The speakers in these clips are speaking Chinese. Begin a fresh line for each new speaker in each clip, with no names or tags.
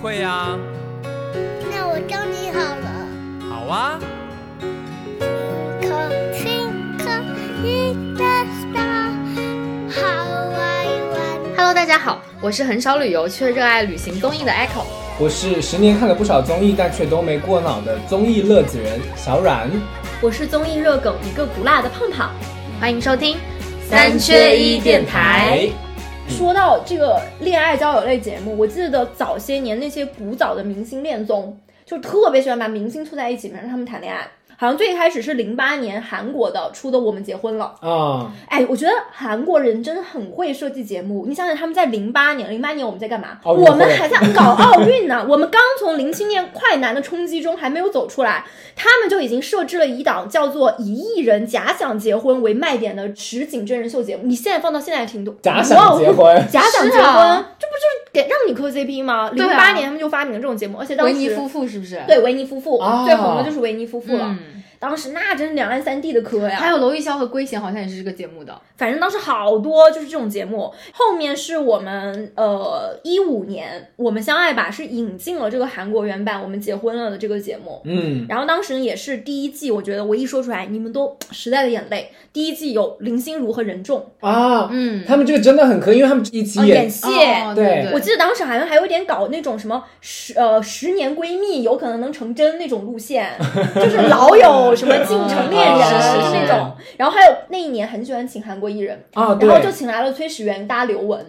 会啊。
那我教你好了。
好啊，
Twinkle, twinkle, little star, how I wonder.
Hello，大家好，我是很少旅游却热爱旅行综艺的 Echo。
我是十年看了不少综艺，但却都没过脑的综艺乐子人小冉。
我是综艺热狗一个不辣的胖胖。
欢迎收听
三缺一电台。说到这个恋爱交友类节目，我记得早些年那些古早的明星恋综，就特别喜欢把明星凑在一起，让他们谈恋爱。好像最一开始是零八年韩国的出的《我们结婚了》，
啊、
哎，我觉得韩国人真的很会设计节目。你想想，他们在零八年，零八年我们在干嘛？
奥运会
我们还在搞奥运呢，我们刚从零七年快男的冲击中还没有走出来，他们就已经设置了一档叫做“以艺人假想结婚”为卖点的实景真人秀节目。你现在放到现在听都
假想结婚
哇哦 假想结
是
婚，
啊
这不就是给让你磕 CP 吗？零
对啊
八年他们就发明了这种节目，而且当时
妇是不是？
对维尼夫妇、
啊
最红的就是维尼夫妇了，
嗯，
当时那真是两岸三地的磕呀，
还有娄艺潇和圭贤好像也是这个节目的。
反正当时好多就是这种节目。后面是我们呃一五年，我们相爱吧是引进了这个韩国原版《我们结婚了》的这个节目。
嗯，
然后当时也是第一季，我觉得我一说出来，你们都呃时代的眼泪。第一季有林心如和任重，
啊，
嗯，
他们这个真的很可以，因为他们一起
啊
演
演戏。
哦
对
对，
我记得当时好像还有点搞那种什么十呃十年闺蜜有可能能成真那种路线， 就是老有什么进城恋人
啊是是
就是那种。然后还有那一年很喜欢请韩国艺人，
啊，对
然后就请来了崔始源搭刘雯，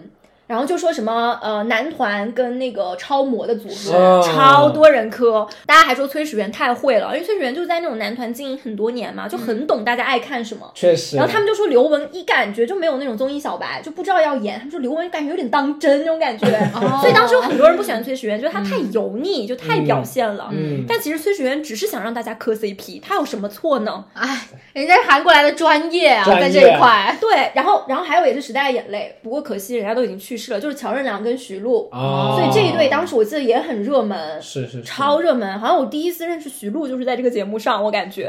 然后就说什么呃男团跟那个超模的组合，
是哦
超多人磕，大家还说崔始源太会了，因为崔始源就是在那种男团经营很多年嘛，就很懂大家爱看什么。
确实，
然后他们就说刘雯一感觉就没有那种综艺小白，就不知道要演，他们说刘雯感觉有点当真那种感 觉，
哦
所以当时有很多人不喜欢崔始源，觉得他太油腻，就太表现了。
嗯，
但其实崔始源只是想让大家磕 CP，他有什么错呢？
哎，人家是韩国来的专业啊，
专业
在这一块。
对，然后然后还有也是时代的眼泪，不过可惜人家都已经去世了，就是乔任梁跟徐璐，
哦
所以这一对当时我记得也很热门。
是是是
超热门，好像我第一次认识徐璐就是在这个节目上，我感觉，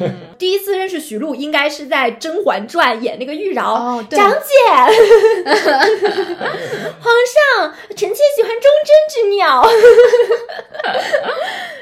嗯
第一次认识徐璐应该是在《甄嬛传》演那个玉娆，
哦对
张姐，皇上，臣妾喜欢忠贞之鸟。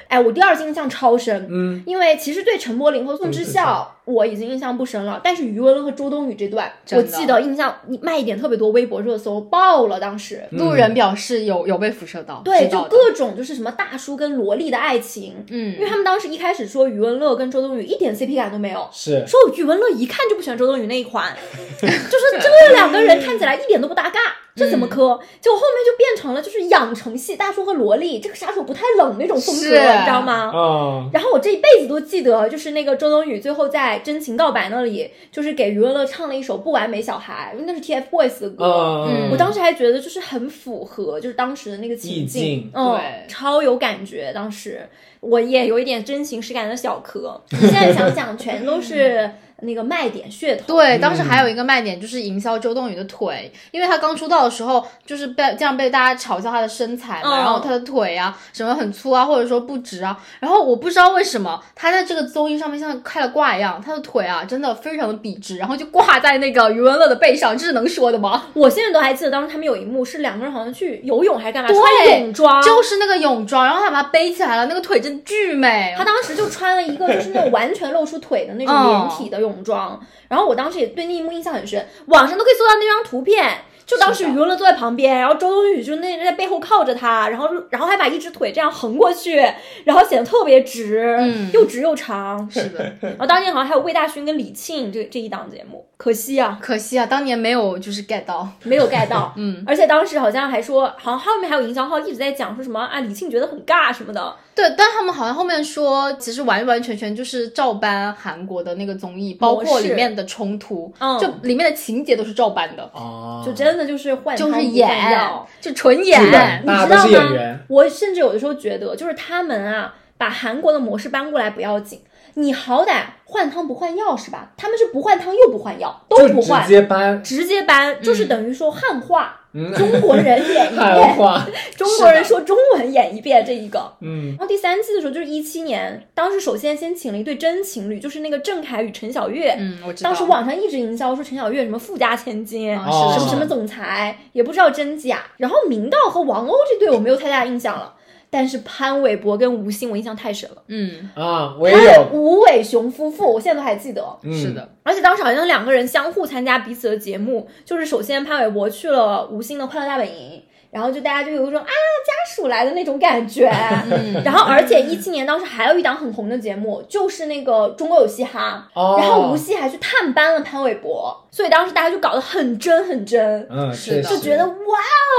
哎，我第二次印象超深，
嗯，
因为其实对陈柏霖和宋智孝我已经印象不深了，但是余文乐和周冬雨这段，
真
我
的
记得印象你卖一点特别多，微博热搜爆了，当时。
路人表示有有被辐射到，嗯
对，
知
就
道的
各种就是什么大叔跟萝莉的爱情，
嗯
因为他们当时一开始说余文乐跟周冬雨一点 CP 感都没有，
是
说我余文乐一看就不喜欢周冬雨那一款，就是这两个人看起来一点都不搭嘎，这怎么磕？结果后面就变成了就是养成系大叔和萝莉，这个杀手不太冷那种风格，你
是
知道吗？
啊，
然后我这一辈子都记得，就是那个周冬雨最后在《真情告白》那里，就是给余文乐唱了一首《不完美小孩》，因为那是 TFBOYS 的歌。
嗯
我当时还觉得就是很符合，就是当时的那个情
意境
嗯
对，
超有感觉。当时我也有一点真情实感的小磕，现在想想全都是那个卖点噱头。
对，当时还有一个卖点就是营销周冬雨的腿，因为她刚出道的时候就是被这样被大家嘲笑她的身材嘛，
嗯
然后她的腿啊什么很粗啊，或者说不直啊，然后我不知道为什么她在这个综艺上面像开了挂一样，她的腿啊真的非常的笔直，然后就挂在那个余文乐的背上，这是能说的吗？
我现在都还记得，当时他们有一幕是两个人好像去游泳还是干嘛，
对
穿泳装，
就是那个泳装，然后她把它背起来了，那个腿真巨美。
他当时就穿了一个就是那种完全露出腿的那
嗯
种连体的泳装，然后我当时也对那一幕印象很深，网上都可以搜到那张图片。就当时余文乐坐在旁边，然后周冬雨就那在背后靠着他，然后然后还把一只腿这样横过去，然后显得特别直，
嗯
又直又长。
是的，
然后当年好像还有魏大勋跟李沁这这一档节目，可惜啊
可惜啊，当年没有就是 get 到，
没有 get 到。
嗯，
而且当时好像还说，好像后面还有营销号一直在讲说什么啊，李沁觉得很尬什么的。
对，但他们好像后面说，其实完完全全就是照搬韩国的那个综艺，包括里面的冲突，
嗯
就里面的情节都是照搬的，
啊，
就真的就是换
就
汤
是
不
演
换药，
就纯演
是的
你
大家
知
都
道
是演员
吗？我甚至有的时候觉得，就是他们啊，把韩国的模式搬过来不要紧，你好歹换汤不换药是吧？他们是不换汤又不换药，都
就
不
直
换，
接搬
直接搬，就是等于说汉化，
嗯
中国人演 一
汉
遍，
化，
中国人说中文演一遍这一个。
嗯
然后第三季的时候就是一七年，当时首先先请了一对真情侣，就是那个郑恺与陈小玥。
嗯，我知道。
当时网上一直营销说陈小玥什么富家千金，
啊
哦
是
什
的
么
是
什么
的
总裁，也不知道真假。然后明道和王鸥这对我没有太大印象了，但是潘玮柏跟吴昕我印象太深了，
嗯，
啊，我也
他是
有，
吴伟雄夫妇，我现在都还记得。
嗯
是，的，
而且当时好像两个人相互参加彼此的节目，就是首先潘玮柏去了吴昕的《快乐大本营》，然后就大家就有一种啊家属来的那种感觉。
嗯，
然后，而且一七年当时还有一档很红的节目，就是那个《中国有嘻哈》，
哦，
然后吴昕还去探班了潘玮柏，所以当时大家就搞得很真很真，
嗯，
是的
确实
就觉得哇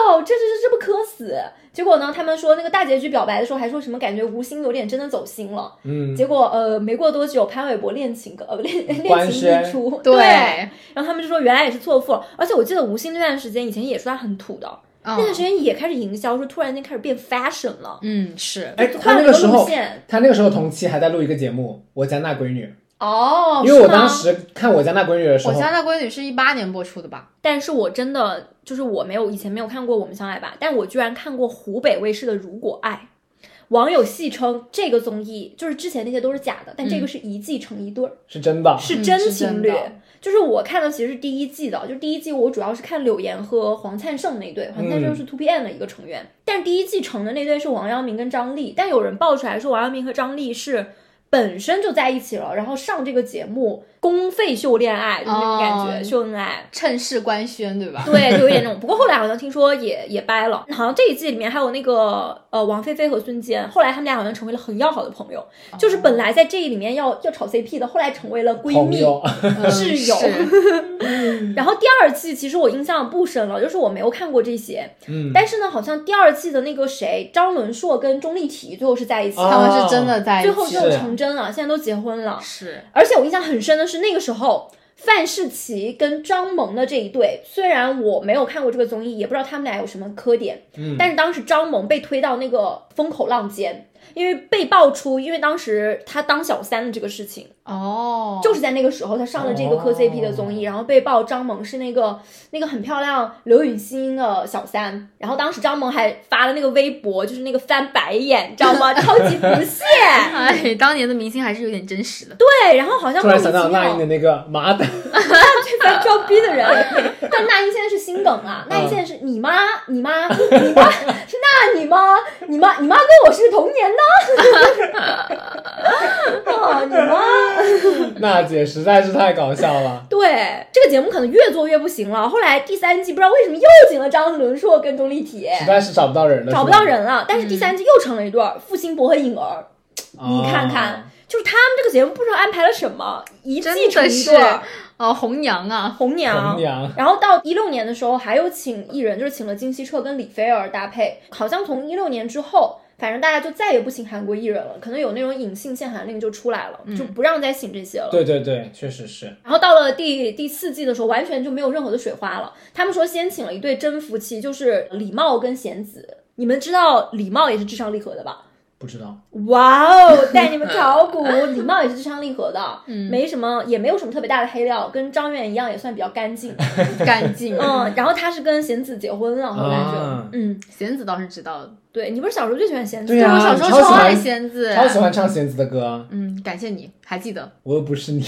哦，这这这这不可死。结果呢，他们说那个大结局表白的时候还说什么感觉吴昕有点真的走心了。
嗯，
结果呃，没过多久潘玮柏恋情呃恋
官
恋情
宣
一出，
对，
然后他们就说原来也是错付了，而且我记得吴昕那段时间以前也说他很土的，
那
那段时间也开始营销，说突然间开始变 fashion 了，
嗯是，
哎，他
换
那
了一个
个时
路
候，
线。
他那个时候同期还在录一个节目《我家那闺女
哦》，，
因为我
是吗
当时看《我家那闺女》的时
我
候，
家那闺女是一八年播出的吧？
但是我真的就是我没有以前没有看过《我们相爱吧》，但我居然看过湖北卫视的《如果爱》。网友戏称这个综艺就是之前那些都是假的，但这个是一季成一对儿、
是真的，
是
嗯
真
是
情
真
侣。
的
就是我看的其实是第一季的，就第一季我主要是看柳岩和黄灿盛那一对，黄灿盛
嗯
是 Two PM 的一个成员，但第一季成的那对是王阳明跟张丽，但有人爆出来说王阳明和张丽是。本身就在一起了，然后上这个节目公费秀恋爱，就是那种感觉，
哦
秀恩爱。
趁势官宣对吧？
对，就有点那种。不过后来好像听说也也掰了，好像这一季里面还有那个呃王菲菲和孙坚，后来他们俩好像成为了很要好的朋友，就是本来在这里面要要炒 CP 的，后来成为了闺
朋
蜜。
友，
嗯
挚友嗯
是
然后第二季其实我印象不深了，就是我没有看过这些，
嗯，
但是呢，好像第二季的那个谁张伦硕跟钟丽缇最后是在一起的，
他
哦
们是真的在一
最后
起
就
就
成真了，现在都结婚了。
是
而且我印象很深的是，那个时候范世琦跟张萌的这一对，虽然我没有看过这个综艺，也不知道他们俩有什么磕点，
嗯
但是当时张萌被推到那个风口浪尖，因为被爆出，因为当时他当小三的这个事情，
哦，
就是在那个时候他上了这个磕
哦
CP 的综艺，然后被爆张萌是那个那个很漂亮刘雨昕的小三，然后当时张萌还发了那个微博，就是那个翻白眼，你知道 吗？超级不屑。
哎，当年的明星还是有点真实的。
对，然后好像
突
莫
然
名其
想到
妙
那英的那个麻的，
这番装逼的人。但那英现在是新梗啊，
嗯
那英现在是你妈，你妈，你妈， 那你妈，你妈，你妈跟我是同年的。 啊，你妈！
娜姐实在是太搞笑了。
对这个节目可能越做越不行了。后来第三季不知道为什么又请了张伦硕跟钟丽缇，
实在是嗯找不到人了，
找不
是吧
到，人了。但是第三季又成了一对儿，付辛博和颖儿。你看看
哦，
就是他们这个节目不知道安排了什么，一季
真
成
的
一
是
对儿，
哦，红娘啊，
红娘，
红娘
然后到一六年的时候，还有请艺人，就是请了金希澈跟李菲儿搭配。好像从一六年之后，反正大家就再也不请韩国艺人了，可能有那种隐性限韩令就出来了，就不让再请这些了。
对对对，确实是，
然后到了第第四季的时候，完全就没有任何的水花了。他们说先请了一对真夫妻，就是李茂跟贤子。你们知道李茂也是智商励合的吧？
不知道，
哇哦，带你们考古，李茂也是智商励合的，没什么，也没有什么特别大的黑料，跟张远一样，也算比较干净。
干净。
嗯，然后他是跟贤子结婚了，后来哦就，
啊
嗯，
贤子倒是知道的，
对，你不是小时候就喜欢贤子
对啊
吗？
我小时
超
候
喜
超
欢
爱贤子，
啊
超喜欢唱弦子的歌，
嗯，感谢你还记得，
我又不是你，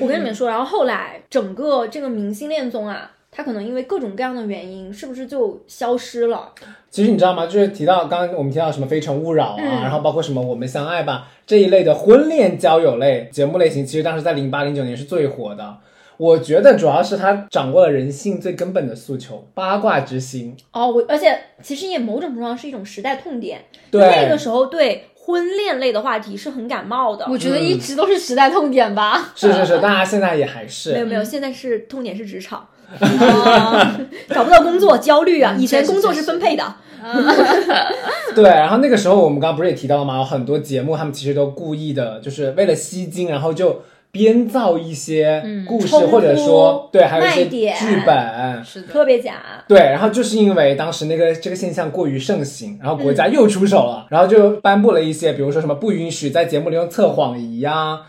我跟你们说，然后后来整个这个明星恋综啊，它可能因为各种各样的原因，是不是就消失了？
其实你知道吗？就是提到刚刚我们提到什么《非诚勿扰》啊，
嗯
然后包括什么《我们相爱吧》这一类的婚恋交友类节目类型，其实当时在零八零九年是最火的。我觉得主要是它掌握了人性最根本的诉求——八卦之心。
哦，我而且其实也某种程度上是一种时代痛点，
对
那个时候对婚恋类的话题是很感冒的。
我觉得一直都是时代痛点吧。
是是是，大家现在也还
没有
是。
没有，现在是痛点是 职场，哦找不到工作焦虑
嗯
啊！以前
确实
工作
确
是
实
分配的，
对，然后那个时候我们刚刚不是也提到了吗？有很多节目他们其实都故意的，就是为了吸睛，然后就编造一些故事，
冲突
或者说对，还有一些
卖点
剧 本。
是的，
特别假。
对，然后就是因为当时那个这个现象过于盛行，然后国家又出手了，然后就颁布了一些，比如说什么不允许在节目里用测谎仪呀、
啊！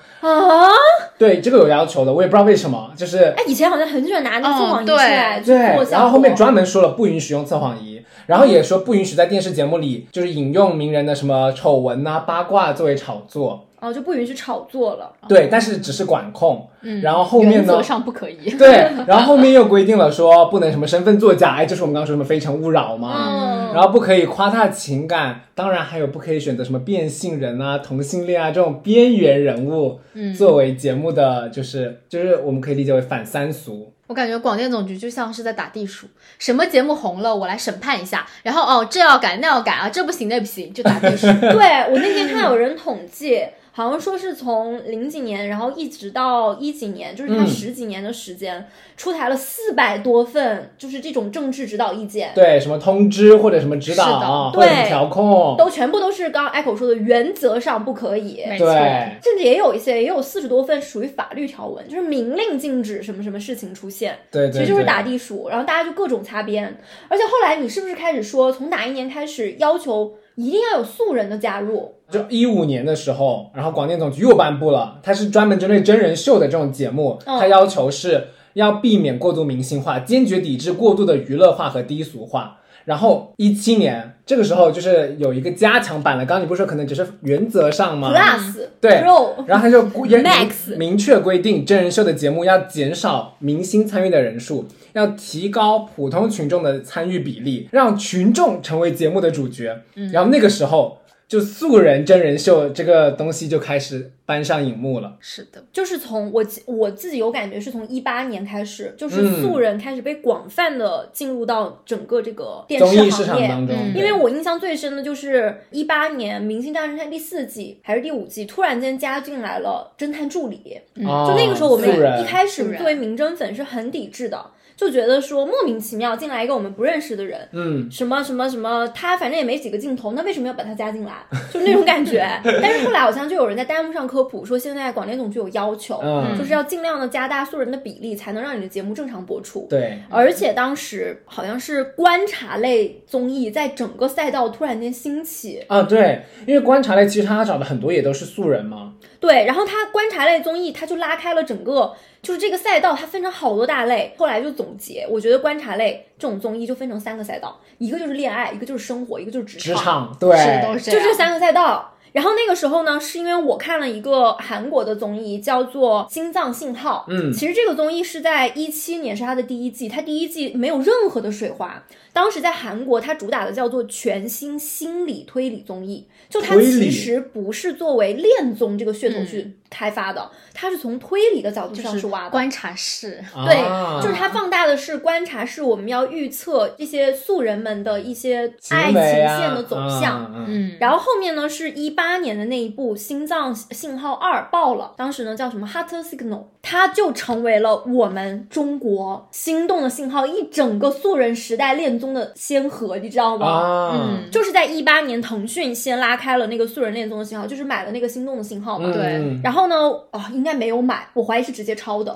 对，这个有要求的，我也不知道为什么，就是
哎，以前好像很喜欢拿那个测谎仪出来
嗯
去
对，
做效
然
果
后后面专门说了不允许用测谎仪，然后也啊说不允许在电视节目里就是引用名人的什么丑闻呐、八卦作为炒作。
哦，就不允许炒作了。
对，但是只是管控。
嗯，
然后后面
原
呢
则？上不可以。
对，然后后面又规定了说不能什么身份作假，哎，就是我们刚刚说什么《非诚勿扰》嘛。
嗯，
然后不可以夸大情感，当然还有不可以选择什么变性人啊、同性恋啊这种边缘人物，
嗯
作为节目的就是就是我们可以理解为反三俗。
我感觉广电总局就像是在打地鼠，什么节目红了，我来审判一下，然后哦这要改那要改啊，这不行那不行，就打 地鼠。
对我那天看有人统计，好像说是从零几年，然后一直到一几年，就是他
嗯
十几年的时间，出台了四百多份，就是这种政治指导意见，
对，什么通知或者什么指
是
导
的
啊，或
对
者什么调控，
都全部都是刚刚 Echo 说的，原则上不可以。
没错，
对，
甚至也有一些，也有四十多份属于法律条文，就是明令禁止什么什么事情出现，
对对，
其实就是
对
打地鼠，然后大家就各种擦边。而且后来你是不是开始说，从哪一年开始要求一定要有素人的加入？
就一五年的时候，然后广电总局又颁布了，它是专门针对真人秀的这种节目，
嗯
它要求是要避免过度明星化，坚决抵制过度的娱乐化和低俗化。然后一七年这个时候就是有一个加强版了，刚刚你不是说可能只是原则上吗？
Plus、
嗯对
Pro，
然后他就规也明
Max
明确规定，真人秀的节目要减少明星参与的人数，要提高普通群众的参与比例，让群众成为节目的主角。
嗯
然后那个时候，就素人真人秀这个东西就开始搬上荧幕了。
是的，
就是从我自我自己有感觉是从一八年开始，就是
嗯
素人开始被广泛的进入到整个这个电
综艺市
行
场
业。
当中，
嗯
对
因为我印象最深的就是一八年《明星大侦探》第四季还是第五季，突然间加进来了侦探助理，
哦
就那个时候，我们
素人
一开始
素人
作为民侦粉是很抵制的，就觉得说莫名其妙进来一个我们不认识的人，
嗯，
什么什么什么，他反正也没几个镜头，那为什么要把他加进来？ 就那种感觉。但是后来好像就有人在弹幕上科普说，现在广电总局有要求，
嗯
就是要尽量的加大素人的比例，才能让你的节目正常播出。
对，
而且当时好像是观察类综艺在整个赛道突然间兴起，
啊对，因为观察类其实他找的很多也都是素人嘛，
对，然后他观察类综艺，他就拉开了整个就是这个赛道，它分成好多大类。后来就总结，我觉得观察类这种综艺就分成三个赛道，一个就是恋爱，一个就是生活，一个就是职
职
场，
场对，
是的都是这
就
样。
这三个赛道。然后那个时候呢，是因为我看了一个韩国的综艺，叫做《心脏信号》。
嗯
其实这个综艺是在一七年是它的第一季，它第一季没有任何的水花。当时在韩国，它主打的叫做全新心理推理综艺，就它
推理嗯
其实不是作为恋综这个噱头去开发的，它是从推理的角度上
就
去
是
挖的。
观察室，
对
啊，
就是它放大的是观察，是我们要预测这些素人们的一些爱
行
情
为啊
线的走向。，
嗯
嗯，
然后后面呢是一八年的那一部《心脏信号二》爆了，当时呢叫什么 Heart Signal，它就成为了我们中国心动的信号一整个素人时代恋综的先河，你知道
嗯
吗？
啊，
嗯，
就是在一八年，腾讯先拉开了那个素人恋综的信号，就是买了那个心动的信号嘛。
嗯
对
嗯
然后呢，哦，应该没有买，我怀疑是直接 抄的，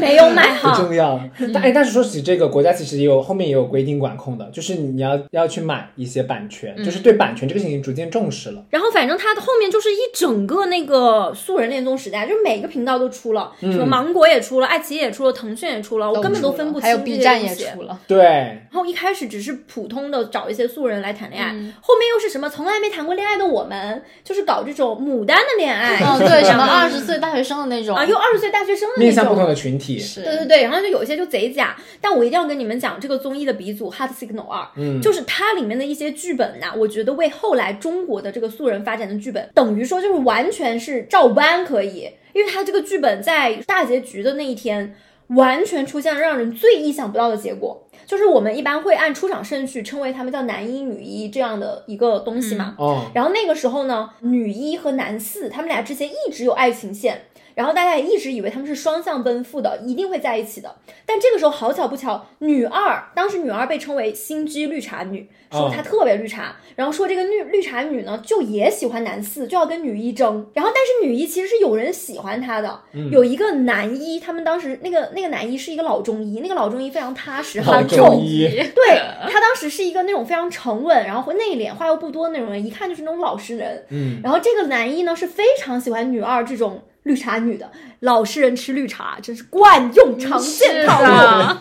没有买
不
哈。
重要。
嗯
但哎，但是说起这个，国家其实也有后面也有规定管控的，就是你要要去买一些版权，就是
嗯
对版权这个事情逐渐重视了。
然后反正它的后面就是一整个那个素人恋综时代，就是每个频道都出了，什
嗯
么芒果也出了，爱奇艺也出了，腾讯也出了，我根本都分不清
还有
这
B
些
站
东
也
西。
出 了，
对，
然后一开始只是普通的找一些素人来谈恋爱，
嗯
后面又是什么从来没谈过恋爱的我们，就是搞这种牡丹的恋爱，
嗯，对，什么二十岁哎大学生的那种
啊，又二十岁大学生的那种，
面向不同的群体，
是，
对对对，然后就有一些就贼假，但我一定要跟你们讲，这个综艺的鼻祖《Heart Signal 二》，
嗯
就是它里面的一些剧本呐、我觉得为后来中国的这个素人发展的剧本，等于说就是完全是照搬可以，因为它这个剧本在大结局的那一天，完全出现了让人最意想不到的结果。就是我们一般会按出场顺序称为他们叫男一、女一这样的一个东西嘛，
哦，
然后那个时候呢，女一和男四他们俩之前一直有爱情线，然后大家也一直以为他们是双向奔赴的，一定会在一起的。但这个时候好巧不巧，女二当时女二被称为心机绿茶女，
嗯
说她特别绿茶，然后说这个绿绿茶女呢就也喜欢男四，就要跟女一争。然后但是女一其实是有人喜欢她的，
嗯
有一个男一，他们当时那个那个男一是一个老中医，那个老中医非常踏实
老
憨
中
重，
医，
对他当时是一个那种非常沉稳，然后会内敛、话又不多的那种人，一看就是那种老实人。
嗯，
然后这个男一呢是非常喜欢女二这嗯
啊
种绿茶女的，老实人吃绿茶真是惯用常见套路。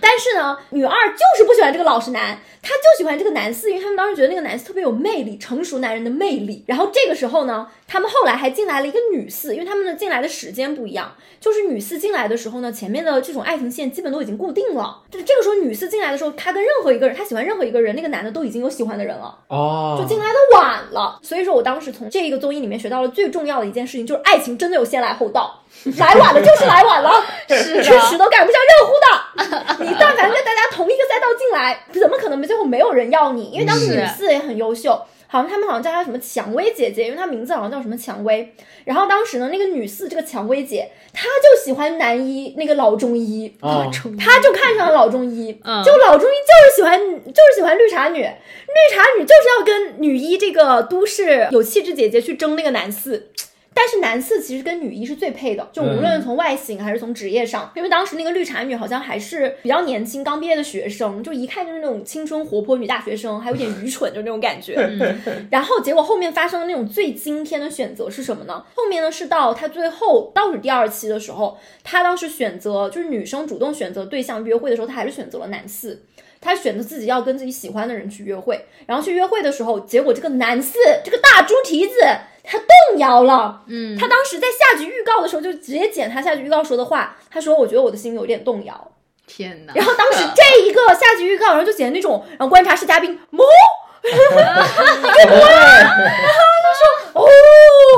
但是呢，女二就是不喜欢这个老实男，她就喜欢这个男四，因为他们当时觉得那个男四特别有魅力，成熟男人的魅力。然后这个时候呢，他们后来还进来了一个女四，因为他们的进来的时间不一样，就是女四进来的时候呢，前面的这种爱情线基本都已经固定了。就是这个时候女四进来的时候，她跟任何一个人，她喜欢任何一个人，那个男的都已经有喜欢的人了。
哦，
就进来的晚了。所以说我当时从这一个综艺里面学到了最重要的一件事情，就是爱情真的有先来后 到，来晚了就是来晚了，
是的
迟迟都赶不上热乎的。你但凡跟大家同一个赛道进来，怎么可能最后没有人要你？因为当时
是
女四也很优秀。好像他们好像叫她什么蔷薇姐姐，因为她名字好像叫什么蔷薇。然后当时呢，那个女四这个蔷薇姐，她就喜欢男一那个老中医，
哦
他就看上了老中医，
嗯
就老中医就是喜欢，就是喜欢绿茶女，绿茶女就是要跟女一这个都市有气质姐姐去争那个男四。但是男四其实跟女一是最配的，就无论从外形还是从职业上，因为当时那个绿茶女好像还是比较年轻，刚毕业的学生，就一看就是那种青春活泼女大学生，还有点愚蠢，就那种感觉。 然后结果后面发生的那种最惊天的选择是什么呢？后面呢是到他最后倒数第二期的时候，他当时选择就是女生主动选择对象约会的时候，他还是选择了男四。他选择自己要跟自己喜欢的人去约会，然后去约会的时候，结果这个男四这个大猪蹄子他动摇了。
嗯，
他当时在下集预告的时候，就直接剪他下集预告说的话，他说：“我觉得我的心有点动摇。”
天哪！
然后当时这一个下集预告，然后就剪那种，然后观察室嘉宾么，然后就说哦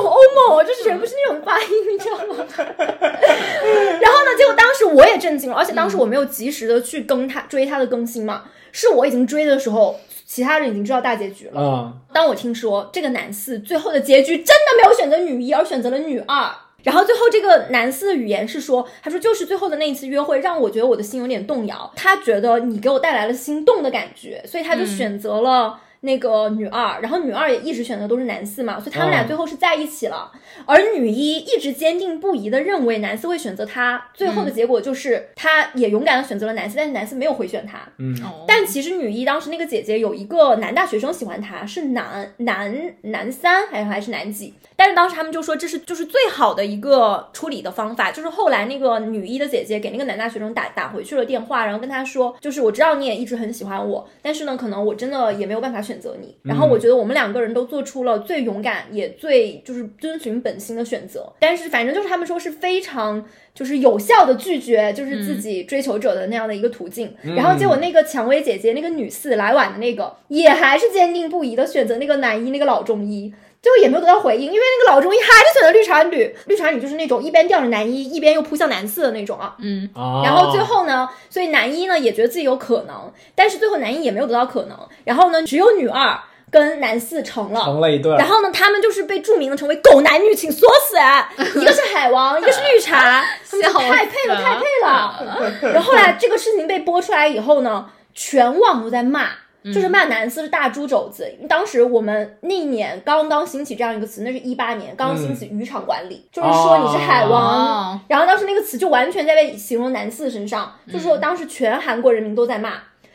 欧某，就是全部是那种发音，你知道吗？ 然后呢，结果当时我也震惊了，而且当时我没有及时的去更他追他的更新嘛，是我已经追的时候，其他人已经知道大结局了。
啊，
当我听说这个男四最后的结局真的没有选择女一，而选择了女二。然后最后这个男四的语言是说，他说就是最后的那一次约会让我觉得我的心有点动摇，他觉得你给我带来了心动的感觉，所以他就选择了那个女二，然后女二也一直选择都是男四嘛，所以他们俩
嗯
最后是在一起了。而女一一直坚定不移的认为男四会选择她，最后的结果就是她也勇敢的选择了男四，但是男四没有回选她。
嗯，
哦
但其实女一当时那个姐姐有一个男大学生喜欢她，是男男男三还是还是男几？但是当时他们就说这是就是最好的一个处理的方法，就是后来那个女一的姐姐给那个男大学生打打回去了电话，然后跟他说，就是我知道你也一直很喜欢我，但是呢，可能我真的也没有办法选择你。然后我觉得我们两个人都做出了最勇敢也最就是遵循本心的选择，但是反正就是他们说是非常就是有效的拒绝，就是自己追求者的那样的一个途径。然后结果那个蔷薇姐姐那个女四来晚的那个，也还是坚定不移的选择那个男一那个老中医。最后也没有得到回应，因为那个老中医还是选择绿茶女，绿茶女就是那种一边吊着男一，一边又扑向男四的那种啊。
嗯，
啊
然后最后呢，所以男一呢也觉得自己有可能，但是最后男一也没有得到可能。然后呢，只有女二跟男四成了。
成了一对儿
然后呢，他们就是被著名的成为狗男女，请锁死。一个是海王，一个是绿茶，他们就太配了，太配 了。然后后来这个事情被播出来以后呢，全网都在骂。就是骂男四是大猪肘子。当时我们那一年刚刚兴起这样一个词，那是一八年，刚刚兴起渔场管理，就是说你是海王，
哦
然后当时那个词就完全在被形容男四身上，就是说当时全韩国人民都在骂。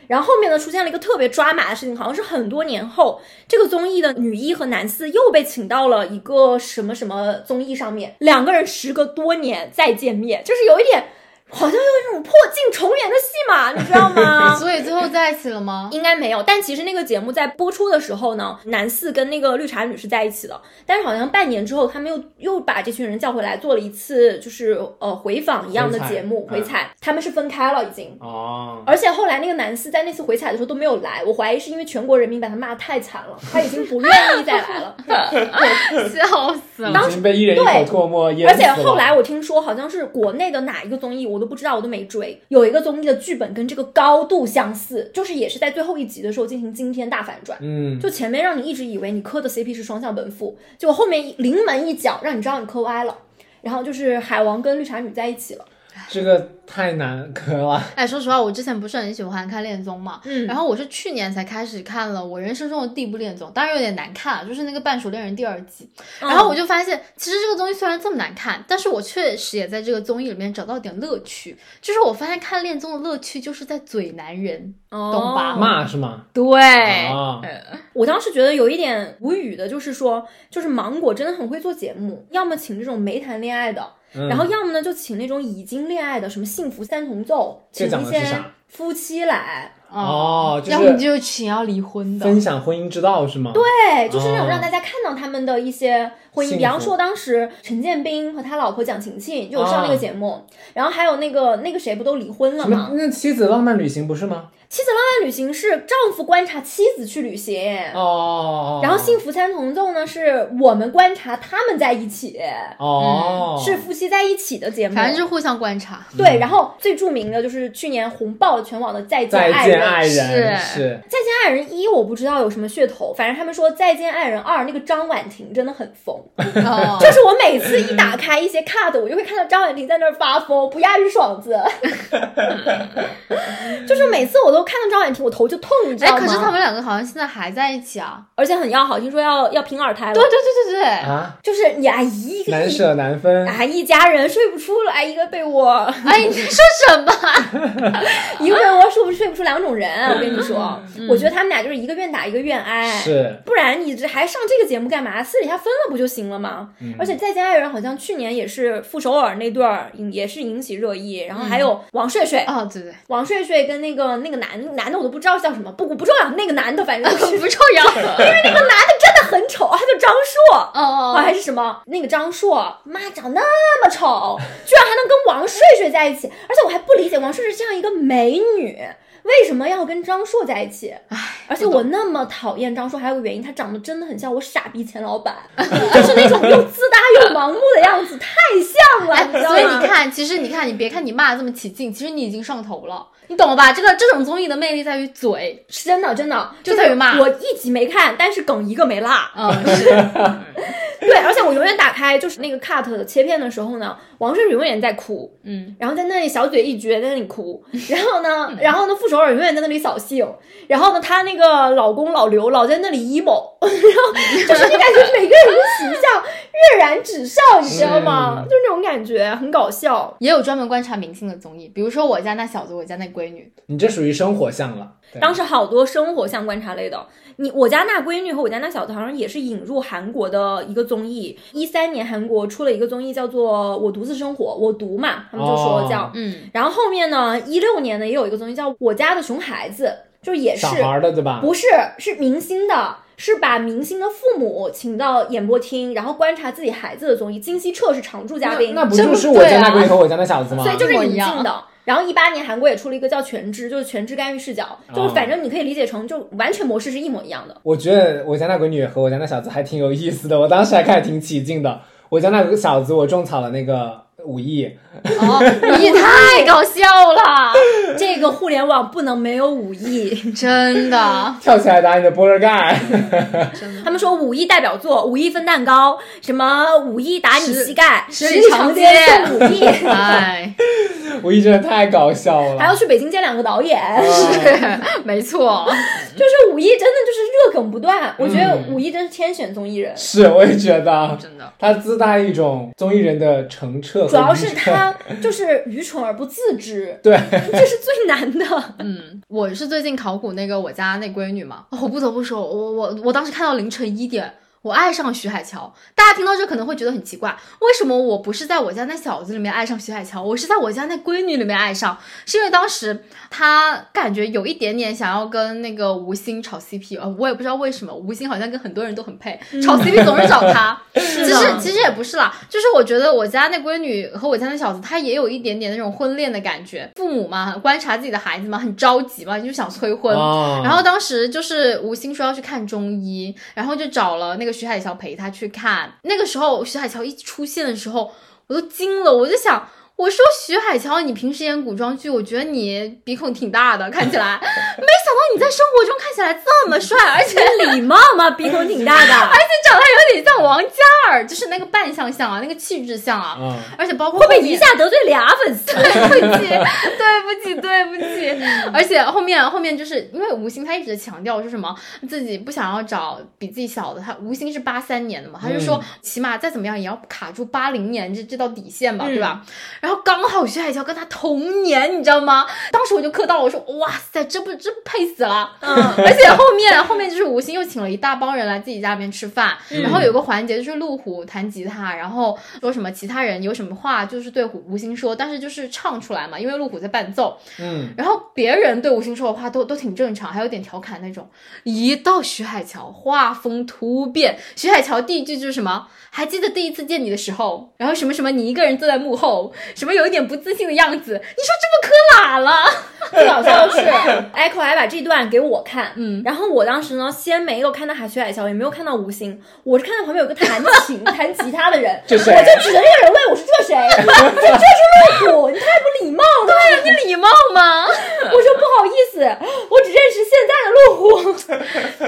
然后后面呢，出现了一个特别抓马的事情，好像是很多年后，这个综艺的女一和男四又被请到了一个什么什么综艺上面，两个人时隔多年再见面，就是有一点好像有一种破镜重圆的戏码，你知道吗？
所以最后在一起了吗？
应该没有，但其实那个节目在播出的时候呢，男四跟那个绿茶女是在一起的，但是好像半年之后，他们又又把这群人叫回来做了一次，就是呃回访一样的节目
回
回
采
采，他们是分开了已经。
哦，
而且后来那个男四在那次回采的时候都没有来，我怀疑是因为全国人民把他骂得太惨 了，他已经不愿意再来 了。
笑死了！
已经被一人一口唾沫淹
而
死
且
了。
后来我听说，好像是国内的哪一个综艺，我都不知道，我都没追。有一个综艺的剧本跟这个高度相似，就是也是在最后一集的时候进行惊天大反转。
嗯，
就前面让你一直以为你磕的 CP 是双向奔赴，结果后面临门一脚让你知道你磕歪了，然后就是海王跟绿茶女在一起了。
这个太难磕了。
哎，说实话，我之前不是很喜欢看恋综嘛，
嗯
然后我是去年才开始看了我人生中的第一部恋综，当然有点难看，啊就是那个《半熟恋人》第二季。
嗯
然后我就发现，其实这个东西虽然这么难看，但是我确实也在这个综艺里面找到点乐趣。就是我发现看恋综的乐趣就是在嘴男人，懂吧
哦呃
骂是吗？
对
啊，
我当时觉得有一点无语的，就是说，就是芒果真的很会做节目，要么请这种没谈恋爱的，
嗯
然后要么呢就请那种已经恋爱的，什么幸福三重奏，
这
请
讲
一
的是
些
啥
夫妻来，
哦，
哦，就
要不你
是
就请要离婚的，
分享婚姻之道是吗？对，
对，就是那
哦
种让大家看到他们的一些婚姻。
幸
比方
福
说，当时陈建斌和他老婆蒋勤勤就有上
啊
那个节目，然后还有那个那个谁不都离婚了
什么
吗？
那妻子浪漫旅行不是吗？
妻子浪漫旅行是丈夫观察妻子去旅行。
哦，
然后幸福三重奏呢，是我们观察他们在一起，
哦
嗯是夫妻在一起的节目。
反正是互相观察。
嗯
对，然后最著名的就是去年红爆全网的《再见
再
爱人
见》。爱人
是
是
再见爱人一我不知道有什么噱头，反正他们说《再见爱人二》那个张婉婷真的很疯，
哦，
啊
就是我每次一打开一些 cut，我就会看到张婉婷在那儿发疯，不押韵 爽字，就是每次我都看到张婉婷，我头就痛，你知
哎
道，吗？
可是他们两个好像现在还在一起啊。
而且很要好，听说要要平二胎了，
对对对对对，
啊，
就是你哎一个
难
一
舍难分。
啊一家人睡不出来一个被窝，
哎，你在说什么？
一个被窝睡不睡不出两种人，啊我跟你说，
嗯
我觉得他们俩就是一个愿打一个愿挨，
是，
不然你这还上这个节目干嘛？私底下分了不就行了吗？而且《再见爱人》好像去年也是傅首尔那对儿引也是引起热议，然后还有王睡睡，
哦，对对，
王睡睡跟那个那个男男的我都不知道叫什么，不不重要，那个男的反正 就是
不重要。
那个男的真的很丑，他叫张硕。
哦哦，
啊，还是什么？那个张硕，妈长那么丑，居然还能跟王睡睡在 一起，而且我还不理解王睡睡这样一个美女，为什么要跟张硕在一起？而且我那么讨厌张硕，还有个原因，他长得真的很像我傻逼前老板， 就是那种又自大又盲目的样子，太像了，
哎，
你知道
所以
吗
你？看，其实你看，你别看你骂得这么起劲，其实你已经上头了，你懂了吧？这个这种综艺的魅力在于嘴，
是真的，真的，
就是在于骂
我一集没看，但是梗一个没落。
嗯， 是
对，而且我永远打开就是那个 cut 的切片的时候呢，王睡睡永远在哭，
嗯，
然后在那里小嘴一撅，在那里哭，然后呢，然后呢，傅首尔永远在那里扫兴，然后呢，她那个老公老刘老在那里 emo，然后 就是你感觉每个人的形象跃然纸上，你知道吗？
嗯
是
就是那种感觉，很搞笑。
也有专门观察明星的综艺，比如说我家那小子，我家那闺女，
你这属于生活项了。对
当时好多生活相观察类的，你我家那闺女和我家那小子好像也是引入韩国的一个综艺，一三年韩国出了一个综艺叫做《我独自生活》，我独嘛，他们就说
哦
叫、
嗯，
然后后面呢，一六年呢也有一个综艺叫《我家的熊孩子》，就是也是
小孩儿的对吧？
不是是明星的，是把明星的父母请到演播厅，然后观察自己孩子的综艺。金希澈是常驻嘉宾，
那那不
这
就
不
是我家
对啊
那闺女和我家那小子吗？
所以就是
一模
引
样
进的。然后一八年韩国也出了一个叫《全知》，就是《全知干预视角》，
哦
就是反正你可以理解成就完全模式是一模一样的。
我觉得我家那闺女和我家那小子还挺有意思的，我当时还看着挺起劲的。我家那个小子，我种草了那个武艺，
哦，你太搞笑了，
这个互联网不能没有武艺。
真的，
跳起来打你的波尔盖，
真 的。
他们说武艺代表作，武艺分蛋糕，什么武艺打你
十
膝盖，
十
里
里长
长
街
送武艺。
哎，
武艺真的太搞笑
还要
了。
去北京见两个导演，
哦
是没错，
就是武艺真的就是热梗不断。我觉得
嗯
武艺真是天选综艺人，
是，我也觉得
真的，
他自带一种综艺人的澄澈和
主要是
愚蠢
他就是愚蠢而不自知，
对，
这是最难 的。
嗯，我是最近考古那个我家那闺女嘛，哦我不得不说，我我我当时看到凌晨一点，我爱上徐海乔。大家听到这可能会觉得很奇怪，为什么我不是在我家那小子里面爱上徐海乔，我是在我家那闺女里面爱上？是因为当时她感觉有一点点想要跟那个吴昕炒 CP，呃，我也不知道为什么，吴昕好像跟很多人都很配，炒 CP 总是找她。其实
的
其实也不是啦，就是我觉得我家那闺女和我家那小子，她也有一点点那种婚恋的感觉。父母嘛，观察自己的孩子嘛，很着急嘛，就想催婚。
啊
然后当时就是吴昕说要去看中医，然后就找了那个徐海乔陪她去看。那个时候徐海乔一出现的时候，我都惊了，我就想。我说徐海乔，你平时演古装剧，我觉得你鼻孔挺大的，看起来，没想到你在生活中看起来这么帅，而且
礼貌嘛，鼻孔挺 大的，
长得有点像王嘉尔，就是那个扮相像啊，那个气质像啊，
嗯，
而且包括
会不会
后面
一下得罪俩粉丝？
对不起，对不起，对不起。而且后面后面就是因为吴昕她一直强调说什么自己不想要找比自己小的，她吴昕是八三年的嘛，她就说起码再怎么样也要卡住八零年这这道底线吧，对吧？然然后刚好徐海乔跟他同年，你知道吗？当时我就磕到了，我说哇塞，这不这不配死了。
嗯，
而且后面后面就是吴昕又请了一大帮人来自己家里面吃饭，然后有个环节就是路虎弹吉他，然后说什么其他人有什么话就是对吴吴昕说，但是就是唱出来嘛，因为路虎在伴奏，
嗯，
然后别人对吴昕说的话都都挺正常，还有点调侃那种。一到徐海乔，画风突变。徐海乔第一句就是什么？还记得第一次见你的时候，然后什么什么，你一个人坐在幕后，什么有一点不自信的样子。你说这不可拉了？
最搞笑的是嗯，Echo 还把这段给我看，
嗯
然后我当时呢，先没有看到海雪海乔，也没有看到吴昕，我是看到旁边有个弹 琴、弹吉他的人，
这谁
我就指着那个人问，我说这谁？我说这是路虎，你太不礼貌了，
你礼貌吗？
我说不好意思，我只认识现在的路 虎。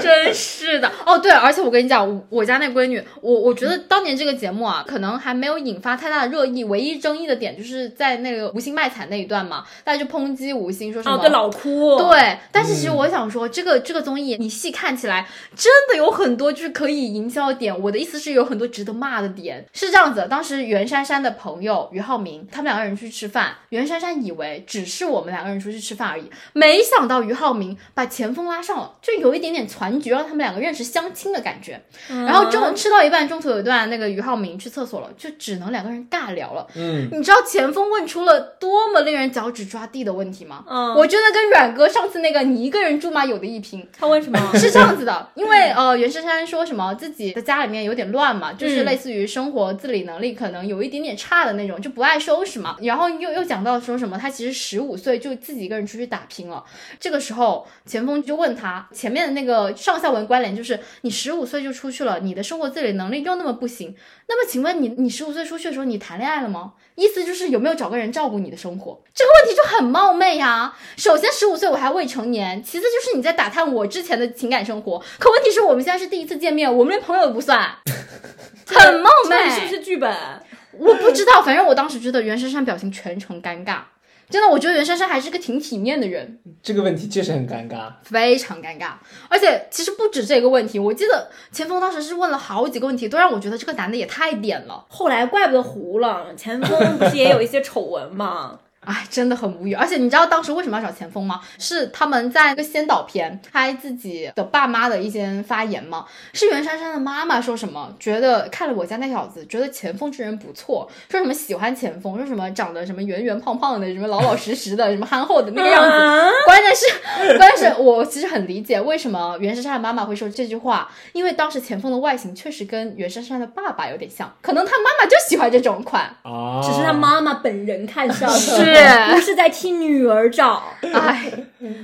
真是的。哦，对，而且我跟你讲，我我家那闺女，我我觉得当年这个节目啊，可能还没有引发太大的热议，唯一争议的点就是在那个吴昕卖惨那一段嘛，大家就抨击吴昕说什么、
哦，对，老哭，，
对，但是其实我想说，这个这个综艺你细看起来，真的有很多就是可以营销的点。我的意思是，有很多值得骂的点。是这样子，当时袁姗姗的朋友俞灏明，他们两个人出去吃饭，袁姗姗以为只是我们两个人出去吃饭而已，没想到俞灏明把钱枫拉上了，就有一点点攒局，让他们两个认识相亲的感觉。
嗯
然后中吃到一半，中途有一段那个俞灏明去厕所了，就只能两个人尬聊了。
嗯，
你知道钱枫问出了多么令人脚趾抓地的问题吗？
嗯
我觉得跟阮哥上次那个你一个人住吗有的一 拼。
他问什么？
是这样子的，因为呃，袁姗姗说什么自己的家里面有点乱嘛，就是
嗯
类似于生活自理能力可能有一点点差的那种，就不爱收拾嘛。然后又又讲到说什么，她其实十五岁就自己一个人出去打拼了。这个时候，钱枫就问他前面的那个上下文关联，就是你十五岁就出去了，你的生活自理能力又那么不行，那么请问你，你十五岁出去的时候，你谈恋爱了吗？意思就是有没有找个人照顾你的生活？这个问题就很冒昧呀、首先，十五岁我还未成年；其次，就是你在打探我之前的情感生活。可问题是我们现在是第一次见面，我们连朋友都不 算，很冒昧。
是不是剧本？
我不知道，反正我当时觉得袁姗姗表情全程尴尬。真的，我觉得袁姗姗还是个挺体面的人。
这个问题确实很尴尬。
非常尴尬。而且其实不止这个问题，我记得钱枫当时是问了好几个问题，都让我觉得这个男的也太点了。
后来怪不得糊了，前锋不是也有一些丑闻 嘛？
哎，真的很无语。而且你知道当时为什么要找钱枫吗？是他们在一个先导片拍自己的爸妈的一些发言吗？是袁姗姗的妈妈说什么？觉得看了我家那小子，觉得钱枫这人不错，说什么喜欢钱枫，说什么长得什么圆圆胖胖的，什么老老实实的，什么憨厚的那个样子。
啊
关键是，关键是我其实很理解为什么袁姗姗的妈妈会说这句话，因为当时钱枫的外形确实跟袁姗姗的爸爸有点像，可能她妈妈就喜欢这种款。
哦，
只是他妈妈本人 看上了，
是
不是在替女儿找？
哎，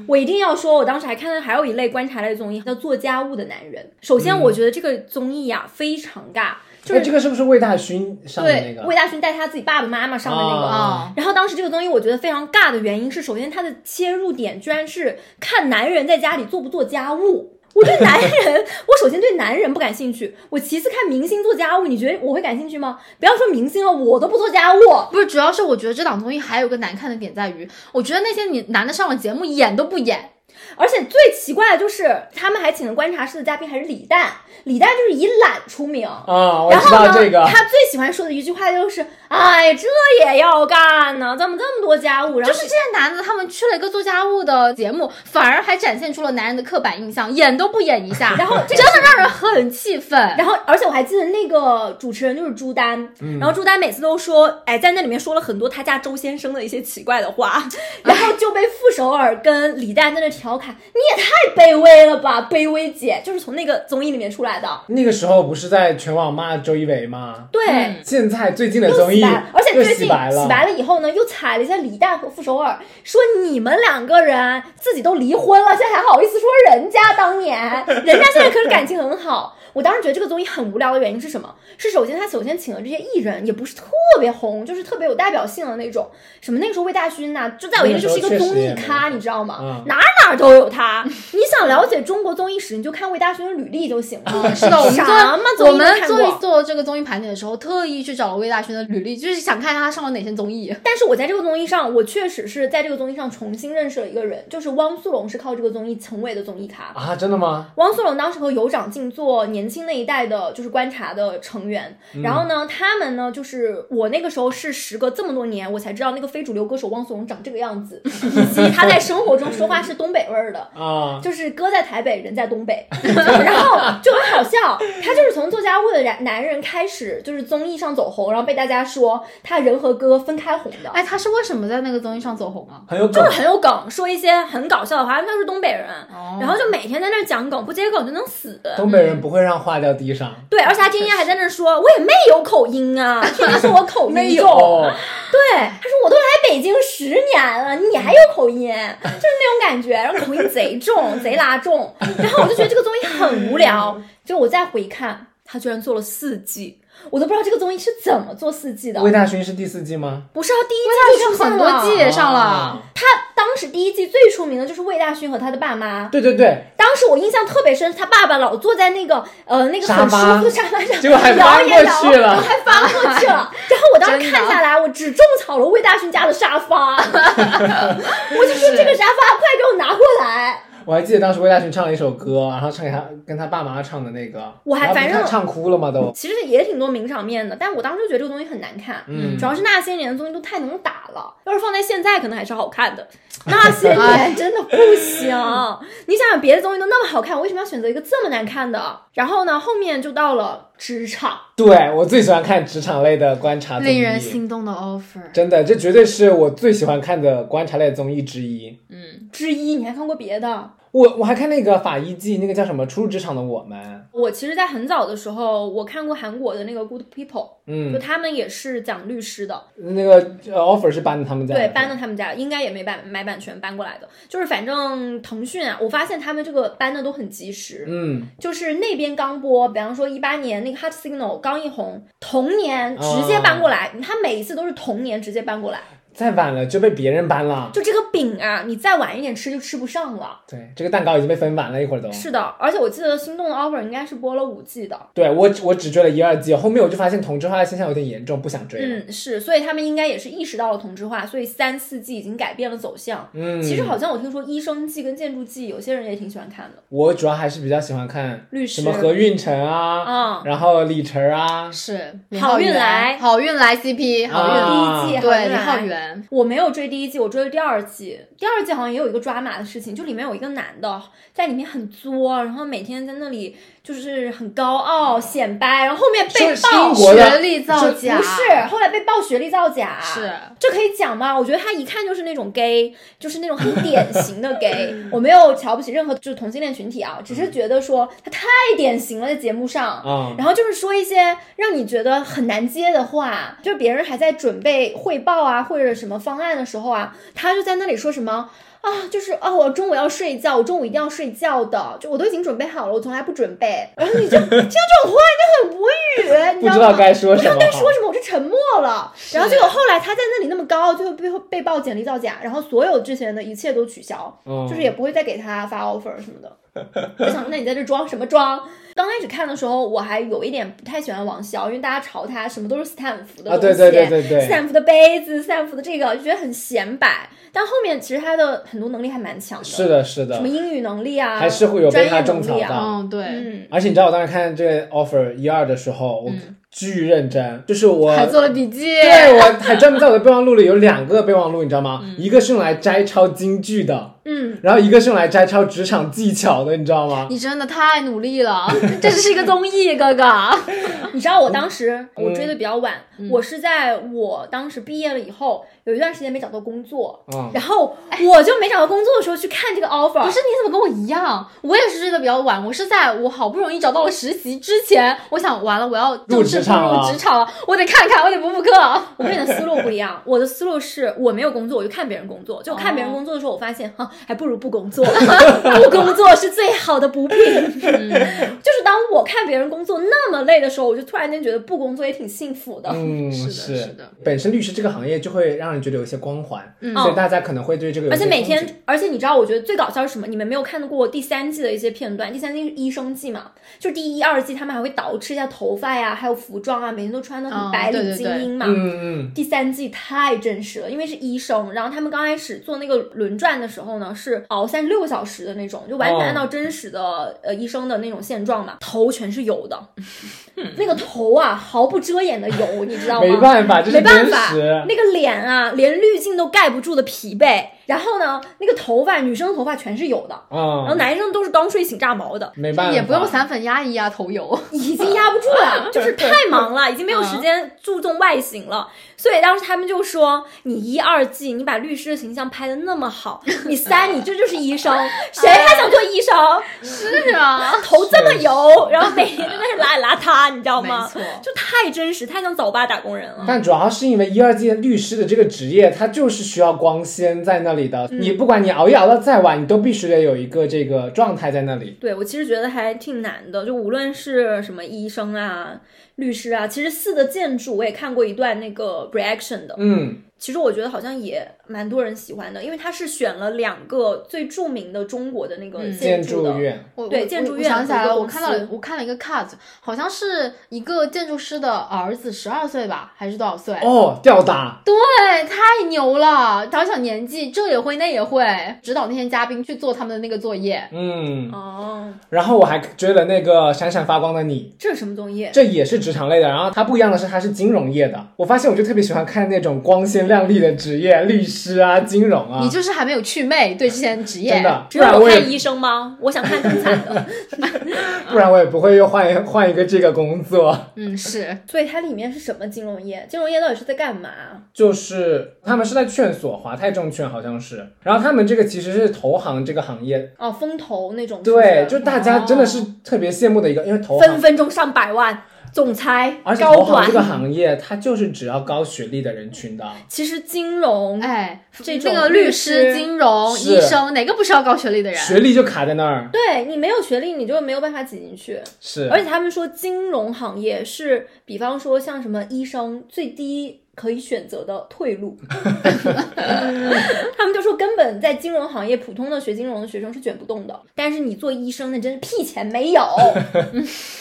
我一定要说，我当时还看到还有一类观察类综艺叫做家务的男人。首先，我觉得这个综艺呀、非常尬，就
哎，
是
这个是不是魏大勋上的那
对
个？
魏大勋带他自己爸爸妈妈上的那个。
啊
啊、
然后当时这个综艺我觉得非常尬的原因是，首先它的切入点居然是看男人在家里做不做家务。我对男人， 我首先对男人不感兴趣，我其次看明星做家务，你觉得我会感兴趣吗？不要说明星了，我都不做家务。
不是，主要是我觉得这档综艺还有个难看的点在于，我觉得那些你男的上了节目演都不演，
而且最奇怪的就是，他们还请了观察室的嘉宾还是李诞，李诞就是以懒出名。
啊，我
然
知
后
道
呢，
这个。
他最喜欢说的一句话就是：“哎，这也要干呢？怎么这么多家务？”然
就
后
是这些男的他们去了一个做家务的节目，反而还展现出了男人的刻板印象，演都不演一下，
然后这
真的让人很气愤。
然后，而且我还记得那个主持人就是朱丹，
嗯
然后朱丹每次都说，哎，在那里面说了很多他家周先生的一些奇怪的 话，然后就被傅首尔跟李诞在那调侃，你也太卑微了吧，卑微姐，就是从那个综艺里面出来的，
那个时候不是在全网骂周一围吗？
对。
嗯
现在最近的
又
综
洗
艺
白了，而且
又
最近
洗白了，
了以后呢，又踩了一下李诞和傅首尔，说你们两个人自己都离婚了，现在还好意思说人家当年，人家现在可是感情很好。我当时觉得这个综艺很无聊的原因是什么？是首先他首先请了这些艺人，也不是特别红，就是特别有代表性的那种。什么那个时候魏大勋呐、就在我眼里就是一个综艺咖，你知道吗？
嗯
哪哪儿都有他。你想了解中国综艺史，你就看魏大勋的履历就行了。
哦 是的，我们
什么
做
综
我
艺都
们
看过
做一做这个综艺盘点的时候，特意去找了魏大勋的履例，就是想看他上了哪些综艺。
但是我在这个综艺上，我确实是在这个综艺上重新认识了一个人，就是汪苏泷是靠这个综艺成为的综艺咖。
啊，真的吗？
汪苏泷当时和尤长靖做年轻那一代的，就是观察的成员。然后呢，他们呢，就是我那个时候是时隔这么多年，我才知道那个非主流歌手汪苏泷长这个样子，以及他在生活中说话是东北味儿的。
啊，
就是哥在台北，人在东北，然后就很好笑。他就是从做家务的男男人开始，就是综艺上走红，然后被大家说他人和歌分开红的，
哎，他是为什么在那个综艺上走红啊？
很有梗
就是很有梗，说一些很搞笑的话。因为他是东北人，
哦
然后就每天在那儿讲梗，不接梗就能死。
东北人不会让话掉地上，
对，而且他天天还在那儿说，我也没有口音啊，天天说我口
没
音
有
重。对，他说我都来北京十年了，你还有口音，就是那种感觉，然后口音贼重，贼拉重。然后我就觉得这个综艺很无聊，就我再回看，他居然做了四季，我都不知道这个综艺是怎么做四季的。
魏大勋是第四季吗？
不是啊，第一季
是
出现
很多
了
季也上了
啊，
他当时第一季最出名的就是魏大勋和他的爸妈。
对对对，
当时我印象特别深，他爸爸老坐在那个呃那个
沙
很舒
发
服的沙发上，
结果还
摇
翻
也
过
摇
去了
还翻过去 了。然后我当时看下来，我只种草了魏大勋家的沙 发，我就说这个沙发快给我拿过来。
我还记得当时魏大勋唱了一首歌，然后唱给他跟他爸妈唱的那个，
我还
然后
反
不是
正
唱哭了吗都？
其实也挺多名场面的，但我当时就觉得这个东西很难看。
嗯
主要是那些年的综艺都太能打了，要是放在现在可能还是好 看的，那些
哎
年真的不行。你想想别的综艺都那么好看，我为什么要选择一个这么难看的？然后呢，后面就到了职场，
对我最喜欢看职场类的观察综艺，
令人心动的 offer。
真的，这绝对是我最喜欢看的观察类综艺之一。
嗯，
之一，你还看过别的？
我我还看那个法医季，那个叫什么《初入职场的我们
我其实，在很早的时候，我看过韩国的那个《Good People》，》，就
嗯，
他们也是讲律师的，
那个呃 offer 是搬到他们家的，
对，搬到他们家，应该也没版买版权搬过来的。就是反正腾讯啊，我发现他们这个搬的都很及时，
嗯，
就是那边刚播，比方说一八年那个《Hot Signal》刚一红，同年直接搬过来，他每一次都是同年直接搬过来，
再晚了就被别人搬了。
就这个饼啊，你再晚一点吃就吃不上了。
对，这个蛋糕已经被分完了，一会儿都。
是的，而且我记得《心动的 offer》应该是播了五季的，
对我只我只追了一二季，后面我就发现同质化的现象有点严重，不想追了。
嗯，是，所以他们应该也是意识到了同质化，所以三四季已经改变了走向。
嗯，
其实好像我听说医生季跟建筑季，有些人也挺喜欢看的。
我主要还是比较喜欢看
律师
什么何运晨啊，
啊，
然后李晨啊，
嗯
是
好运来
好运来 CP，好运来。
啊
第一季
对，李浩
浩源。
源，
我没有追第一季，我追了第二季。第二季好像也有一个抓马的事情，就里面有一个男的在里面很作，然后每天在那里就是很高傲显摆，然后后面被
是英
爆
国的
学历造假
不是，后来被爆学历造假，
是
这可以讲吗？我觉得他一看就是那种 gay，就是那种很典型的 gay。我
嗯
没有瞧不起任何就是同性恋群体啊，只是觉得说他太典型了，在节目上。
啊，
然后就是说一些让你觉得很难接的话，就是别人还在准备汇报啊或者什么方案的时候啊，他就在那里说什么啊，就是啊，我中午要睡觉，我中午一定要睡觉的，就我都已经准备好了，我从来不准备。然后 你就听到这种话，你就很无语，你
不
知
知
道
道
吗？
该说
不
什
知道
么
该
好
说。什么，我就沉默了。然后结果后来他在那里那么高，最后被被曝简历造假，然后所有之前的一切都取消。
嗯，
就是也不会再给他发 offer 什么的。我想，那你在这装什么装？刚开始看的时候，我还有一点不太喜欢王骁，因为大家嘲他什么都是斯坦福的
啊，
东
对
西，
对对对对，
斯坦福的杯子，斯坦福的这个，就觉得很显摆。但后面其实他的很多能力还蛮强的，
是的，是的
什么，英语能力啊，
还是会有被
专业
他种
能
草
力啊。
到。
嗯，对，
嗯，
而且你知道我当时看这个 offer 一二的时候，我
嗯
巨认真，就是我
还做了笔记，
嗯对，我还专门在我的备忘录里有两个备忘录，你知道吗？一个是用来摘抄京剧的，
嗯，
然后一个是用来摘抄职场技巧的，你知道吗？
你真的太努力了， 这只是一个综艺，哥 哥。
你知道
嗯
我当时我追的比较晚，我是在我当时毕业了以后，有一段时间没找到工作，
嗯，
然后我就没找到工作的时候去看这个 offer，
哦不是，你怎么跟我一样？我也是追的比较晚，我是在我好不容易找到了实习之前，我想完了，我要正式
入职
步
场啊了
入职场了，我得看看，我得补补课。
我跟你的思路不一样，我的思路是我没有工作，我就看别人工作。就看别人
哦
工作的时候，我发现哈，还不如不 工作，不工作是最好的补品。
嗯
就是当我看别人工作那么累的时候，我就突然间觉得不工作也挺幸福的。
嗯，
是的
是
是的
本身律师这个行业就会让人觉得有一些光环，
嗯
所以大家可能会对这个有
而
一些
且每
憧憬
天，而且你知道，我觉得最搞笑是什么？你们没有看过第三季的一些片段。第三季是医生季嘛，就是第一、二季他们还会捯饬一下头发呀，还有服装啊，每天都穿的
嗯
很白
对
领
对
精
对
英嘛。
嗯嗯
第三季太真实了，因为是医生，然后他们刚开始做那个轮转的时候呢，是熬三十六个小时的那种，就完全
哦
按照真实的、呃医生的那种现状嘛，头全是油的， 那个头啊毫不遮掩的油，你知道
嗯
吗？
没办法，这是
没办
真
法
实，。
那个脸啊，连滤镜都盖不住的疲惫。然后呢，那个头发，女生头发全是有的，然后
嗯，
男生都是刚睡醒炸毛的，
没办法，
也不用散粉压一压头油。
已经压不住 了，就是太忙了，已经没有
嗯
时间注重外形了。所以当时他们就说：“你一二季你把律师的形象拍的那么好，你三你这就是医 生，谁还想做医生？
是
哎
啊，
头这么油，然后每天都在那邋里邋遢，你知道
没
吗？
错
就太真实，太像早八打工人了。”
但主要是因为一二届律师的这个职业，它就是需要光鲜在那里
嗯
的。你不管你熬夜熬到再晚，你都必须得有一个这个状态在那里。
对，我其实觉得还挺难的，就无论是什么医生啊、律师啊，其实四的建筑我也看过一段那个 reaction 的，
嗯，
其实我觉得好像也蛮多人喜欢的，因为他是选了两个最著名的中国的那个
嗯
建
筑的，
筑院，
我
对
我
建筑
我
院
想起来
和一
了，
个
我看到
公
了
司，
我看了一个 cut，好像是一个建筑师的儿子，十二岁吧，还是多少岁？
哦，吊打，
对，太牛了！小小年纪，这也会那也会，指导那些嘉宾去做他们的那个作业。
嗯。
哦，
然后我还追了那个闪闪发光的你，
这是什么综艺？
这也是职场类的。然后它不一样的是，它是金融业的。我发现我就特别喜欢看那种光鲜亮丽的职业，律师啊，金融啊
你。就是还没有去魅对之前的职业，
真的，
只
不
有
然
我
我
看
也
医生吗？我想看更惨 的。
不然我也不会又换一换一个这个工作。
嗯， 是
所以它里面是什么金融业？金融业到底是在干嘛？
就是他们是在劝所，华泰证券好像是。然后他们这个其实是投行这个行业，
哦，风投那种是不是，
对，就大家真的是特别羡慕的一个，因为投
分
行，
分钟上百万，总裁
而且
高
投行
管
这。个行业它就是只要高学历的人群的。
其实金融
哎，
这
那
种
个律师、金融、
是
医生，哪个不是要高学历的人？
学历就卡在那儿，
对你没有学历，你就没有办法挤进去。
是，
而且他们说，金融行业是，比方说像什么医生最低可以选择的退路。 他们就说，根本在金融行业，普通的学金融的学生是卷不动的。但是你做医生，那真是屁钱 没有。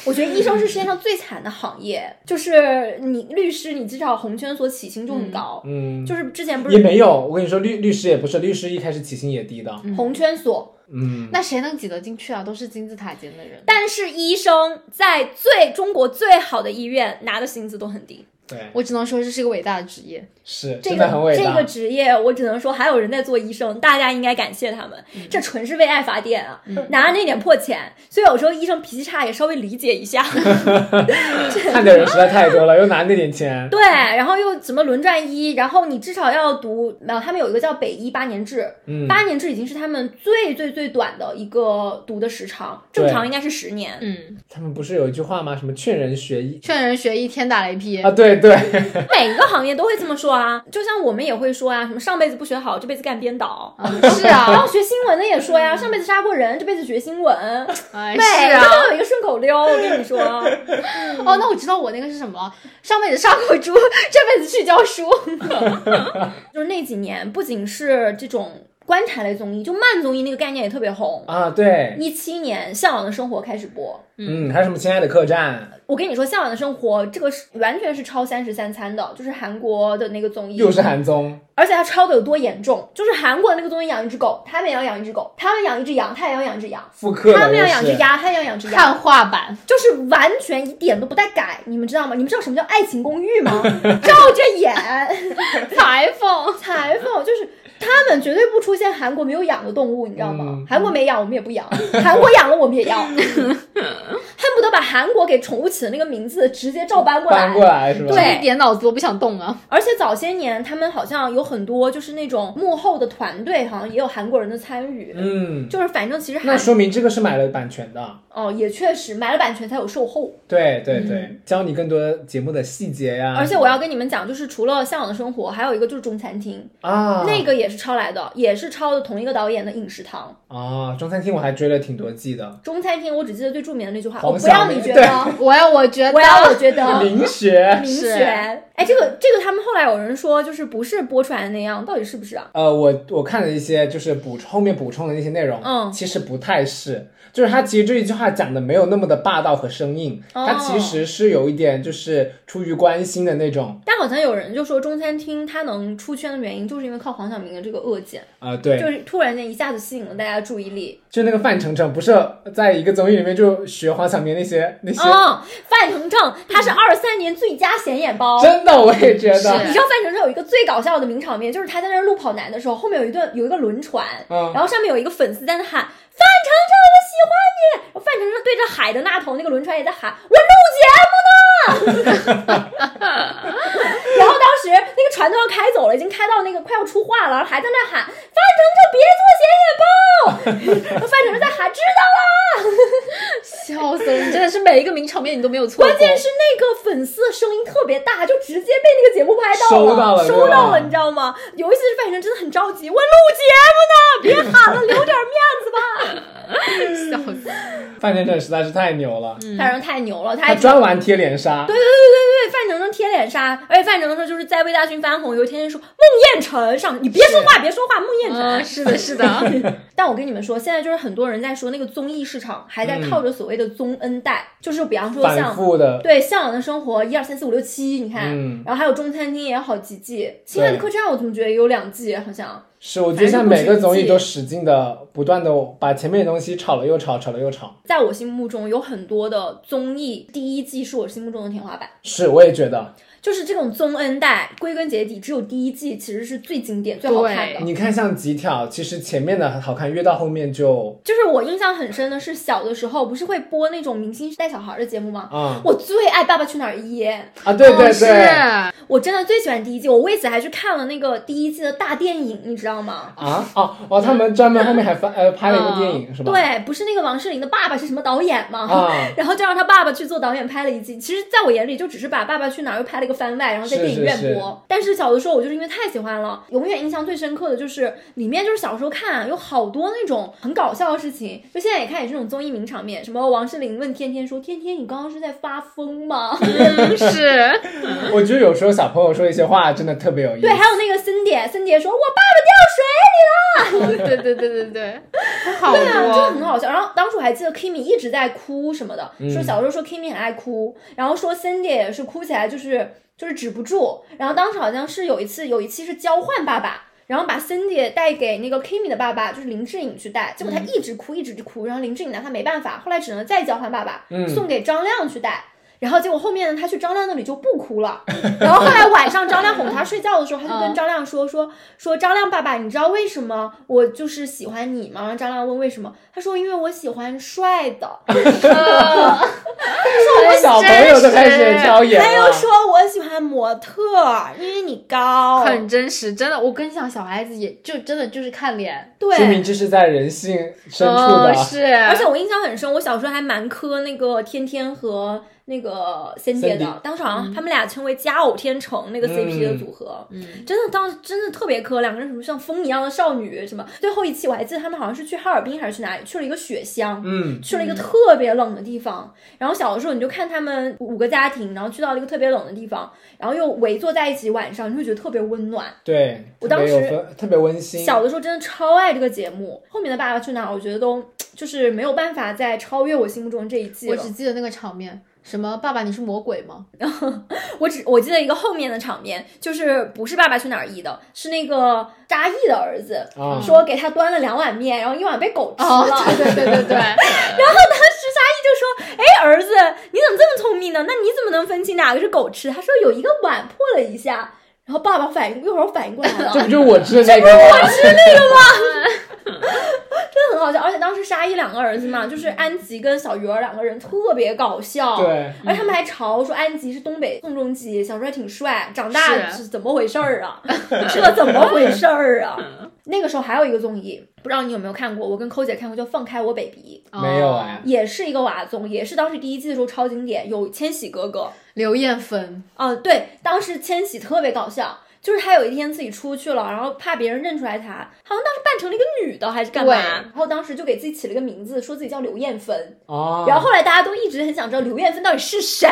我觉得医生是世界上最惨的行业，就是你律师，你至少红圈所起薪就很高。
嗯，
就是之前不
也
是
没有。我跟你说，律律师也不是，律师一开始起薪也低的，
红圈所
嗯，
那谁能挤得进去啊？都是金字塔尖的人。
但是医生在最中国最好的医院拿的薪资都很低，
对，
我只能说这是一个伟大的职业。
是
这
真
个
的很伟
这
大
个。职业，我只能说还有人在做医生，大家应该感谢他们，
嗯
这纯是为爱发电啊，拿那点破钱，所以有时候医生脾气差也稍微理解 一下，
看的人实在太多了，又拿那点 钱，
对，然后又什么轮转医，然后你至少要读，然后他们有一个叫北医八年制，
嗯，
八年制已经是他们最最最短的一个读的时长，正
对
常应该是十年，
嗯，
他们不是有一句话吗？什么劝人学医
劝人学医，天打雷劈。
啊？对对，
每个行业都会这么说啊，就像我们也会说啊，什么上辈子不学好，这辈子干编导。
嗯 是
然
啊
后，学新闻的也说呀，上辈子杀过人，这辈子学新闻，
哎，
每
是
个
啊。
都有一个顺口溜，我跟你说，
哦，那我知道我那个是什么了。上辈子杀过猪， 这辈子去教书。
就是那几年不仅是这种观察类综艺，就慢综艺那个概念也特别红。
啊，对，
一七年《向往的生活》开始播，
嗯，还有什么亲爱的客栈，
我跟你说，《向往的生活》这个是完全是抄《三十三餐》的，就是韩国的那个综艺，
又是韩综，
而且他抄的有多严重，就是韩国的那个综艺养一只狗，他们也要养一只狗，他们养一只羊，他也要养一只羊，
复刻
他
了
们要
又
养只
是。
鸭，他也要养只鸭
汉，化版，
就是完全一点都不带改，你们知道吗？你们知道什么叫《爱情公寓》 吗？照着演，
裁
哦
缝。
裁缝就是他们绝对不出现韩国没有养的动物，你知道吗？
嗯
韩国没养我们也不养，韩国养了我们也要，恨不得把韩国给宠物起的那个名字直接照搬过来。
搬过来是吧？
对
一点脑子都不想动啊！
而且早些年他们好像有很多就是那种幕后的团队，好像也有韩国人的参与。
嗯，
就是反正其实
那
韩
说明这个是买了版权的。
哦也确实买了版权才有售后。
对对对，教你更多节目的细节呀、
嗯而且我要跟你们讲，就是除了《向往的生活》，还有一个就是《中餐厅》。
啊，
那个也是抄来的，也是抄的同一个导演的《饮食堂
啊，中餐厅我还追了挺多季的，》。
中餐厅我只记得最著名的那句话：“
黄
我不
晓
要
明
你觉得， 嗯
我要，我觉得
我要我觉得
林学
明
是
学。”哎，这个这个他们后来有人说，就是不是播出来的那样，到底是不是啊？
呃，我我看了一些就是补后面补充的那些内容，
嗯
其实不太是，就是他其实这一句话讲的没有那么的霸道和生硬，
哦
他其实是有一点就是出于关心的那种，
但好像有人就说中餐厅它能出圈的原因，就是因为靠黄晓明的这个恶剪，
呃，对，
就是突然间一下子吸引了大家的注意力。
就那个范丞丞不是在一个综艺里面就学黄晓明那些那些，
嗯，范丞丞他是二三年最佳显眼包。
真的我也觉得
啊你，知道范丞丞有一个最搞笑的名场面，就是他在那儿录跑男的时候，后面有一段有一个轮船，
嗯
然后上面有一个粉丝在那喊范丞丞，我喜欢你。范丞丞对着海的那头那个轮船也在喊我录节目呢。 然后当时那个船都要开走了，已经开到那个快要出画了，还在那喊范丞丞别做显 眼包。然后范丞丞在喊知道啦。
笑死我！你真的是每一个名场面你都没有错过。
关键是那个粉丝的声音特别大，就直接被那个节目拍到了，
收到了
收到
对
了，
吧
你知道吗？有一次是范丞丞真的很着急，我录节目呢，别喊了，留点面子吧。
笑死，
范丞丞实在是太牛了，
范丞丞太牛了，
嗯
他
他
还
专玩贴脸杀，
嗯对对对对对，范丞丞贴脸杀，而且范丞丞就是在魏大勋翻红，有一天说孟宴臣上，你别说话，别说话，孟宴臣。
嗯，是的，是的，
但我跟你们说，现在就是很多人在说那个综艺市场还在靠着所谓的综恩带，就是比方
嗯
说
反
像
复的，
对《向往的生活》一二三四五六七，你看，
嗯
然后还有中餐厅也有好几季，《亲爱的客栈》我怎么觉得也有两季，好像
是我觉得像每个综艺都使劲的不断的把前面的东西炒了又炒，炒了又炒，
在我心目中有很多的综艺第一季是我心目中的天花板，
是我也觉得，
就是这种综恩带，归根结底只有第一季其实是最经典、最好看的
对。
你看像极挑，其实前面的很好看，越到后面就
就是我印象很深的是，小的时候不是会播那种明星带小孩的节目吗？
啊、
我最爱《爸爸去哪儿一》，
啊，对对
哦是
对。
我真的最喜欢第一季，我为此还去看了那个第一季的大电影，你知道吗？
啊哦哦，他们专门后面还翻呃拍了一部电影、是吧？
哦对，不是那个王诗龄的爸爸是什么导演吗？
啊
然后就让他爸爸去做导演，拍了一季。其实，在我眼里，就只是把《爸爸去哪儿》又拍了一个番外，然后在
是
电影院播。
是是
但是小的时候，我就是因为太喜欢了，永远印象最深刻的就是里面就是小时候看有好多那种很搞笑的事情，就现在也看也是这种综艺名场面，什么王诗龄问天天说：“天天，你刚刚是在发疯吗？”
嗯是，
我觉得有时候小朋友说一些话真的特别有意思
对，。还有那个森姐，森姐说：“我爸爸掉水里了。”
对对对对对，好
对啊，真的
多
很好笑。然后当时我还记得 Kimi 一直在哭什么的，
嗯
说小时候说 Kimi 很爱哭，然后说 Cindy 也是哭起来就是就是止不住。然后当时好像是有一次有一期是交换爸爸。然后把 Cindy 带给那个 Kimi 的爸爸，就是林志颖去带，结果
嗯
他一直哭，一直哭，然后林志颖拿他没办法，后来只能再交换爸爸，
嗯
送给张亮去带。然后结果后面呢，他去张亮那里就不哭了。 然后后来晚上张亮哄他睡觉的时候，他就跟张亮说说说张亮爸爸，你知道为什么我就是喜欢你吗？然后张亮问为什么，他说因为我喜欢帅的，
小朋友都开
真
始
是
挑眼
还有
了。
说我喜欢模特，因为你高。
很真实，真的。我跟你讲，小孩子也就真的就是看脸，
说明
对，
这是在人性深处的。
嗯是，
而
而
且我印象很深，我小时候还蛮磕那个天天和那个森姐的
Cindy，
当时好像他们俩称为佳偶天成那个 CP 的
嗯
组合。
嗯
真的当时真的特别磕，两个人什么像风一样的少女什么。最后一期我还记得他们好像是去哈尔滨还是去哪里，去了一个雪乡。
嗯，
去了一个特别冷的地方，然后小的时候你就看他们五个家庭，然后去到了一个特别冷的地方，然后又围坐在一起，晚上你会觉得特别温暖。
对，
我
特别
当时
有分特别温馨。
小的时候真的超爱这个节目，后面的《爸爸去哪儿》我觉得都就是没有办法再超越我心目中这一季
我
了。
只记得那个场面，什么爸爸你是魔鬼吗？
我只我记得一个后面的场面，就是不是《爸爸去哪儿》一的，是那个扎毅的儿子、
啊
说给他端了两碗面，然后一碗被狗吃了。
哦，对对对对对，
然后当时沙溢就说：“哎，儿子，你怎么这么聪明呢？那你怎么能分清哪个是狗吃？”他说：“有一个碗破了一下。”然后爸爸反应一会儿反应过来了，
这
真
不就是我吃的那个吗？
的很好笑。而且当时沙溢两个儿子嘛，就是安吉跟小鱼儿两个人特别搞笑。。
对，
而
嗯
他们还嘲说安吉是东北宋仲基，小时候还挺帅，长大
是
是怎么回事儿 啊？这怎么回事儿啊？
嗯
那个时候还有一个综艺，不知道你有没有看过？我跟抠姐看过，叫《放开我 baby》，
没有哎
哦
也是一个娃综，也是当时第一季的时候超经典，有千玺哥哥，呃
刘艳芬，
哦，对，当时千玺特别搞笑，就是他有一天自己出去了，然后怕别人认出来他，好像当时扮成了一个女的还是干嘛，
对
然后当时就给自己起了个名字，说自己叫刘艳芬。
哦，
然后后来大家都一直很想知道刘艳芬到底 是谁，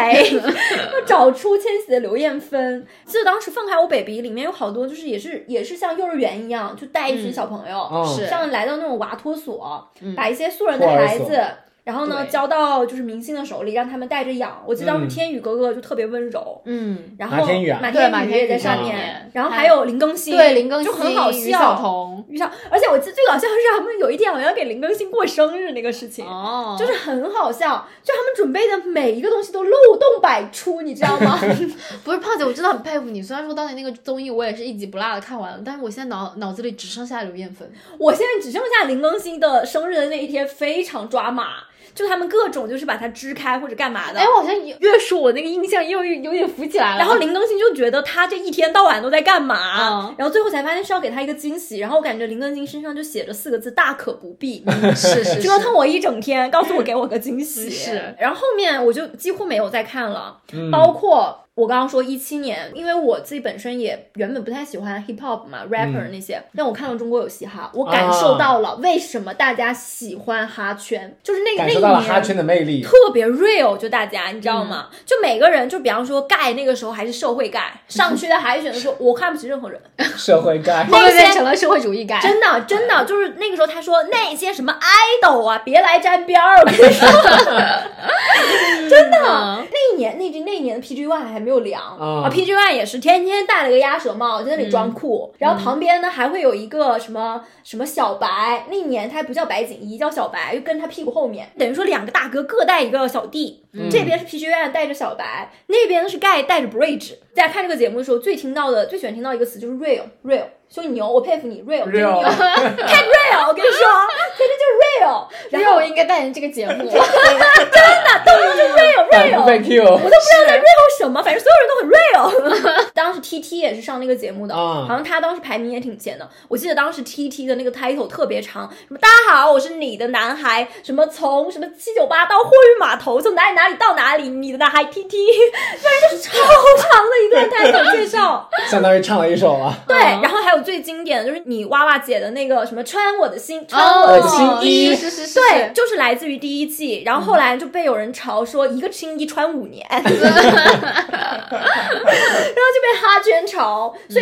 要找出千玺的刘艳芬。记得当时《放开我 baby》里面有好多就是也是也是像幼儿园一样，就带一群
嗯
小朋友，
哦
是
像来到那种娃托所，
嗯
把一些素人的
托儿
孩
所
子，然后呢
对
交到就是明星的手里，让他们带着养。我记得当时
嗯
天宇哥哥就特别温柔，
嗯，
然
马
后
天宇啊
马
对
天
马
宇
天
也
宇
在
上
上
面
面，然后
还
还有林更新，
对，林更新
就很好
于晓
笑。
彤，
于晓，而且我记得最搞笑的是他们有一天好像给林更新过生日那个事情，
哦
就是很好笑，就他们准备的每一个东西都漏洞百出，你知道吗？
不是胖姐，我真的很佩服你。虽然说当年那个综艺我也是一集不落的看完了，但是我现在脑脑子里只剩下刘艳芬。
我现在只剩下林更新的生日的那一天非常抓马，就他们各种就是把它支开或者干嘛的。
哎，我好像也越说，我那个印象又有点浮起来了。
然后林更新就觉得他这一天到晚都在干嘛，
嗯
然后最后才发现是要给他一个惊喜。然后我感觉林更新身上就写着四个字“大可不必”，
是是
折腾我一整天，告诉我给我个惊 喜。
是，
然后后面我就几乎没有再看了，
嗯
包括我刚刚说一七年，因为我自己本身也原本不太喜欢 hip hop 嘛，rapper
嗯
那些，但我看到中国有嘻
啊
哈，我感受到了为什么大家喜欢哈圈，就是那
感
那一
受到了哈
年
圈的魅嗯力，
特别 real，就大家你知道吗？就每个人，就比方说盖那个时候还是社会盖，上去的海选 的时候，我看不起任何人，
社会盖。
后面变成了社会主义感。
真 的真的就是那个时候他说那些什么 idol 啊，别来沾边儿，我跟 你说，真的
嗯
那一年那那一年的 PG One 还没有凉、
嗯
啊，PG 嗯 One 也是天天戴了个鸭舌帽在那里装酷，然后旁边呢还会有一个什么什么小白，那一年他还不叫白景怡，叫小白，就跟他屁股后面，等于说两个大哥各带一个小弟，这边是 PG One 带着小白，那边是盖带着 Bridge。大家看这个节目的时候，最听到的、最喜欢听到一个词就是 real real，说你牛，我佩服你 real，真
real
啊牛，太 real，我跟你 说，天天就 real，然后
我应该带人这个节 目，
real
反
real
复。被 Q，
哦我不知道在 real 什么，反正所有人都很 real。当时 TT 也是上那个节目的，
啊
好像他当时排名也挺前的。我记得当时 TT 的那个 title 特别长，什么大家好，我是你的男孩，什么从什么七九八到货运码头，从哪里哪里到哪里，你的男孩 TT，反正 就是超长的一段 title 介绍。
相当于唱了一首啊。
对，
嗯
然后还有最经典的就是你娃娃姐的那个什么穿我的心，穿
哦
我
我
的
的
心。
新衣
是是是，
对，就是来自于第一季，然后
嗯
后来就被有人嘲说一个青衣穿 五年，然后就被哈圈嘲。所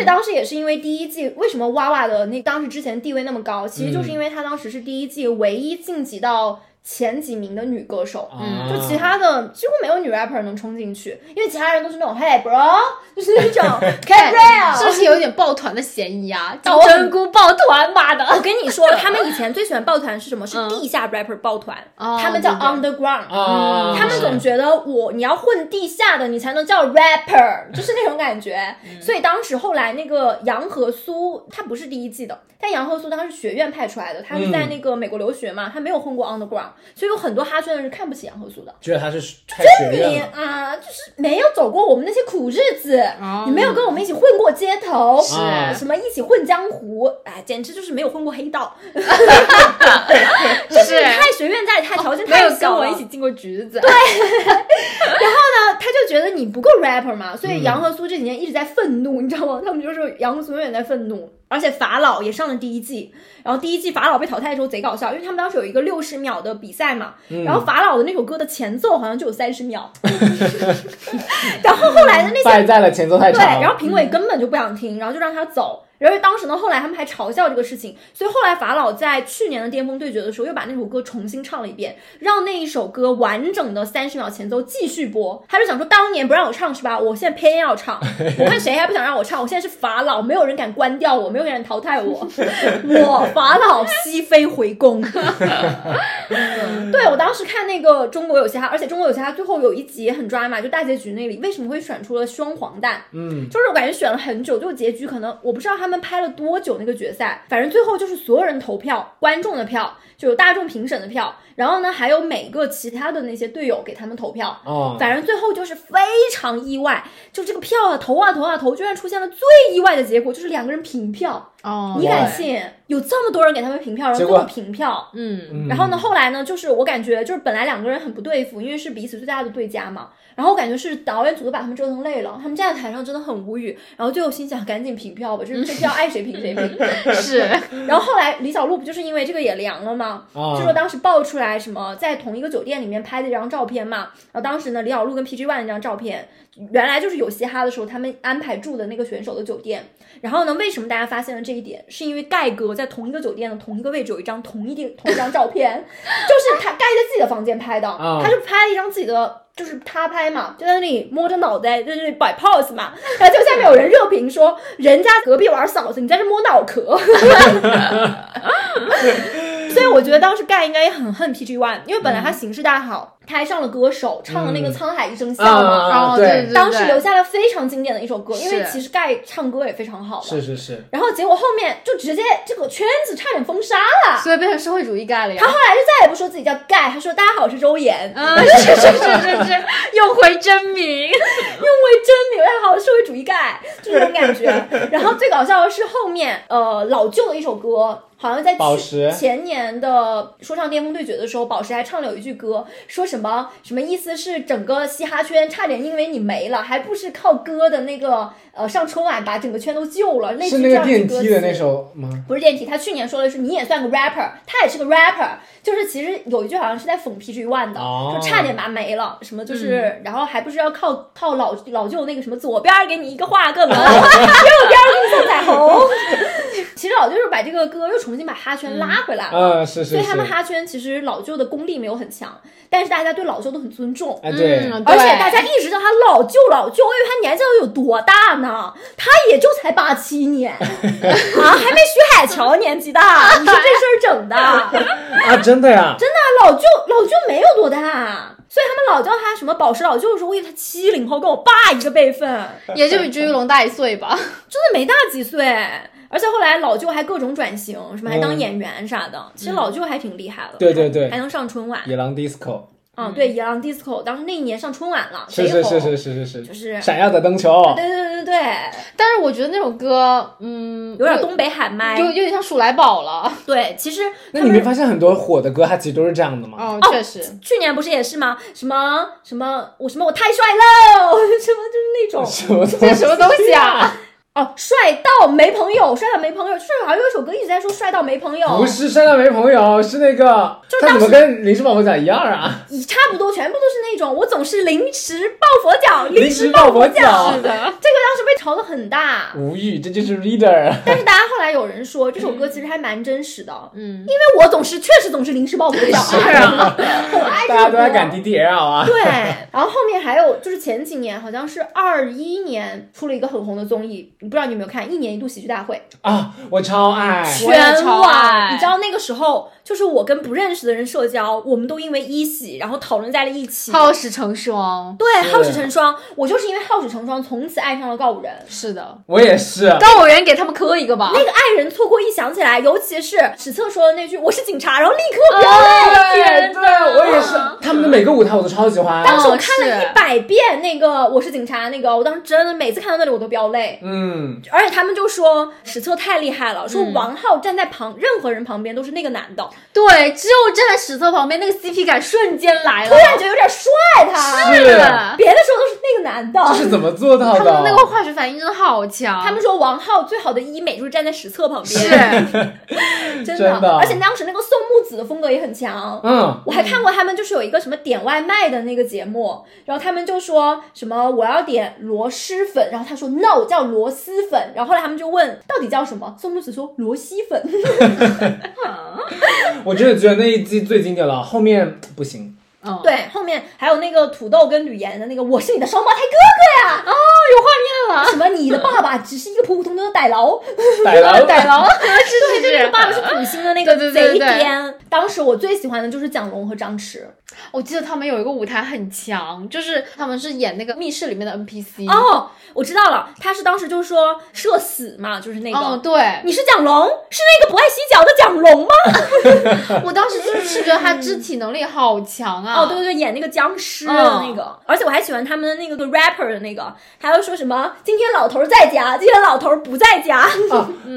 嗯
以当时也是因为第一季，为什么娃娃的那当时之前地位那么
嗯
高，其实就是因为她当时是第一季唯一晋级到前几名的女歌手。
嗯
就其他的几乎没有女 rapper 能冲进去，因为其他人都是那种 Hey bro，就是那 种 Get
哎
real，
是不是有点抱团的嫌疑啊？
但我很
金针菇抱团，妈的！
我跟你说，他们以前最喜欢抱团是什么？是
嗯
地下 rapper 抱团，
哦
他们叫
对对
underground。
嗯
啊，
嗯他们总觉得我你要混地下的，你才能 叫 rapper，就是那种感觉。
嗯
所以当时后来那个杨和苏，他不是第一季的，但杨和苏当时学院派出来的，他是在那个美国留
嗯
学嘛，他没有混过 underground，所以有很多哈圈的人看不起杨和苏的。
觉得他是太学
你
院了。
啊，就是没有走过我们那些苦日子，
哦
你没有跟我们一起混过街头，
是
啊
什么一起混江湖，哎，简直就是没有混过黑道，
就是
太学院在太条件
没
太
有跟
小
我
了，
一起进过橘子，对，
他就觉得你不够 rapper 嘛，所以杨和苏这几年一直在愤怒，你知道吗？ 他们就说杨和苏永远在愤怒，而且法老也上了第一季，然后第一季法老被淘汰的时候贼搞笑，因为他们当时有一个六十秒的比赛嘛，然后法老的那首歌的前奏好像就有三十秒， 然后后来的那些
败在了前奏太
对，
长。
然后评委根本就不想听，然后就让他走。然后当时呢，后来他们还嘲笑这个事情，所以后来法老在去年的巅峰对决的时候，又把那首歌重新唱了一遍，让那一首歌完整的三十秒前奏继续播。他就想说，当年不让我唱是吧？我现在偏 要唱，我看谁还不想让我唱？我现在是法老，没有人敢关掉我，没有人淘汰我， 我法老西飞回宫。 对我当时看那个《中国有嘻哈》，而且《中国有嘻哈》最后有一集也很抓马，就大结局那里为什么会选出了双黄蛋？
嗯，
就是我感觉选了很久，就结局可能我不知道他们拍了多久那个决赛，反正最后就是所有人投票，观众的票就有大众评审的票，然后呢还有每个其他的那些队友给他们投票。
哦，
反正最后就是非常意外，就这个票啊投啊投啊投，居然出现了最意外的结果，就是两个人平票。
哦，
你敢信？有这么多人给他们平票，然后
结
最
果
后平票。
嗯，
嗯
然后呢，？后来呢，就是我感觉就是本来两个人很不对付，因为是彼此最大的对家嘛。然后我感觉是导演组都把他们折腾累了，他们站在台上真的很无语。然后最后心想，赶紧平票吧，就是这票爱谁平谁平。
是，
然后后来李小璐不就是因为这个也凉了吗？
啊，
就说当时爆出来什么在同一个酒店里面拍的一张照片嘛，然后当时呢，李小璐跟 PG One 那张照片，原来就是有嘻哈的时候他们安排住的那个选手的酒店。然后呢，为什么大家发现了这一点？是因为盖哥在同一个酒店的同一个位置有一张同一地同一张照片， 就是他盖在自己的房间拍的，
啊
他就拍了一张自己的。就是他拍嘛，就在那里摸着脑袋，在那里摆 pose 嘛，然后就下面有人热评说，人家隔壁玩嫂子，你在这摸脑壳。 所以我觉得当时盖应该也很恨 PG One，因为本来他形势大好，他还上了歌手，唱了那个
嗯
《沧海一声笑》嘛，
啊，
哦
对，
对
当时留下了非常经典的一首歌，因为
是
其实盖唱歌也非常好嘛。
是是是，
然后结果后面就直接这个圈子差点封杀了，
所以变成社会主义盖了呀
他。后来就再也不说自己叫盖，他说大家好，我是周岩，
嗯， 是是是是 是，用回真名。
因为真名，大哎家好，我是社会主义盖，就这种感觉。然后最搞笑的是后面，呃，老旧的一首歌，好像在去
宝石
前年的说唱巅峰对决的时候，宝石还唱了有一句歌，说什么什么意思是整个嘻哈圈差点因为你没了，还不是靠歌的那个呃上春晚把整个圈都救了，类似
是
于
那个
这样一
电
句歌
梯的
词
那首吗？
不是电梯，他去年说的是你也算个 rapper，他也是个 rapper，就是其实有一句好像是在讽 PG One 的，
哦嗯
就差点把没了，什么就是，然后还不是要靠靠老老舅那个什么左边儿给你一个画 个龙，右边儿给你送彩虹。其实老舅是把这个歌又重新把哈圈拉回来了，
嗯，是是
啊所以
是
他，们哈圈其实老舅的功力没有很强，但是大家对老舅都很尊重。
哎对，
嗯
而且大家一直叫他老舅老舅，因为他年纪有多大呢？他也就才八 七年啊，还没徐海乔年纪大。你说这事儿整的，那
啊，真的呀，
老舅老舅没有多大，所以他们老叫他什么宝石老舅的时候，我以为他七零后，跟我爸一个辈分，真
也就比朱一龙大一岁吧。
的没大几岁。而且后来老舅还各种转型，什么还当
嗯
演员啥的。其实老舅还挺厉害的，
对对对嗯
还能上春晚
野狼 disco，
啊、对，野狼 disco，当时那一年上春晚了，
是是
贼红
是是是是，
就是是。
闪耀的灯球，
对对对对对，
但是我觉得那首歌，嗯，
有点东北喊麦。
有有点像鼠来宝了。
对，其实
那
他
你
们
没发现很多火的歌，它其实都是这样的吗？
哦，确实，
去年不是也是吗？什么什么我什么我太帅了， 什么哦就是那种
什么
这
东
是什
西？
么东西啊？
哦，帅到没朋友，帅到没朋友，就是好像有一首歌一直在说帅到没朋友，
不是删掉没朋友，是那个，他怎么跟临时抱佛脚一样啊？
你差不多全部都是那种我总是临时抱佛脚，
临时
时
抱
佛
佛脚嗯
这
是
个
的，
当时被嘲的很大，
无语，这就是 reader。
但是大家后来有人说这首歌其实还蛮真实的，因
嗯，
为我总是确实总是临时抱佛脚，
是 啊，
我爱这
大家都
首
在
歌。
赶 DDL 啊！
对，然后后面还有就是前几年好像是二一年出了一个很红的综艺，你不知道你有没有看《一年一度喜剧大会
啊，我超爱，》，
我也超爱
你知道那个时候就是我跟不认识的人社交，我们都因为一喜然后讨论在了一起。
好事成双，
对，
是
好事成双，我就是因为好事成双，从此爱上了告五人。
是的，
我也是。
高某人给他们磕一个吧。
那个爱人错过一想起来，尤其是史策说的那句“我是警察”，然后立
哦
刻飙泪。
哎对，我也是。他们的每个舞台我都超喜欢。
当时我
哦
看了
是
一百遍那个“我是警察”那个，我当时真的每次看到那里我都飙泪。
嗯，
而且他们就说史策太厉害了，说王浩站在旁任何人旁边都是那个男
嗯
的，
对，只有站在史册旁边，那个 CP 感瞬间来了
突。然觉得有点帅他，
是，
别的时候都是那个男
这
哦的。
是怎么做到
他们
的？
那个化学反应真的好强。
他们说王浩最好的医美就是站在史策旁边，
是，
真的。
真的
而且当时那个宋木子的风格也很强。
嗯，
我还看过他们就是有一个什么点外卖的那个节目，然后他们就说什么我要点螺蛳粉，然后他说 no 叫螺蛳粉，然后后来他们就问到底叫什么，宋木子说螺蛳粉，
我真的觉得那一季最经典了，后面不 行。
嗯，
对，后面还有那个土豆跟吕岩的那个，我是你的双胞胎哥哥呀！哦，
有画面了。
什么你的爸爸只是一个普普通通的 歹牢，
逮了
逮 牢，是是
就是
是。
爸爸是土星的那个
对对
贼
对对
编。当时我最喜欢的就是蒋龙和张弛。
我记得他们有一个舞台很强，就是他们是演那个密室里面的 NPC。
哦，我知道了，他是当时就说社死嘛，就是那个。
哦，对，
你是蒋龙，是那个不爱洗脚的蒋龙吗？
我当时就是觉得他肢体能力好强啊。
哦，对对对，演那个僵尸的
嗯
那个，而且我还喜欢他们的那个 rapper 的那个，还要说什么今天老头儿在家，今天老头儿不在家，
啊！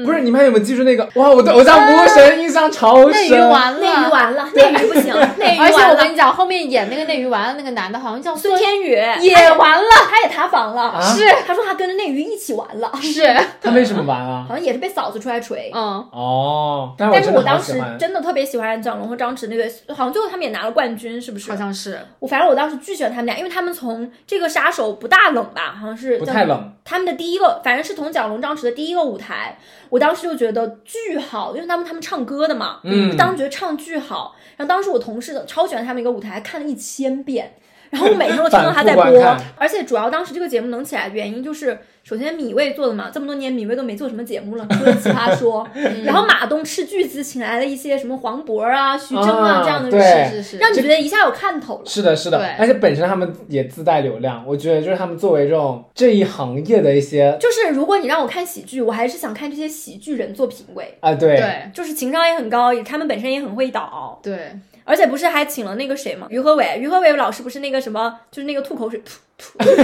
不是，你们还有没有记住那个？哇，我对偶像服务神印象超
内
深。
娱完了，
内娱完了，内娱 不行，内娱
而且
完
我
了
跟，你讲，后面演那个内娱完了那个男的，好像叫
孙天宇
也完了，
他也塌房了，
啊
是他说他跟着内娱一起完了，
是，
他为什么玩啊
好？像也是被嫂子出来锤。
嗯，
哦，但
但是我
真的好
当
喜
时
欢。
真的特别喜欢蒋龙和张弛那对，好像最后他们也拿了冠军，是不是？
好像是，
我反正我当时巨喜欢他们俩，因为他们从这个杀手不大冷吧，好像是
不
叫
太冷，
他们的第一个，反正是从蒋龙张弛的第一个舞台，我当时就觉得巨好，因为他们他们唱歌的嘛，
嗯
就当时觉得唱巨好。然后当时我同事超喜欢他们一个舞台，还看了一千遍。然后我每天都听到他在播
反复观看，
而且主要当时这个节目能起来的原因就是，首先米未做的嘛，这么多年米未都没做什么节目了，除了《奇葩 说》，然后马东斥巨资请来了一些什么黄渤啊、徐峥啊
啊
这样的
对
人，
是是，
让你觉得一下有看头了。
是的，是的
对，
而且本身他们也自带流量，我觉得就是他们作为这种这一行业的一些
就是如果你让我看喜剧，我还是想看这些喜剧人做评委。
啊、对，
对
就是情商也很高，也他们本身也很会导，
对，
而且不是还请了那个谁嘛，于和伟，于和伟老师不是那个什么，就是那个吐口水，吐 吐，接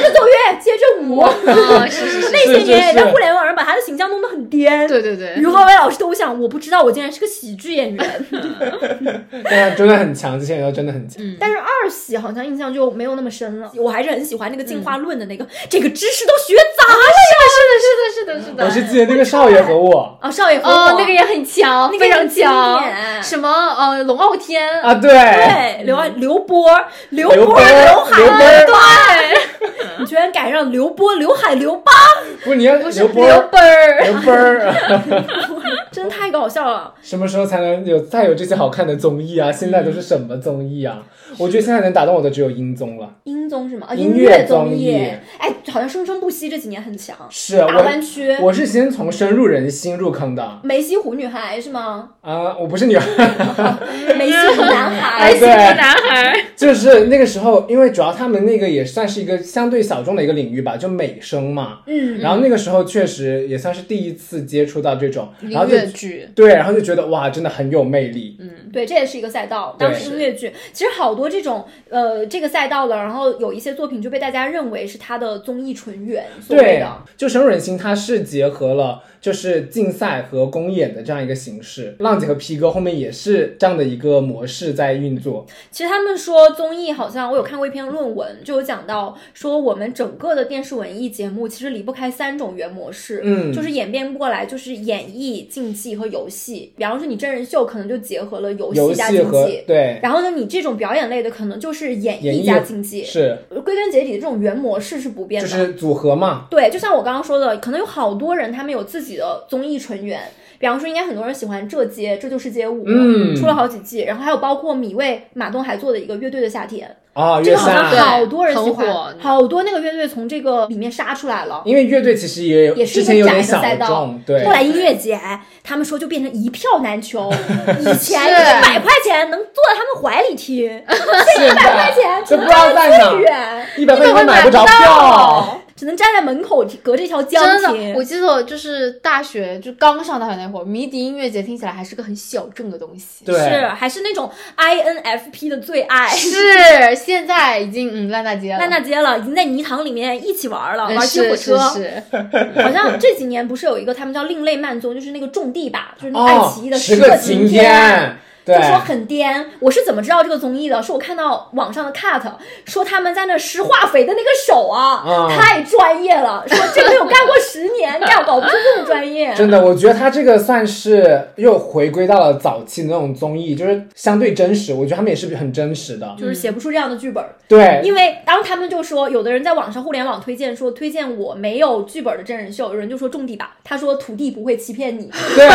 着奏乐，接着舞，
嗯，是 是是，
那些年也
是是
在互联网上把他的形象弄得很颠。
对对对
于，和伟老师都想，我不知道我竟然是个喜剧 演员，
但是真的很强，这些人都真的很强。
但是二喜好像印象就没有那么深了，嗯我还是很喜欢那个进化论的那个，这个知识都学杂了
是的，是的，是的，是的，
我是记得那个少爷和我
啊，少爷和我、
哦，那个也很啊强，
那个
非
也
常
很经
强，
典
什么呃，龙傲天，
啊，对，
对，刘刘波，刘
刘
波，
波
刘海，
刘啊波
对，你居然敢让刘波、刘海、刘疤，
不是你要
不是
刘波
刘
儿，
本儿，
刘波儿，
真太搞笑了。
什么时候才能有再有这些好看的综艺啊？现在都是什么综艺啊？我觉得现在能打动我的只有音综了。
音综是吗？啊，
音
音
乐
综
综
艺
艺，
哎，好像生生不息这几年很强，
是啊
大湾
我，
区，
我是先从深入人心入坑的啊、
梅西湖女孩 是吗？
我不是女孩。
梅西湖男
白
孩
哎
西湖
对
男孩，
就是那个时候，因为主要他们那个也算是一个相对小众的一个领域吧，就美声嘛。
嗯，
然后那个时候确实也算是第一次接触到这种，然后
音
就
乐剧，
对，然后就觉得哇，真的很有魅力。
对，这也是一个赛道。当
对
时音乐剧其实好多这种呃这个赛道的，然后有一些作品就被大家认为是他的综艺纯元，所谓
对
的，
就深入人心，它是结合了就是竞赛和公演的这样一个形式。浪姐和 P 哥后面也是这样的一个模式在运作。
其实他们说综艺好像我有看过一篇论文，就有讲到说我们整个的电视文艺节目其实离不开三种原模式，
嗯
就是演变过来就是演绎、竞技和游戏。比方说你真人秀可能就结合了游
游
加
戏
竞
和
技，
对
然后呢你这种表演类的可能就是演
演
绎
绎
加竞技。
是
归根结底，这种原模式是不变
就
的。
是组合嘛，
对，就像我刚刚说的，可能有好多人他们有自己的综艺纯元，比方说应该很多人喜欢《这街》，这就是街舞，
嗯
出了好几季，然后还有包括米未、马东还做的一个乐队的夏天，
啊，
这
乐
个好像
对
赛。
好多人喜
很
欢
火，
好多那个乐队从这个里面杀出来了。
因为乐队其实也有
也是一
之前
个
有
窄
点
的
小
赛道
众，对
后，来音乐节，他们说就变成一票 难求，以前
是
一百块钱能坐在他们怀里听，
现在
块钱
就不知道在
最
哪，
远
一百块钱都买不着票。
只能站在门口听隔着一条江
真的，
听
我。记得就是大学就刚上大学那会儿，迷笛音乐节听起来还是个很小众的东西，哎
是，
对，
还是那种 INFP 的最爱，
是现在已经嗯烂大街了，
烂大街了，已经在泥塘里面一起玩了，
嗯
玩起
是
火车。
是是
好像这几年不是有一个他们叫另类慢综，就是那个种地吧，就是那个爱
哦
奇艺的，
十
个
晴
天。
天，
就
对，
说很颠，我是怎么知道这个综艺的？是我看到网上的 cut 说他们在那施化肥的那个手啊，
嗯
太专业了，说这个有干过十年，调搞不出这么专业。
真的，我觉得他这个算是又回归到了早期的那种综艺，就是相对真实。我觉得他们也是很真实的，
就是写不出这样的剧本，
对，
因为当他们就说，有的人在网上互联网推荐说推荐我没有剧本的真人秀，有人就说种地吧，他说土地不会欺骗你，
对，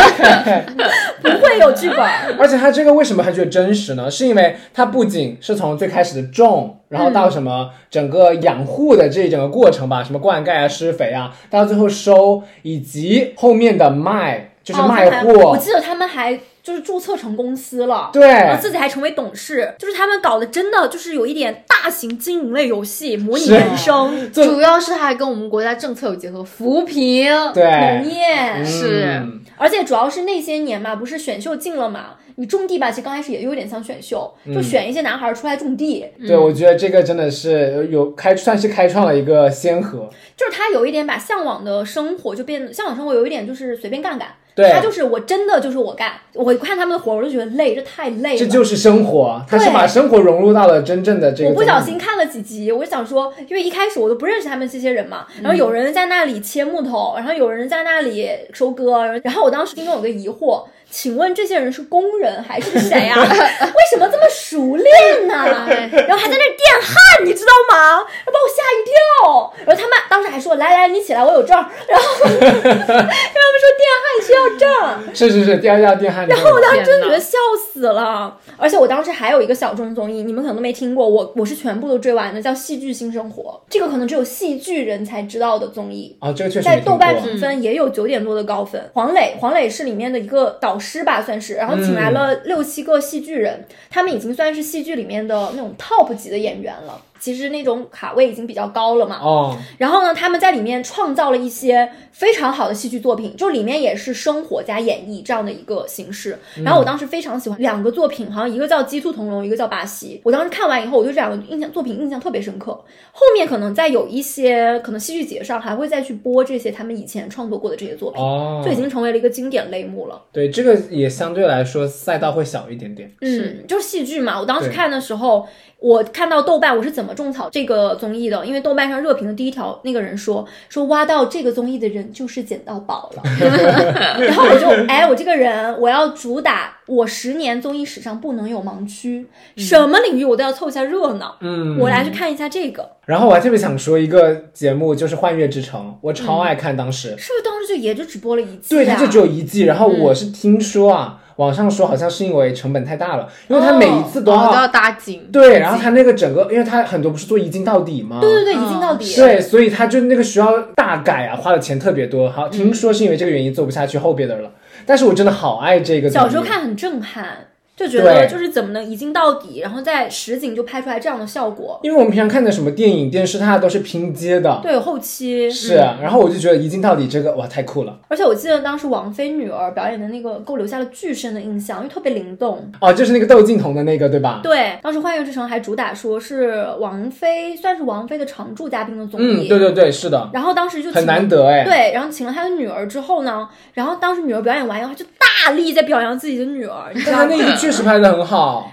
不会有剧本，
而且他这这个为什么还觉得真实呢？是因为它不仅是从最开始的种，然后到什么整个养护的这一整个过程吧，什么灌溉啊、施肥啊，到最后收，以及后面的卖， 就是
哦他
卖
们还
货。
我记得他们还就是注册成公司了，
对
然后自己还成为董事，就是他们搞的真的就是有一点大型经营类游戏，模拟
是
人 生、
这
主要是它还跟我们国家政策有结合，扶贫。
农
对，
业，
是
嗯
而且主要是那些年嘛，不是选秀进了嘛，你种地吧，其实刚开始也有点像选秀，
嗯
就选一些男孩儿出来种地，
对，我觉得这个真的是有开，算是开创了一个先河。
就是他有一点把向往的生活就变，向往生活有一点就是随便干干。
对
他就是我真的就是我干，我看他们的活儿我就觉得累，这太累了。
这就是生活，它是
对
把生活融入到了真正的这个。
我不小心。看了几集，我就想说，因为一开始我都不认识他们这些人嘛，然后
嗯
有人在那里切木头，然后有人在那里收割，然后我当时心中有个疑惑，请问这些人是工人还是谁啊？ 为什么这么熟练呢、然后还在那儿电焊，你知道吗？把我吓一跳。然后他们当时还说，来来，你起来，我有证儿。 然后然后他们说电焊需要证儿，
是是是，第二要电焊。然后
我当时真的
天哪
觉得笑死了，而且我当时还有一个小众综艺，你们可能都没听过，我我是全部都追完的，叫《戏剧新生活》，这个可能只有戏剧人才知道的综艺。
哦，这个确实
在
没听
豆
过。
瓣评分也有九点多的高分。黄磊，黄磊是里面的一个导师吧，算是，然后
嗯
请来了六七个戏剧人，他们已经算是戏剧里面的那种 top 级的演员了。其实那种卡位已经比较高了嘛，
哦，
然后呢，他们在里面创造了一些非常好的戏剧作品，就里面也是生活加演绎这样的一个形式。然后我当时非常喜欢两个作品，好像一个叫《鸡兔同笼》，一个叫《巴西》。我当时看完以后，我对这两个印象作品印象特别深刻。后面可能在有一些可能戏剧节上还会再去播这些他们以前创作过的这些作品，
哦，
就已经成为了一个经典类目了。
对，这个也相对来说赛道会小一点点。
嗯，就是戏剧嘛。我当时
对
看的时候，我看到豆瓣我是怎么种草这个综艺的，因为豆瓣上热评的第一条，那个人说说挖到这个综艺的人就是捡到宝了。 然后我就哎，我这个人我要主打我十年综艺史上不能有盲区，什么领域我都要凑一下热闹，
嗯，
我来去看一下这个，
然后我还特别想说一个节目，就是《幻乐之城》，我超爱看，当时、
是不是当时就也就只播了一嗯季、啊？嗯
对它就只有一季，然后我是听说啊，网上说好像是因为成本太大了，因为它每一次都
哦
要、
都要搭景。
对，然后它那个整个，因为它很多不是做一镜到底吗？
对对对，一镜
嗯
到底。
对，所以他就那个需要大改啊，花的钱特别多。好，听说是因为这个原因做不下去后边的了，但是我真的好爱这个。
小时候，看很震撼，就觉得
对
就是怎么能一镜到底，然后在实景就拍出来这样的效果。
因为我们平常看的什么电影、电视，它都是拼接的，
对嗯后期，
是。啊然后我就觉得一镜到底这个哇太酷了
而且我记得当时王菲女儿表演的那个，给我留下了巨深的印象，因为特别灵动。
哦，就是那个窦靖童的那个对吧？
对，当时《幻乐之城》还主打说是王菲，算是王菲的常驻嘉宾的综
嗯，
艺。
对对对，是的，
然后当时就
很
请了
难得哎。
对，然后请了她的女儿之后呢，然后当时女儿表演完以后，她就大力在表扬自己的女儿， 你知
但
道
他
吗
那？一确实拍的很好，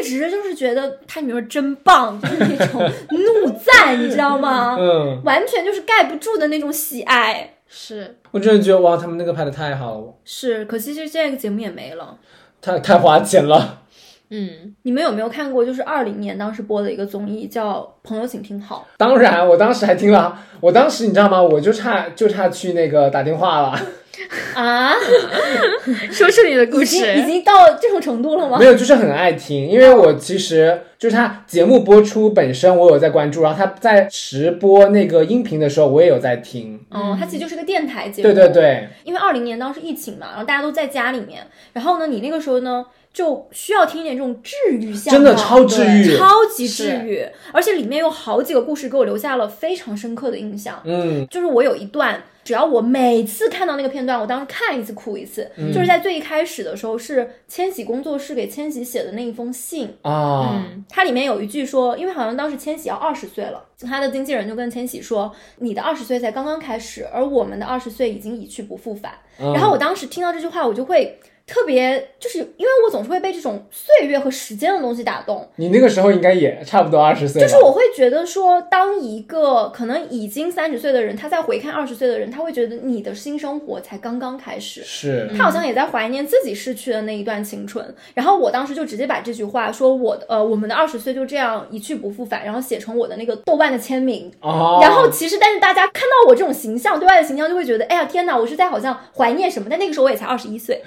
一直就是觉得她女儿真棒，就是那种怒赞，你知道吗？
嗯，
完全就是盖不住的那种喜爱。
是，
我真的觉得哇，他们那个拍的太好了，
是，可惜是这个节目也没了。
太太花钱了。
嗯，
你们有没有看过？就是二零年当时播的一个综艺叫《朋友请听好
当然，我当时还听了，我当时你知道吗？我就差就差去那个打电话了。》
啊？
说出你的故
已经已
事。
经到这种程度了吗
没？有，就是很爱听，因为我其实就是他节目播出本身我有在关注，然后他在直播那个音频的时候我也有在听。
哦，它其实就是个电台节目。
嗯对对，对，
因为二零年当时疫情嘛，然后大家都在家里面，然后呢，你那个时候呢就需要听一点这种治愈向
真的超治愈。
超级治愈，而且里面有好几个故事给我留下了非常深刻的印象。
嗯，
就是我有一段，只要我每次看到那个片段，我当时看一次哭一次。
嗯
就是在最一开始的时候，是千玺工作室给千玺写的那一封信，
啊，
嗯，
它里面有一句说，因为好像当时千玺要二十岁了，他的经纪人就跟千玺说：“你的二十岁才刚刚开始，而我们的二十岁已经一去不复返。”
嗯
然后我当时听到这句话，我就会特别，就是因为我总是会被这种岁月和时间的东西打动。
你那个时候应该也差不多二十岁吧，
就是我会觉得说，当一个可能已经三十岁的人，他再回看二十岁的人，他会觉得你的新生活才刚刚开始。
是
他好像也在怀念自己逝去的那一段青春。然后我当时就直接把这句话说我的呃我们的二十岁就这样一去不复返，然后写成我的那个豆瓣的签名。
哦，
然后其实，但是大家看
嗯
到我这种形象，对外的形象，就会觉得，哎呀，天哪，我是在好像怀念什么？但那个时候我也才二十一岁，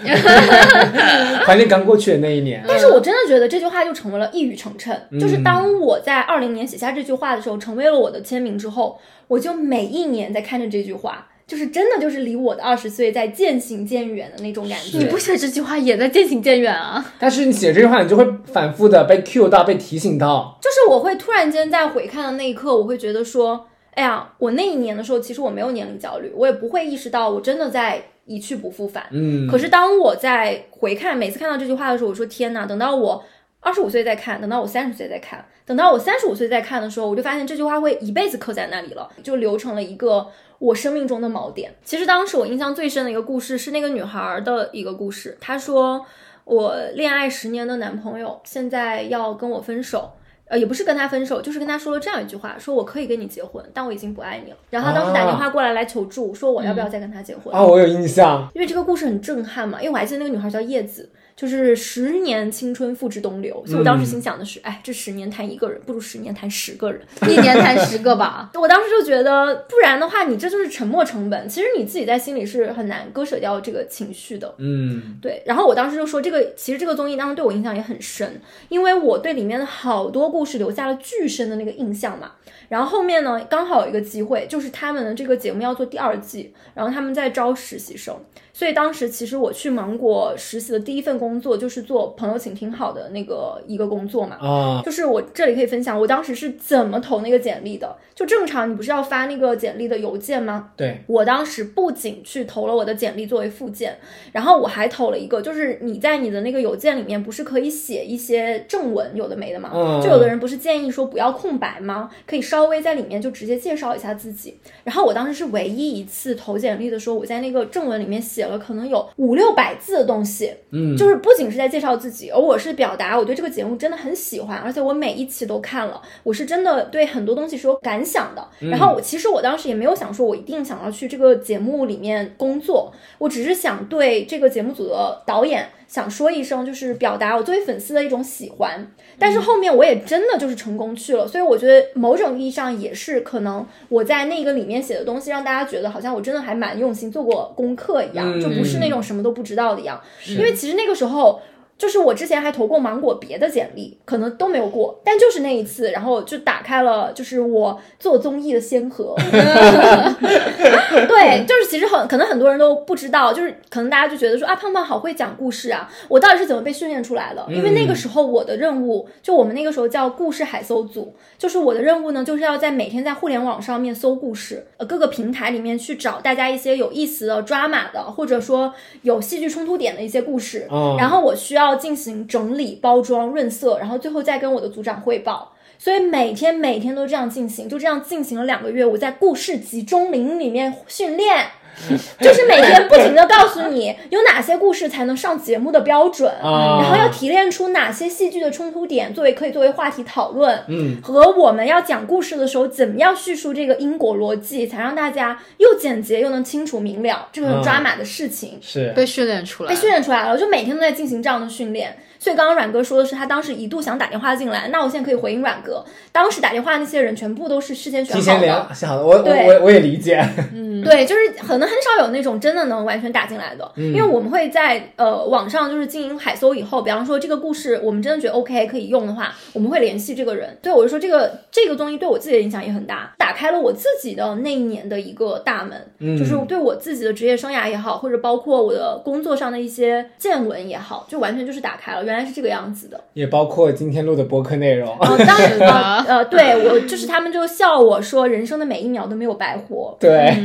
怀念刚过去的那一年。
但是我真的觉得这句话就成为了一语成谶，
嗯
就是当我在二零年写下这句话的时候，成为了我的签名之后，我就每一年在看着这句话，就是真的就是离我的二十岁在渐行渐远的那种感觉。
是
你不写这句话也在渐行渐远啊！
但是你写这句话，你就会反复的被 cue 到，被提醒到。
就是我会突然间在回看的那一刻，我会觉得说，哎呀，我那一年的时候，其实我没有年龄焦虑，我也不会意识到我真的在一去不复返。
嗯，
可是当我在回看，每次看到这句话的时候，我说天哪！等到我二十五岁再看，等到我三十岁再看，等到我三十五岁再看的时候，我就发现这句话会一辈子刻在那里了，就留成了一个我生命中的锚点。其实当时我印象最深的一个故事是那个女孩的一个故事，她说我恋爱十年的男朋友现在要跟我分手。呃，也不是跟他分手，就是跟他说了这样一句话，说我可以跟你结婚，但我已经不爱你了。然后他当时打电话过来来求助，说我要不要再跟他结婚？
啊，我有印象。
因为这个故事很震撼嘛，因为我还记得那个女孩叫叶子，就是十年青春付之东流，所以我当时心想的是，哎，这十年谈一个人，不如十年谈十个人。，
一年谈十个吧
我当时就觉得，不然的话，你这就是沉没成本。其实你自己在心里是很难割舍掉这个情绪的。
嗯，
对，然后我当时就说，这个其实这个综艺当时对我印象也很深，因为我对里面的好多故事留下了巨深的那个印象嘛。然后后面呢，刚好有一个机会，就是他们的这个节目要做第二季，然后他们在招实习生，所以当时其实我去芒果实习的第一份工作就是做“朋友请听好”的那个一个工作嘛。
啊，
就是我这里可以分享，我当时是怎么投那个简历的。就正常，你不是要发那个简历的邮件吗？
对，
我当时不仅去投了我的简历作为附件，然后我还投了一个，就是你在你的那个邮件里面不是可以写一些正文，有的没的吗？
嗯
就有的人不是建议说不要空白吗？可以稍微在里面就直接介绍一下自己。然后我当时是唯一一次投简历的时候，我在那个正文里面写了可能有五六百字的东西，
嗯，
就是不仅是在介绍自己，而我是表达我对这个节目真的很喜欢，而且我每一期都看了，我是真的对很多东西是有感想的。然后我其实我当时也没有想说我一定想要去这个节目里面工作，我只是想对这个节目组的导演想说一声，就是表达我作为粉丝的一种喜欢。但是后面我也真的就是成功去了，所以我觉得某种意义上也是可能我在那个里面写的东西，让大家觉得好像我真的还蛮用心做过功课一样，
嗯
就不是那种什么都不知道的一样。因为其实那个时候。就是我之前还投过芒果别的简历，可能都没有过，但就是那一次，然后就打开了就是我做综艺的先河。 对，就是其实很可能很多人都不知道，就是可能大家就觉得说啊，胖胖好会讲故事啊，我到底是怎么被训练出来的？因为那个时候我的任务，就我们那个时候叫故事海搜组，就是我的任务呢，就是要在每天在互联网上面搜故事，呃，各个平台里面去找大家一些有意思的、抓马的，或者说有戏剧冲突点的一些故事，
哦
然后我需要进行整理、包装、润色，然后最后再跟我的组长汇报。所以每天每天都这样进行，就这样进行了两个月。我在故事集中营里面训练，
嗯
就是每天不停的告诉你有哪些故事才能上节目的标准，
啊
然后要提炼出哪些戏剧的冲突点作为可以作为话题讨论，
嗯，
和我们要讲故事的时候怎么样叙述这个因果逻辑，才让大家又简洁又能清楚明了这个
啊
很抓马的事情。
是
被训练出来
被
了。
训练出来了，我就每天都在进行这样的训练。所以刚刚阮哥说的是，他当时一度想打电话进来，那我现在可以回应阮哥，当时打电话那些人全部都是事先选
提
好
前
的
聊，，是好的，我我
对
我我也理解，
对，就是可能很少有那种真的能完全打进来的，因为我们会在呃网上就是进行海搜以后，比方说这个故事我们真的觉得 OK 可以用的话，我们会联系这个人。对我就说这个这个东西对我自己的影响也很大，打开了我自己的那一年的一个大门，
嗯
就是对我自己的职业生涯也好，或者包括我的工作上的一些见闻也好，就完全就是打开了，原来是这个样子的。
也包括今天录的播客内容。
哦，当 然
是的
呃呃，对我就是他们就笑我说人生的每一秒都没有白活，
对，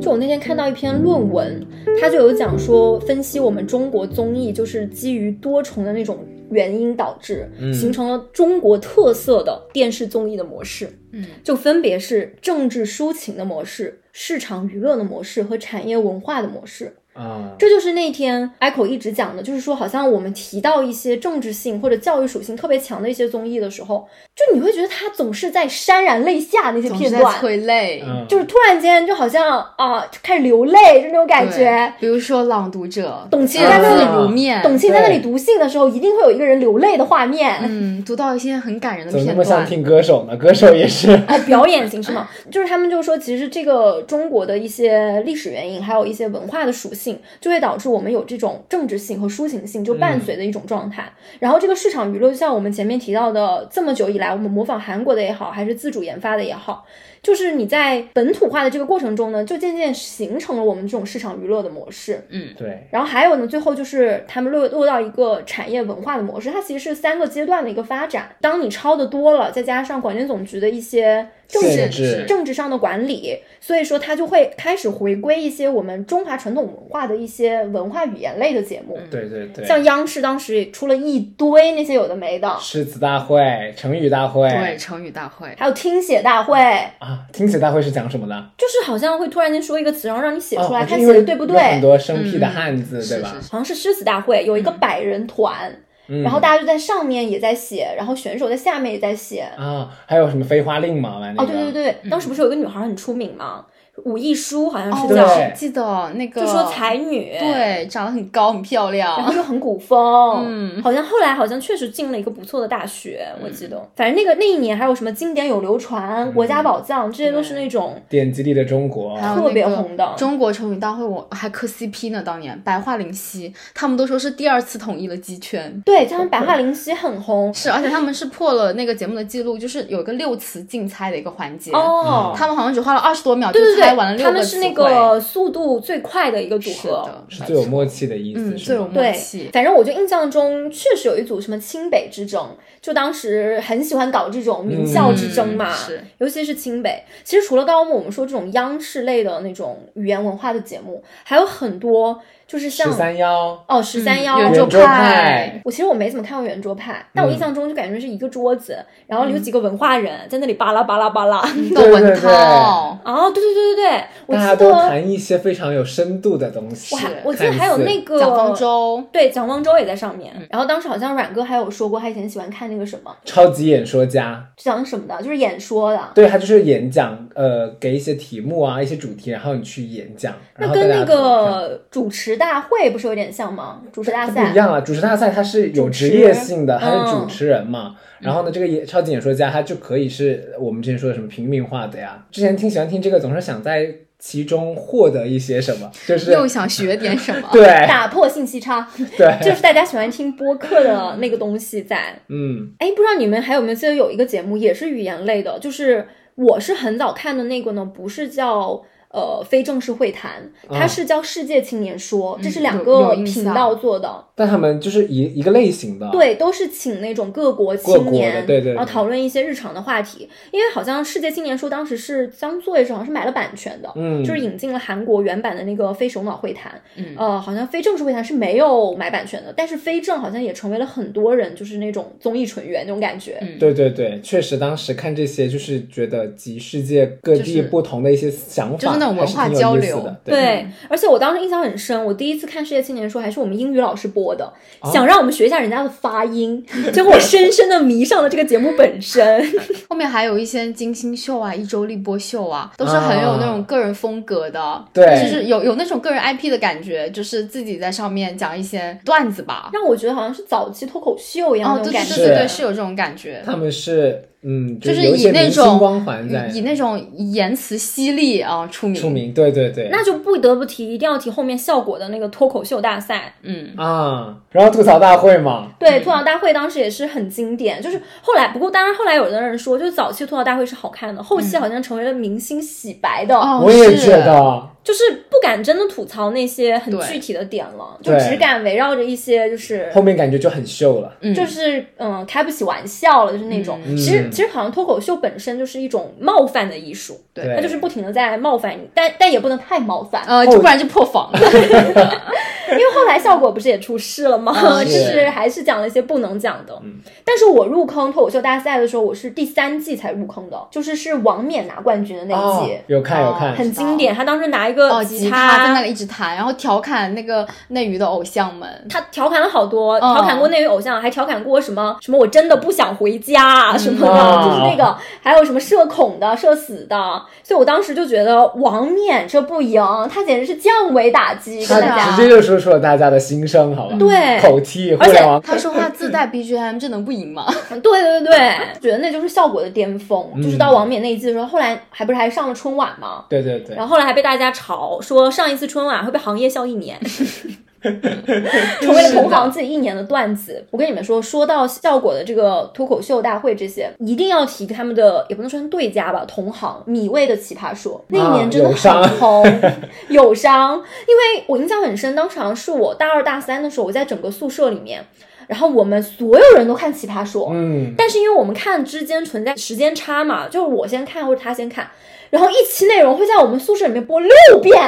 就我那天看到一篇论文，它就有讲说分析我们中国综艺就是基于多重的那种原因导致，
嗯
形成了中国特色的电视综艺的模式，
嗯，
就分别是政治抒情的模式、市场娱乐的模式和产业文化的模式。
啊，
嗯这就是那天 Echo 一直讲的，就是说，好像我们提到一些政治性或者教育属性特别强的一些综艺的时候，就你会觉得他总是在潸然泪下那些
总
片
是在
段，
催泪。
嗯
就是突然间就好像啊，就开始流泪，就那种感觉
对。比如说《朗读者》，
董
其
卿
实
在
字
那
里
如面，
董卿在那里
对
读信的时候，一定会有一个人流泪的画面。
嗯，读到一些很感人的
怎么那
片
么像
段，
听歌手呢？歌手也是，
哦，表演形式嘛，就是他们就说，其实这个中国的一些历史原因，还有一些文化的属性，就会导致我们有这种政治性和抒情性就伴随的一种状态。然后这个市场娱乐，就像我们前面提到的，这么久以来，我们模仿韩国的也好，还是自主研发的也好，就是你在本土化的这个过程中呢，就渐渐形成了我们这种市场娱乐的模式。
对，
然后还有呢，最后就是他们落落到一个产业文化的模式，它其实是三个阶段的一个发展。当你抄的多了，再加上广电总局的一些政
限
治
制
政治上的管理，所以说它就会开始回归一些我们中华传统文化的一些文化语言类的节目。
对对对，
像央视当时也出了一堆那些有的没的，
诗词大会、成语大会，
对成语大会，
还有听写大会，
啊，听写大会是讲什么的？
就是好像会突然间说一个词，然后让你写出来，
哦
看
因
写
为
的对不
有很
对。
多生僻的汉字，
是
对
是
吧？
是
好像是诗词大会有一个百人团，
嗯、
然后大家就在上面也在写，然后选手在下面也在写。
啊，还有什么《飞花令》嘛？玩那
哦，
个
对对对，
嗯
当时不是有一个女孩很出名吗？武艺书好像
哦，
是
我
叫，
对
只记得那个
就说才女，，
对，长得很高，很漂
然后
亮。
又很古风，嗯，好像后来好像确实进了一个不错的大学，我
嗯
记得。反正那个那一年还有什么经典有流传、国家宝藏，这些都是那种
典籍里的中国，
还有
特别
那个
红的
中国成语大会，我还磕 CP 呢。当年白桦林溪，他们都说是第二次统一了鸡圈，
对，加上白桦林溪很红
是，而且他们是破了那个节目的记录，就是有一个六词竞猜的一个环节，
哦。
嗯
他们好像只花了二十多秒就
对对
猜完了
对，
六
他
个
们
词
是
汇。
那个速度最快的一个组
是
合，
的，
是最有默契的意思，
嗯，
是
最有
吗
默
对
契，。
反正我就印象中确实有一组什么清北之争，就当时很喜欢搞这种名校之争嘛，
嗯是
尤其是清北。其实除了刚刚我们说这种央视类的那种语言文化的节目，还有很多就是像
十三幺、
哦十三幺。
圆
圆
桌
桌
派
派，嗯
我其实我没怎么看过圆桌派，但我印象中就感觉是一个桌子，然后有几个文化人在那里巴拉巴拉巴拉。
窦
对
文
对对
涛，
哦，对对对对对，我
嗯大
记
家
得
都谈一些非常有深度的东西
我。还我记得
看
还有
似
那个
蒋方舟，
对蒋方舟也在上
嗯
面。然后当时好像阮哥还有说过，他以前喜欢看那个什么
超级演说家，
讲什么的，就是演说的。
对他就是演讲，呃，给一些题目啊，一些主题，然后你去演讲。然
那
后大
跟
家
那
投票
个主持大会不是有点像吗？主持大
它不
赛
一，样啊，主持大赛它是有职业性的，它是主持人嘛。然后呢，这个演超级演说家他就可以是我们之前说的什么平民化的呀。之前听喜欢听这个，总是想在其中获得一些什么，就是
又想学点什么？
对
打破信息 差，
对，
就是大家喜欢听播客的那个东西在。
嗯，
哎，不知道你们还有没有记得有一个节目也是语言类的，就是我是很早看的那个呢，不是叫。呃，非正式会谈，它
啊
是叫《世界青年说》，这是
嗯
两
有
个
有印
频
象
道做的，
但他们就是一一个类型的，，
对，都是请那种各国
啊各国
青
的
年，
对对
然后
对
讨论一些日常的话题。因为好像《世界青年说》当时是江作也是好像是买了版权的，
嗯，
就是引进了韩国原版的那个《非首脑会谈》，
嗯
呃，好像非正式会谈是没有买版权的，但是非正好像也成为了很多人就是那种综艺纯元那种感觉。
嗯
对对对，确实当时看这些就是觉得集世界各地
就是
不同的一些想法，
就是那种文化
还是挺有意思的，
对，而且我当时印象很深，我第一次看《世界青年说》还是我们英语老师播的，
啊
想让我们学一下人家的发音，结果我深深的迷上了这个节目本身。
后面还有一些金星秀啊、一周立波秀啊，都是很有那种个人风格的，
对
就是有有那种个人 IP 的感觉，就是自己在上面讲一些段子吧。
让我觉得好像是早期脱口秀一样
哦，
那
对
种
对
感
对
觉。
对对，
是
是有这种感觉，
他们是嗯，
就是
有一
以
些
那
明星
种
光环在
以那种言辞犀利啊出名。
出名，对对对，
那就不得不提，一定要提后面效果的那个脱口秀大赛，
嗯，
啊，然后吐槽大会嘛，
对，吐槽大会当时也是很经典，就是后来，不过当然后来有的人说，就是早期吐槽大会是好看的，后期好像成为了明星洗白的，
哦，
我也
是
觉。得，
就是不敢真的吐槽那些很
对
具体的点了，就
对
只敢围绕着一些就是。
后面感觉就很秀了。
嗯
就是嗯，开不起玩笑了，就是那种。
嗯
其实其实好像脱口秀本身就是一种冒犯的艺术，
对
哦
哦
它就是不停的在冒犯你，但但也不能太冒犯。
呃，就不然就破防了。
因为后来效果不是也出事了吗？
嗯
就是是还是讲了一些不能讲的。
嗯
但是我入坑脱口秀大赛的时候，我是第三季才入坑的，就是是王冕拿冠军的那一季，哦
有看有看，
很经典。他当时拿一个
哦，吉
他
他在那里一直弹，然后调侃那个内娱的偶像们。
他调侃了好多，调侃过内娱偶像，还调侃过什么什么我真的不想回家啊什么的，
哇
就是那个还有什么社恐的、社死的，所以我当时就觉得王冕这不赢，他简直是降维打击，跟大
他直
家
接就说出了大家的心声，好吧？
对
口踢互
而且
联网，
他说话自带 BGM，这能不赢吗？
嗯对对对，觉得那就是效果的巅峰，
嗯
就是到王冕那一季的时候，后来还不是还上了春晚吗？
对对对，
然后后来还被大家嘲说上一次春晚会被行业笑一 年，成为了同行自己一年的段子。我跟你们说，说到效果的这个脱口秀大会这些，一定要提他们的，也不能说对家吧，同行米未的奇葩说，那一年真的
啊
很红， 有伤，因为我印象很深，当时好像是我大二大三的时候，我在整个宿舍里面，然后我们所有人都看奇葩说，
嗯，
但是因为我们看之间存在时间差嘛，就是我先看或者他先看，然后一期内容会在我们宿舍里面播六遍。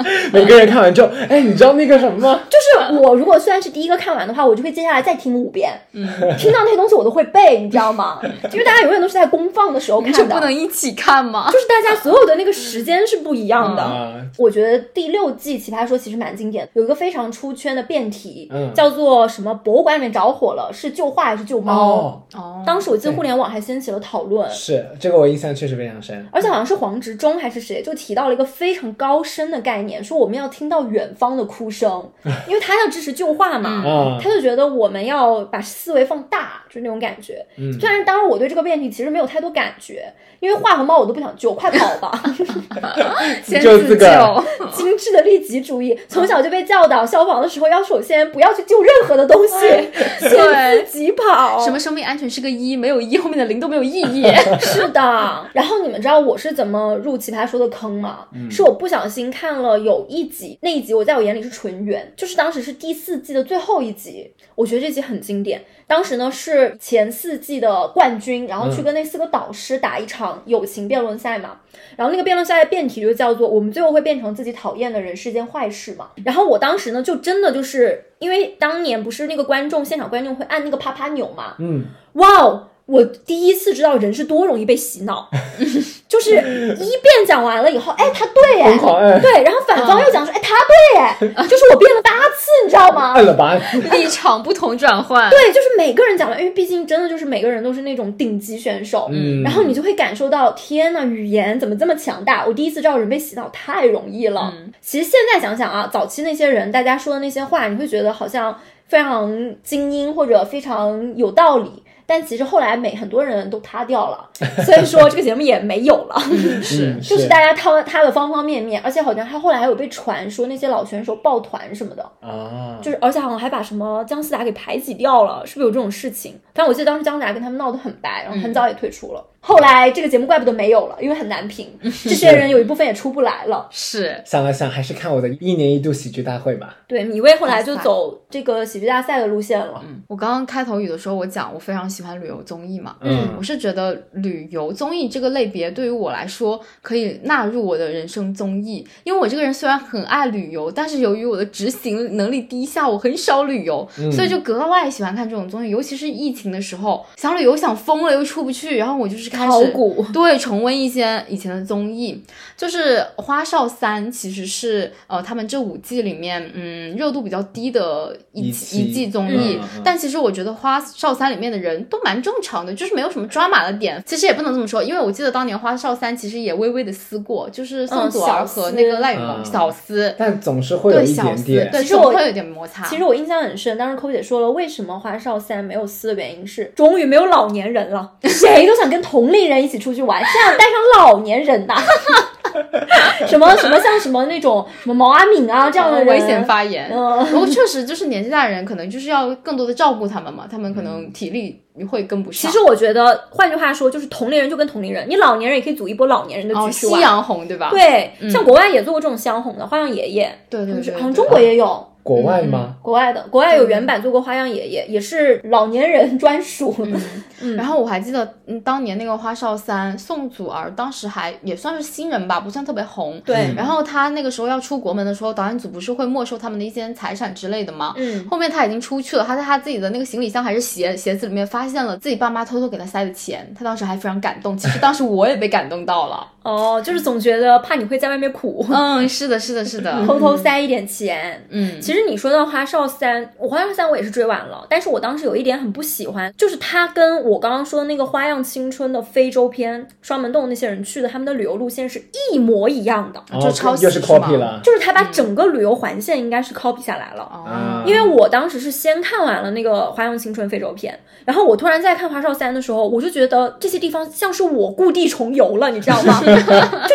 每个人看完之后，哎，你知道那个什么吗？
就是我如果虽然是第一个看完的话，我就会接下来再听五遍。嗯， 听到那些东西我都会背，你知 道吗？因为大家永远都是在公放的时候看
就
的，
不能一起看吗
就？是大家所有的那个时间是不一样的。
啊，
我觉得第六季《奇葩说》其实蛮经典的，有一个非常出圈的辩题，
嗯
叫做什么“博物馆里面着火了，是救画还是救猫”
哦，
哦，
当时我记得互联网还掀起了讨论，
是这个，我印象确实非常深。啊
而且好像是黄执中还是谁，就提到了一个非常高深的概念，说我们要听到远方的哭声，因为他要支持旧化嘛，
嗯
啊，
他就觉得我们要把思维放大，就是那种感觉。
嗯
虽然当时我对这个辩题其实没有太多感觉，因为画和猫我都不想救，快跑 吧！
先
就
自
自
救
个，哦
精致的利己主义，从小就被教导消防的时候要首先不要去救任何的东西，
嗯 对
先自己跑。
什么生命安全是个一，没有一后面的零都没有意 义。
是的，然后你们知道我是怎么入奇葩说的坑吗？是我不小心看了有一集，那一集我在我眼里是纯元，就是当时是第四季的最后一集，我觉得这集很经典。当时呢是前四季的冠军，然后去跟那四个导师打一场友情辩论赛嘛。然后那个辩论赛的辩题就叫做“我们最后会变成自己讨厌的人是件坏事”嘛。然后我当时呢就真的就是因为当年不是那个观众现场观众会按那个啪啪钮嘛，
嗯，
哇哦！我第一次知道人是多容易被洗脑， 就是一遍讲完了以后，哎，他对
疯
哎，
狂摁
对，然后反方又讲说，哎，他对哎，就是我变了八次，你知道吗？
摁了 吧？
立场不同转换，
对，就是每个人讲完，因为毕竟真的就是每个人都是那种顶级选手，
嗯
然后你就会感受到，天呐，语言怎么这么强大？我第一次知道人被洗脑太容易了。
嗯
其实现在想想啊，早期那些人大家说的那些话，你会觉得好像非常精英或者非常有道理。但其实后来每很多人都塌掉了，所以说这个节目也没有了，
是
嗯，
就是大家塌塌的方方面面，而且好像他后来还有被传说那些老选手抱团什么的，
啊，
就是而且好像还把什么姜思达给排挤掉了，是不是有这种事情？反正我记得当时姜思达跟他们闹得很掰，然后很早也退出了。后来这个节目怪不得没有了，因为很难评，这些人有一部分也出不来了。
是
想了想，还是看我的一年一度喜剧大会吧。
对，嗯米未后来就走这个喜剧大赛的路线了。
我刚刚开头语的时候，我讲我非常喜欢旅游综艺嘛，我
嗯，
是觉得旅游综艺这个类别对于我来说可以纳入我的人生综艺，因为我这个人虽然很爱旅游，但是由于我的执行能力低下，我很少旅游，
嗯
所以就格外喜欢看这种综艺，尤其是疫情的时候，想旅游想疯了又出不去，然后我就是开
考
始
古，
对，重温一些以前的综艺，就是《花少三》，其实是呃他们这五季里面，嗯，热度比较低的一
一
季一
期
季综
嗯
艺。
嗯嗯
但其实我觉得《花少三》里面的人都蛮正常的，就是没有什么抓马的点。其实也不能这么说，因为我记得当年《花少三》其实也微微的撕过，就是宋
嗯
祖
小
儿和
撕
那个赖雨萌
嗯
小撕，
但总是会有
对
一
小
点
撕，
点，
对，
其实
总
我
会有点摩擦。
其实我印象很深，当时抠姐说了，为什么花少三没有撕的原因是，终于没有老年人 了，谁都想跟同龄人一起出去玩，谁想带上老年人呐、 什么什么像什么那种什么毛阿敏啊这样的人，
危险发言，
嗯
然后确实就是年纪大的人，可能就是要更多的照顾他们嘛，他们可能体力会跟不
其
上。
实我觉得，换句话说，就是同龄人就跟同龄人，你老年人也可以组一波老年人的
哦，
局去
夕
玩。
阳红对吧？嗯
对，像国外也做过这种相红的，花样爷爷，
对对对
就是
对嗯
好像中国也有，
国外吗？
国外的，国外有原版做过花样也也也是老年人 专属。
嗯然后我还记得，嗯，当年那个《花少三》，宋祖儿当时还也算是新人吧，不算特别红。
对，
然后他那个时候要出国门的时候，导演组不是会没收他们的一些财产之类的吗？
嗯
后面他已经出去了，他在他自己的那个行李箱还是鞋鞋子里面发现了自己爸妈偷偷给他塞的钱，他当时还非常感动。其实当时我也被感动到 了。
哦，就是总觉得怕你会在外面苦，
嗯，是的，是的，是的。
偷偷塞一点钱。
嗯，
其实你说到《花少三》，我《花少三》我也是追完了，但是我当时有一点很不喜欢，就是它跟我刚刚说的那个《花样青春》的非洲篇，双门洞那些人去的，他们的旅游路线是一模一样的，
哦，
就抄袭
又是
是吗
copy 了。
就是他把整个旅游环线应该是 copy 下来了。
啊
哦，
因为我当时是先看完了那个《花样青春》非洲篇，然后我突然在看《花少三》的时候，我就觉得这些地方像是我故地重游了，你知道 吗？就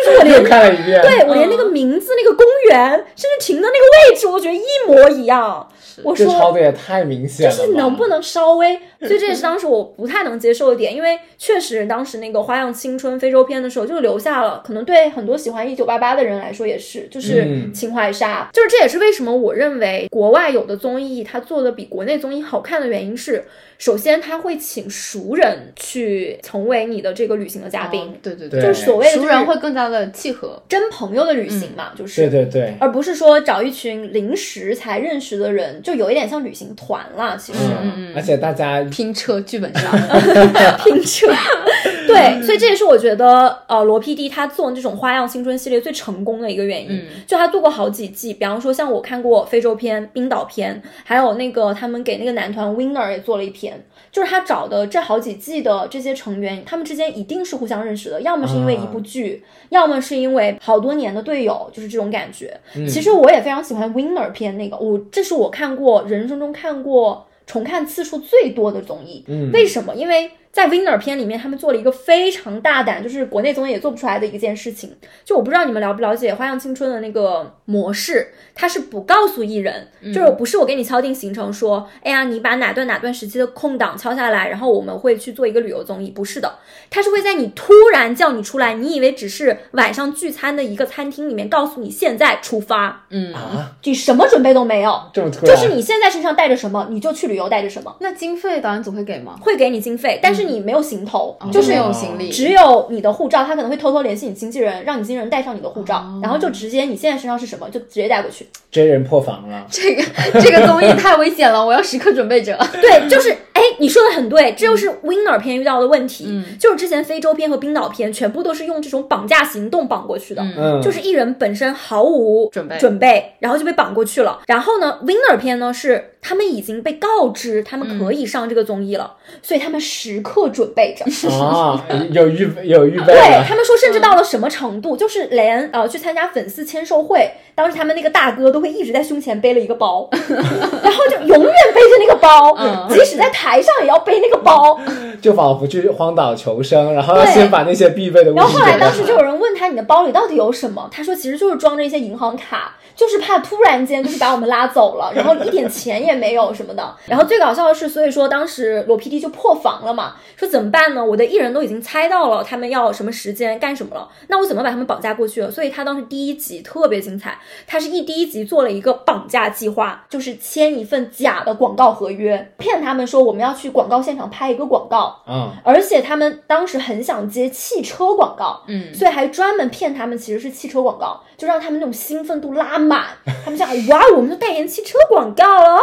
是我
又
连
看了一遍，
对我连那
嗯
个名字、那个公园，甚至停的那个位置，我觉得一模一样。我
这抄
说。
的也太明显
就
了吧，
是能不能稍 微，所以这也是当时我不太能接受的点，因为确实当时那个《花样青春》非洲篇的时候就留下了，可能对很多喜欢一九八八的人来说也是，就是
嗯
情怀杀，就是这也是为什么我认为国外有的综艺它做的比国内综艺好看的原因是，首先他会请熟人去成为你的这个旅行的嘉宾，
哦对对
对
就是所谓的就
熟
是
人会更加的契合。
真朋友的旅行嘛，就是
对对对，
而不是说找一群临时才认识的人，就有一点像旅行团啦。其实、
嗯，而且大家
拼车剧本杀，
拼车， 对，所以这也是我觉得呃罗 PD 他做这种花样青春系列最成功的一个原因。就他做过好几季，比方说像我看过非洲篇、冰岛篇，还有那个他们给那个男团 Winner 也做了一篇，就是他找的这好几季的这些成员，他们之间一定是互相认识的，要么是因为一部剧，要么是因为好多年的队友，就是这种感觉。其实我也非常喜欢 Winner 篇那个，我这是我看过人生中看过重看次数最多的综艺。
嗯
为什么？因为在 Winner 篇里面，他们做了一个非常大胆，就是国内综艺也做不出来的一件事情。就我不知道你们了不了解《花样青春》的那个模式，它是不告诉艺人，就是不是我给你敲定行程说，哎呀，你把哪段哪段时期的空档敲下来，然后我们会去做一个旅游综艺，不是的，它是会在你突然叫你出来，你以为只是晚上聚餐的一个餐厅里面，告诉你现在出发，
嗯，
啊
你什么准备都没有，
这么突
就
然，
是你现在身上带着什么，你就去旅游带着什么，
那经费导演组会给吗？
会给你经费，但是你没有行头，
嗯哦
就是
没有行李，
只有你的护照，他可能会偷偷联系你经纪人，让你经纪人带上你的护照，
哦
然后就直接你现在身上是什么，就直接带过去。
真人破防了，
这个这个综艺太危险了，我要时刻准备着。
对，就是哎，你说的很对，这就是
嗯
Winner 篇遇到的问题，就是之前非洲篇和冰岛篇全部都是用这种绑架行动绑过去的。
嗯，
就是艺人本身毫无
准备
准备，然后就被绑过去了。然后呢，Winner 篇呢是他们已经被告知他
嗯
们可以上这个综艺了，所以他们时刻准备着。
啊，有预有预备
对
了，
他们说，甚至到了什么程度，就是连呃去参加粉丝签售会，当时他们那个大哥都会一直在胸前背了一个包，然后就永远背着那个包，
嗯
即使在台上也要背那个包。
就仿佛去荒岛求生，然后要
对
先把那些必备的物
然后
资
后来
准备
当时
好。
就有人问他，你的包里到底有什么？他说其实就是装着一些银行卡，就是怕突然间就是把我们拉走了，然后一点钱也没有什么的。然后最搞笑的是，所以说当时罗 PD 就破防了嘛，说怎么办呢？我的艺人都已经猜到了他们要什么时间干什么了，那我怎么把他们绑架过去了？所以他当时第一集特别精彩，他是一第一集做了一个绑架计划，就是签一份假的广告合约，骗他们说我们要去广告现场拍一个广告。
嗯，
而且他们当时很想接汽车广告，
嗯
所以还专门骗他们其实是汽车广告，就让他们那种兴奋度拉满。他们想，哇，我们都代言汽车广告了。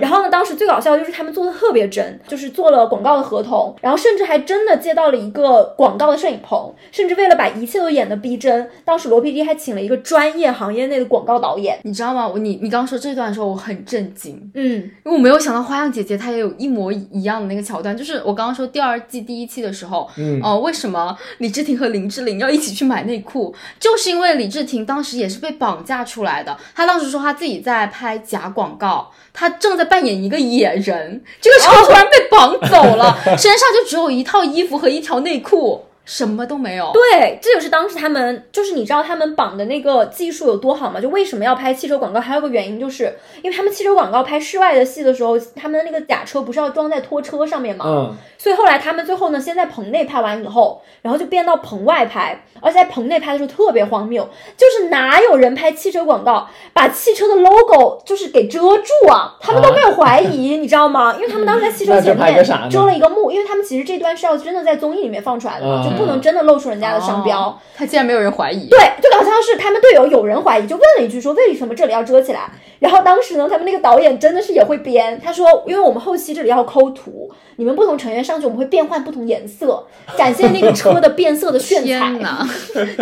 然后呢，当时最搞笑的就是他们做的特别真，就是做了广告的合同，然后甚至还真的接到了一个广告的摄影棚，甚至为了把一切都演得逼真，当时罗 PD 还请了一个专业行业内的广告导演。
你知道吗？我你你刚刚说这段的时候，我很震惊，
嗯，
因为我没有想到花样姐姐她也有一模一样的那个桥段，就是我刚刚说第二季第一期的时候，
嗯
呃，为什么李治廷和林志玲要一起去买内裤？就是因为李治廷当时也是被绑架出来的，他当时说他自己在拍假广告，他正在扮演一个野
哦
人，这个时候突然被绑走了，身上就只有一套衣服和一条内裤。什么都没有。
对，这就是当时他们就是你知道他们绑的那个技术有多好吗？就为什么要拍汽车广告，还有个原因就是因为他们汽车广告拍室外的戏的时候，他们的那个假车不是要装在拖车上面吗？
嗯，
所以后来他们最后呢，先在棚内拍完以后，然后就变到棚外拍，而且在棚内拍的时候特别荒谬，就是哪有人拍汽车广告把汽车的 logo 就是给遮住啊？他们都没有怀疑，你知道吗？因为他们当时在汽车前
那就啊拍个啥
面
呢
遮了一个幕，因为他们其实这段是要真的在综艺里面放出来的嘛，
嗯
就不能真的露出人家的商标。
哦，他竟然没有人怀疑。
对，最搞笑的是他们队友有人怀疑，就问了一句说为什么这里要遮起来？然后当时呢，他们那个导演真的是也会编，他说因为我们后期这里要抠图， 你们不同成员上去，我们会变换不同颜色，展现那个车的变色的炫
天
彩。
哪，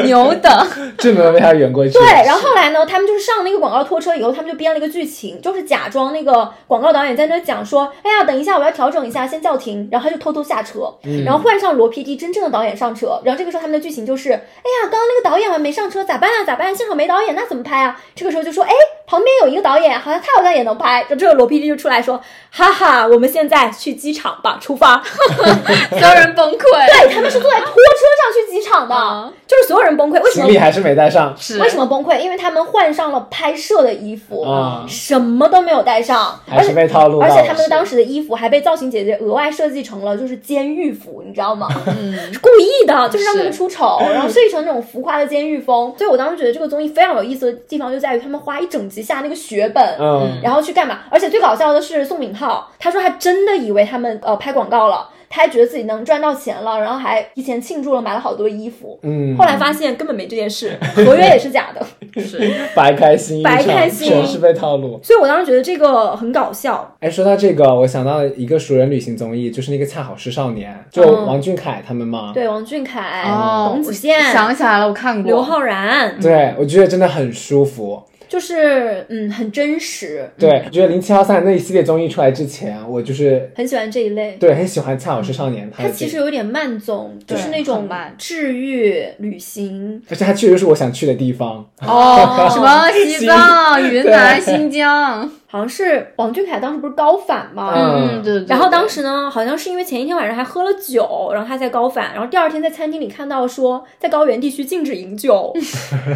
牛的！
这没有被他圆过去。
对，然后后来呢，他们就是上那个广告拖车以后，他们就编了一个剧情，就是假装那个广告导演在那讲说，哎呀，等一下我要调整一下，先叫停，然后他就偷偷下车，然后换上罗 PD 真正的导演上车，然后这个时候他们的剧情就是，哎呀，刚刚那个导演还没上车，咋办啊？咋办、啊？现场没导演，那怎么拍啊？这个时候就说，哎，旁边有一个导演，好像他好像也能拍，这这个罗 PD 就出来说，哈哈，我们现在去机场吧，出发。
所有人崩溃。
对，他们是坐在拖车上去机场的
嗯，
啊就是所有人崩溃，为什
行
么
李？还是没带上。
是
为什么崩溃？因为他们换上了拍摄的衣服，
啊
什么都没有带上，
还
而
是
且
被套路到
而
了
且他们当时的衣服还被造型姐姐额外设计成了就是监狱服，你知 道吗？
嗯
是故意的，就是让他们
是
出丑，然后设计成那种浮夸的监狱风。所以我当时觉得这个综艺非常有意思的地方就在于他们花一整集下那个血本，
嗯，
然后去干嘛？而且最搞笑的是宋敏浩，他说他真的以为他们呃拍广告了，他还觉得自己能赚到钱了，然后还提前庆祝了，买了好多衣服。
嗯
后来发现根本没这 件事，合约也是假的，
是
白开心一场，
白开心
全是被套路。
所以我当时觉得这个很搞笑。
哎，说到这个，我想到了一个熟人旅行综艺，就是那个《恰好是少年》，就
嗯
王俊凯他们嘛。
对，王俊凯、
哦，
董子健、
想起来了，我嗯看过
刘昊然，
对，我觉得真的很舒服。
就是嗯，很真实，
对，我觉得零七幺三那一系列综艺出来之前，我就是
很喜欢这一类。
对很喜欢《恰好是少年》
他
的
其
这
实
个，
有点慢综，就是
对
那种
很慢
治愈旅行。
而且他确实是我想去的地方。
哦，什么西藏、云南、新疆，
好像是王俊凯当时不是高反吗？
嗯
嗯，对对对。
然后当
时
时呢，好像是因为前一天晚上还喝了酒，然后他在高反，然后第二天在餐厅里看到说在高原地区禁止 饮酒，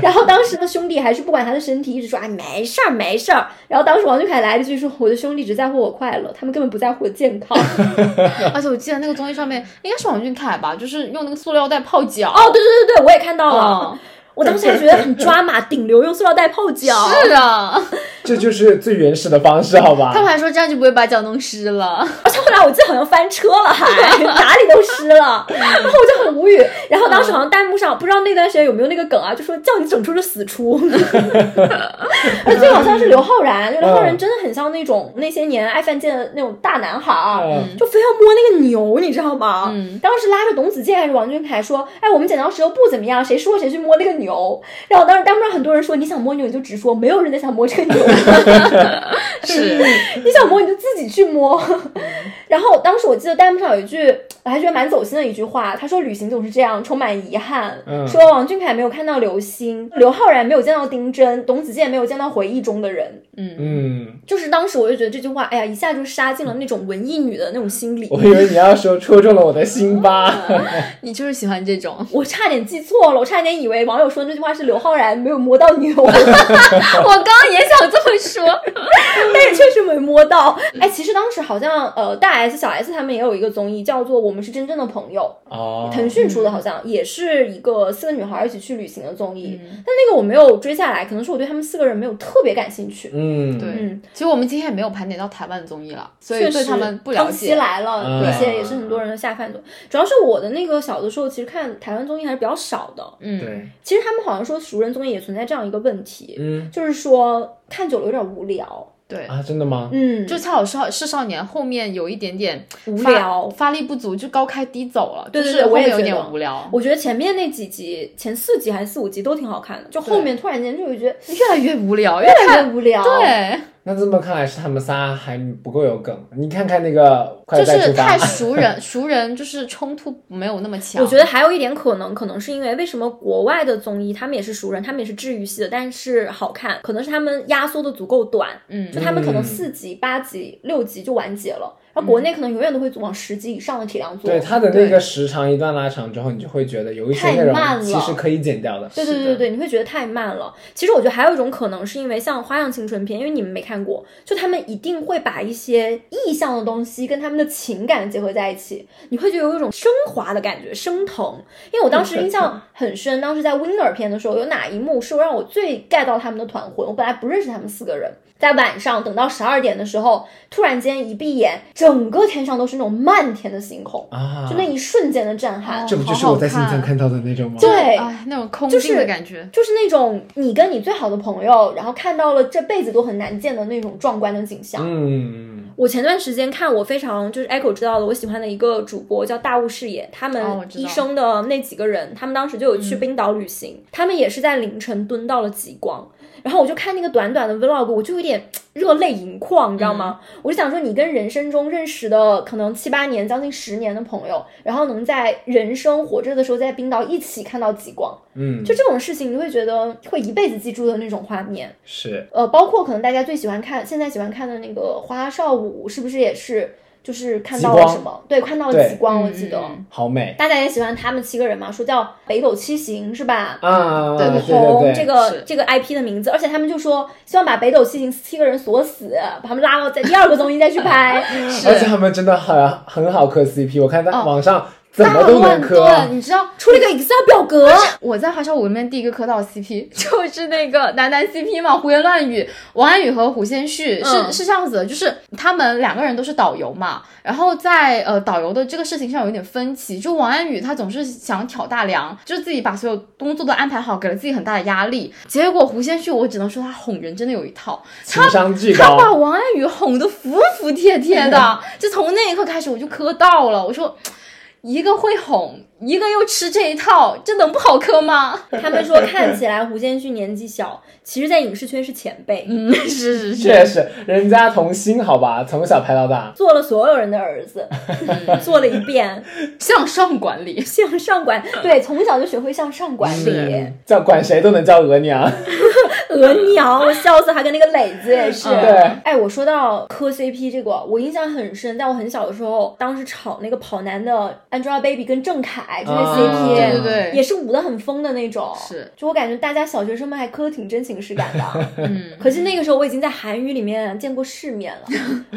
然后当时的兄弟还是不管他的身体，一直说哎没事儿没事儿。然后当时王俊凯来了一句说我的兄弟只在乎我快乐，他们根本不在乎我健 康。哦，
而且我记得那个综艺上面应该是王俊凯吧，就是用那个塑料袋泡脚。
对对对对，我也看到 了，
哦，
我当时还觉得很抓马，顶流用塑料袋泡 脚。
是的，
这就是最原始的方式，好吧
他？们还说这样就不会把脚弄湿了。
而 且后来我记得好像翻车了还，哪里都湿了，然后我就很无语。然后当时好像弹幕上不知道那段时间有没有那个梗啊，就说叫你整出就死出。 而最搞笑的是刘昊然，就刘昊然真的很像那种那些年爱犯贱的那种大男孩儿。
嗯
就非要摸那个牛，你知道吗？
嗯
当时拉着董子健还是王俊凯说：“哎，我们剪刀石头布怎么样？谁输了谁去摸那个牛。”然后当时弹幕上很多人说：“你想摸牛你就直说，没有人再想摸这个牛。”
是，
你想摸你就自己去摸。
嗯
然后当时我记得弹幕上有一句，我还觉得蛮走心的一句话，他说旅行总是这样，充满遗憾。
嗯
说王俊凯没有看到流星，刘昊然没有见到丁真，董子健没有见到回忆中的人。
嗯，
嗯，
就是当时我就觉得这句话，哎呀，一下就杀进了那种文艺女的那种心里。
我以为你要说戳中了我的心
嗯
吧。
你就是喜欢这种。
我差点记错了，我差点以为网友说那句话是刘昊然没有摸到牛，
我刚刚也想这么说。
但是确实没摸到。哎，其实当时好像呃大 S、小 S 他们也有一个综艺叫做《我们是真正的朋友》，
哦，
腾讯出的，好像也是一个四个女孩一起去旅行的综艺，
嗯
但那个我没有追下来，可能是我对她们四个人没有特别感兴趣。
嗯，
对
嗯，
其实我们今天也没有盘点到台湾的综艺了，所以
确实
对他们不了
康熙
解。
来了
嗯
那些也是很多人的下饭综，主要是我的那个小的时候，其实看台湾综艺还是比较少的。
嗯，
对，
其实他们好像说熟人综艺也存在这样一个问题，
嗯
就是说看久了有点无聊，
对，
啊，真的吗？
嗯，
就恰好是是少年后面有一点点
无
发
聊。
发力不足，就高开低走了，
对对
就是
对
后
我也
面有
觉
点
得
无聊。
我觉得前面那几集，前四集还是四五集都挺好看的，就后
对
面突然间就会觉得
越来越无聊，越
越来
看
越无聊。
对，
那这么看来是他们仨还不够有梗。你看看那个，快
就
再
是
出
太
发。
熟人，熟人就是冲突没有那么强。
我觉得还有一点可能，可能是因为为什么国外的综艺他们也是熟人，他们也是治愈系的，但是好看，可能是他们压缩的足够短，
嗯
就他们可能
嗯
四集、八集、六集就完结了。然而国内可能永远都会往十集以上的体量做。
对它的那
对
个时长一段拉长之后，你就会觉得有一些
太
内容
慢了
其实可以剪掉的。
对对
是
对
的
对对，你会觉得太慢了。其实我觉得还有一种可能，是因为像《花样青春片》，因为你们没看过，就他们一定会把一些意象的东西跟他们的情感结合在一起，你会觉得有一种升华的感觉，升腾。因为我当时印象很深，当时在 Winner 片的时候，有哪一幕是让我最 get 到他们的团魂？我本来不认识他们四个人，在晚上等到十二点的时候，突然间一闭眼，整个天上都是那种漫天的星空，
啊，
就那一瞬间的震撼。
哦
这不就是我在新疆看到的那种吗？
对
哎，那种空
就
境的
是
感觉。
就是那种你跟你最好的朋友，然后看到了这辈子都很难见的那种壮观的景象。
嗯，
我前段时间看我非常就是 Echo 知道的，我喜欢的一个主播叫大雾视野，他
哦我
们
知道
医生的那几个人，他们当时就有去冰岛旅行，他们也是在凌晨蹲到了极光。然后我就看那个短短的 vlog，我就有点嘖热泪盈眶，你知道吗？我就想说，你跟人生中认识的可能七八年、将近十年的朋友，然后能在人生活着的时候，在冰岛一起看到极光，
嗯，
就这种事情，你会觉得会一辈子记住的那种画面。
是
呃，包括可能大家最喜欢看，现在喜欢看的那个花少舞，是不是也是就是看到
极
了
光
什么？对，看到了极光，我记得。
嗯
好美
大家也喜欢他们七个人嘛，说叫北斗七星是吧？
啊！
对
对
红
对
这
对，
个
是
这个 IP 的名字，而且他们就说希望把北斗七星七个人锁死，把他们拉到在第二个综艺再去拍。
是
而且他们真的很很好磕 CP，我看在
哦
网上怎么都能磕
大乱炖，你知道
出了一个 Excel 表格，
我在花少舞里面第一个磕到的 CP 就是那个男男 CP 嘛，胡言乱语，王安宇和胡先煦、
嗯
是是这样子的，就是他们两个人都是导游嘛，然后在呃导游的这个事情上有点分歧，就王安宇他总是想挑大梁，就是自己把所有工作都安排好，给了自己很大的压力，结果胡先煦我只能说他哄人真的有一套，
情商巨
他把
高。
王安宇哄得服服帖帖的，就从那一刻开始我就磕到了，我说。一个会哄，一个又吃这一套，这能不好磕吗？
他们说看起来胡先煦年纪小，其实在影视圈是前辈。
嗯，是是
确实，人家童星好吧，从小拍到大，
做了所有人的儿子，
嗯
做了一遍
向上管理。
向上管，
嗯
对，从小就学会向上管理
嗯。叫管谁都能叫额娘。
额娘，我笑死，还跟那个磊子也
嗯
是。
对，
哎，我说到磕 CP 这个，我印象很深，在我很小的时候，当时炒那个跑男的 Angelababy 跟郑恺这对
啊
CP，、
对对对
也是舞的很疯的那种。
是，
就我感觉大家小学生们还磕的挺真情实感的。
嗯，
可是那个时候我已经在韩语里面见过世面了，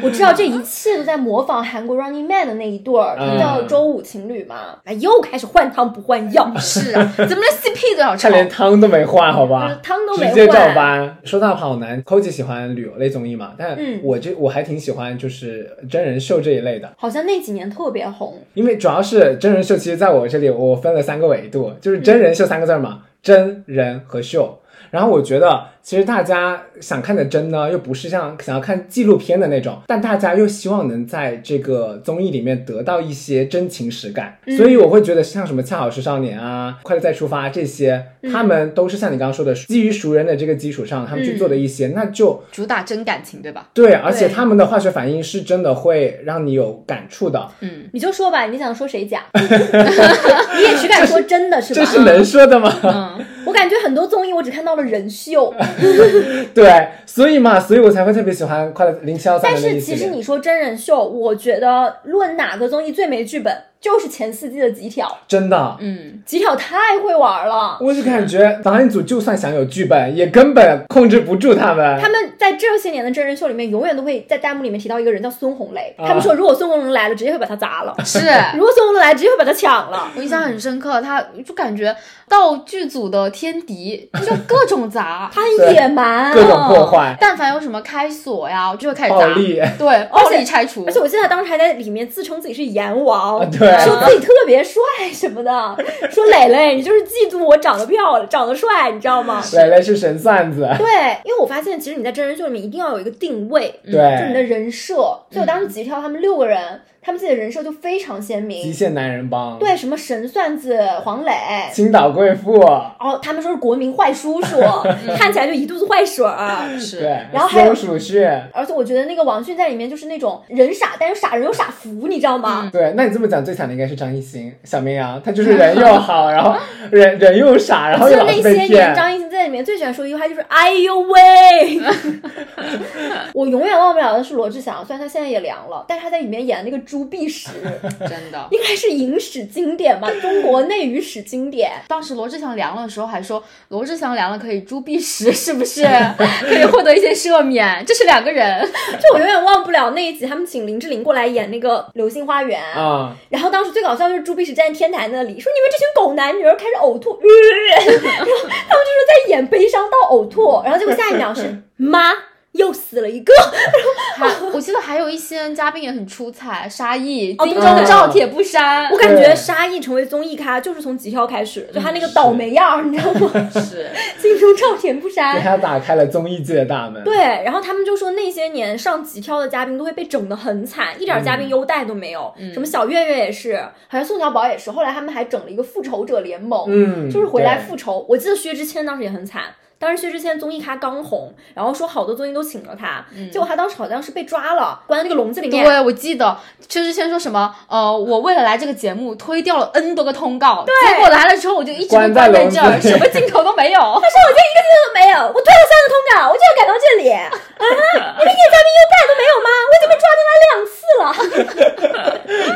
我知道这一切都在模仿韩国 Running Man 的那一对儿，他们叫
嗯
周五情侣嘛。哎，又开始换汤不换药，
是啊，咱们这 CP 都要
他
炒。
连汤都没换，好吧？
嗯汤都没
直接照
换。
搬。说到跑男 k o j i 喜欢旅游类综艺嘛，但
嗯
我这我还挺喜欢就是真人秀这一类的，
好像那几年特别红，
因为主要是真人秀，其实在我这里我分了三个维度，就是真人秀三个字儿嘛，真人和秀。然后我觉得，其实大家想看的真呢，又不是像想要看纪录片的那种，但大家又希望能在这个综艺里面得到一些真情实感，所以我会觉得像什么《恰好是少年》啊，《快乐再出发》这些，他们都是像你刚刚说的，基于熟人的这个基础上，他们去做的一些，那就
主打真感情，对吧？
对，而且他们的化学反应是真的会让你有感触的，
嗯，
你就说吧，你想说谁假？ 你也只敢说真的是吧
这？是能说的吗？
我感觉很多综艺我只看到了人秀，
嗯 对，所以嘛，所以我才会特别喜欢《快乐零七幺三
但
的那
是
一
其
系
实
列。
你说真人秀，我觉得论哪个综艺最没剧本，就是前四季的极挑，
真的，
嗯，
极挑太会玩了。
我就感觉档案组就算想有剧本，也根本控制不住他们。
他们在这些年的真人秀里面，永远都会在弹幕里面提到一个人叫孙红雷。
啊
他们说，如果孙红雷来了，直接会把他砸了；
是。
如果孙红雷来，直接会把他抢了。
我印象很深刻，他就感觉到剧组的天敌就各种 砸，
他哦很野蛮，
各种破坏
但凡有什么开锁呀，就会开始
暴
砸，
力
对，暴力拆除
而。且我记得他当时还在里面自称自己是阎王，
啊对
说自己特别帅什么的， 说磊磊，你就是嫉妒我长得漂亮、长得帅，你知道吗？
蕾蕾是神算子，
对，因为我发现其实你在真人秀里面一定要有一个定位，就你的
对，嗯
人设。所以我当时急跳他们六个人，他们自己的人设就非常鲜
极
明。
限男人帮，，
对，什么神算子黄磊，
青岛贵妇，
哦，他们说是国民坏叔叔， 看起来就一肚子坏水儿。
是，
对，
然后还有
松鼠穴。
而且我觉得那个王迅在里面就是那种人傻，但是傻人又傻福，你知道吗？
对，那你这么讲，最惨的应该是张艺兴，小绵羊，他
嗯
就是人又 好，然后人人又傻，然后
就
又
是
老
那
是
些
被
年，
骗。
张艺兴在里面最喜欢说一句话就是“哎呦喂”，我永远忘不了的是罗志祥，虽然他现在也凉了，但是他在里面演那个朱碧石，
真的。
应该是影史经典吧，中国内娱史经典。
当时罗志祥凉了的时候还说，罗志祥凉了可以诛避石， 是不是可以获得一些赦免？这是两个人，
就我永远忘不了那一集，他们请林志玲过来演那个《流星花园》
啊、
然后当时最搞笑就是朱碧石站在天台那里说：“你们这群狗男女儿开始呕吐。 呃”然后他们就说在演悲伤到呕吐，然后结果下一秒是妈又死了一个。
还我记得还有一些嘉宾也很出彩，沙溢、
哦
荆州的
对
赵铁不删
我，感觉
对
沙溢成为综艺咖就是从极挑开始，就他那个倒霉样儿，你知道吗？
是
心中照甜不
给
删。
他打开了综艺界的大门。
对，，然后他们就说那些年上极挑的嘉宾都会被整得很惨，一点嘉
嗯
宾优待都没有。什么小岳岳也是，好像宋小宝也是。后来他们还整了一个复仇者联盟，
嗯，
就是回来
对
复仇。我记得薛之谦当时也很惨，当时薛之谦综艺咖刚红，然后说好多综艺都请了他，
嗯
结果他当时好像是被抓了，关在那个笼子里面。
对，我记得薛之谦说什么，呃，我为了来这个节目推掉了 N 多个通告，结果来了之后我就一直被
关在
关在
笼
这儿，
子里
什么镜头都没有。
但是我就一个镜头都没有，我推了三个通稿，我就要赶到这 里啊！我连演嘉宾优待都没有吗？我已经被抓进来两次了。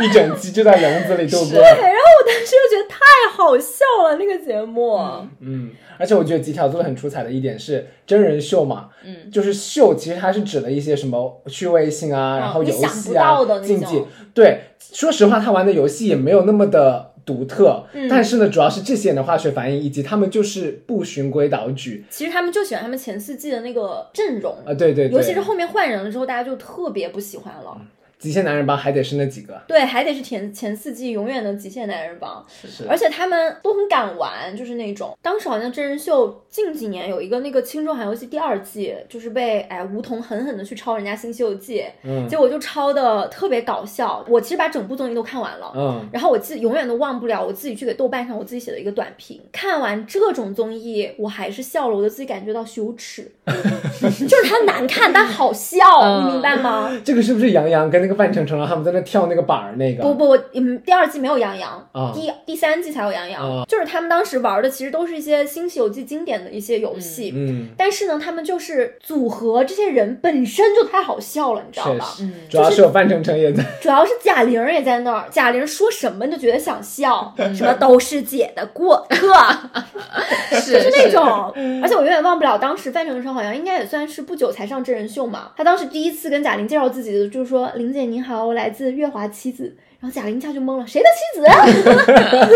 一整期就在笼子里度 过。
对，然后我当时就觉得太好笑了，那个节目。
嗯，而且我觉得极挑做的很出彩的一点是真人秀嘛，嗯，就是秀，其实它是指的一些什么趣味性啊，然后游
嗯你想不
戏啊
到的、那
竞
种
技。对，说实话，他玩的游戏也没有那么的独特，
嗯
但是呢，主要是这些人的化学反应，以及他们就是不循规蹈矩
其实他们就喜欢他们前四季的那个阵容，
啊、对对对，嗯
尤其是后面换人了之后，大家就特别不喜欢了。
极限男人帮还得是那几个，
对，还得是前前四季永远的极限男人帮。
是
而且他们都很敢玩，就是那种当时好像真人秀近几年有一个那个《青春环游记》第二季，就是被哎吴彤狠狠的去抄人家《新西游记》，
嗯
结果就抄的特别搞笑。我其实把整部综艺都看完了。
嗯，
然后我自己永远都忘不了我自己去给豆瓣上我自己写的一个短评。看完这种综艺，我还是笑了，我都自己感觉到羞耻， 就是它难看，但好笑，
嗯
你明白吗？
这个是不是杨洋跟那个范丞丞，然后他们在那跳那个板儿那个？
不不，我嗯，第二季没有杨洋，
啊
第第三季才有杨洋。
啊
就是他们当时玩的，其实都是一些《新西游记》经典的一些游戏。
嗯，
但是呢，他们就是组合这些人本身就太好笑了，你知道
确
吧？
实，
嗯
主要是有范丞丞也在，
主要是贾玲也在那儿，贾玲说什么你就觉得想笑，
嗯
什么都是姐的过客，
是
就那种。而且我永远忘不了，当时范丞丞好像应该也算是不久才上真人秀嘛。他当时第一次跟贾玲介绍自己，就是说：“玲姐您好，我来自月华妻子。”然后贾玲一下就懵了，谁的妻 子？啊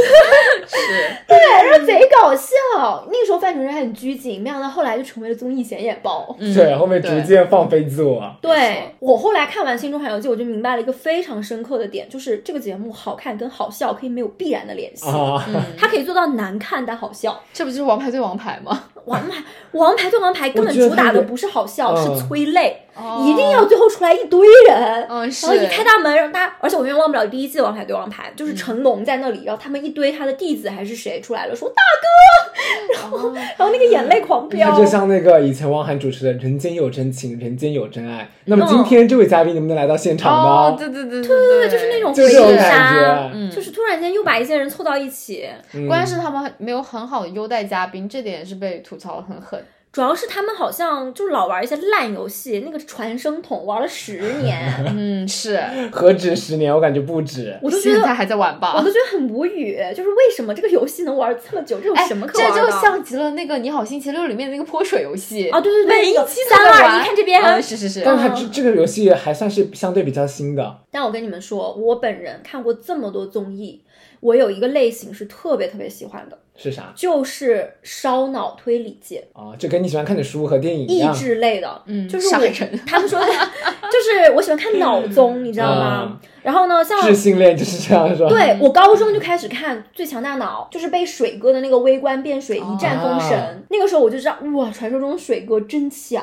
是
对，然后贼搞笑。那个时候范丞丞还很拘谨，没想到后来就成为了综艺显眼包。
嗯
对，后面逐
对
渐放飞自我。
对我后来看完《新中环游记》，我就明白了一个非常深刻的点，就是这个节目好看跟好笑可以没有必然的联系，
哦
啊，
它可以做到难看但好笑。
这不就是王牌对王牌吗？
王牌，王牌对王牌根
我
本
觉得
主打
它
的
也
不是好笑，
嗯
是催泪，
哦
一定要最后出来一堆人，
嗯是嗯
然后一开大门让大家，而且我永远忘不了第一季的王牌对王牌，就是成龙在那里，然后他们一堆他的弟子还是谁出来了，说大
哦
哥， 然后然后那个眼泪狂飙
他，就像那个以前汪涵主持的《人间有真情，人间有真
嗯
爱》。那么今天这位嘉宾能不能来到现场
哦，
呢？
对对对对对
就是啊那种
就
回
这种
忆
感
杀
觉，
嗯
就是突然间又把一些人凑到一起，
嗯
关键是他们没有很好的优待嘉宾，这点也是被吐槽的很 狠。
主要是他们好像就老玩一些烂游戏，那个传声筒玩了十 年，
嗯，是，
何止十年，我感觉不止。
我就觉
现
得
在还在玩吧
我。都觉得很无语，就是为什么这个游戏能玩这么久？这有什么可
哎这
玩的？
就像极了那个《你好星期六》里面的那个泼水游戏
啊，，对对对，
每一
有
期都
三
在
二
玩
一，看这边。
哦嗯是是是，
但是它这这个游戏还算是相对比较新的，
但我跟你们说，我本人看过这么多综艺，我有一个类型是特别特别喜欢的，
是啥
就是烧脑推理界，
啊？就跟你喜欢看的书和电影一
益
样，
智类的，
嗯
就是
杀
我
人
他们说的，就是我喜欢 看脑综，你知道
啊
吗？然后呢，像
是性恋就是这样是吧？
对我高中就开始看《最强大脑》，就是被水哥的那个微观变水
哦
一战封神。
啊
那个时候我就知道，哇，传说中水哥真强。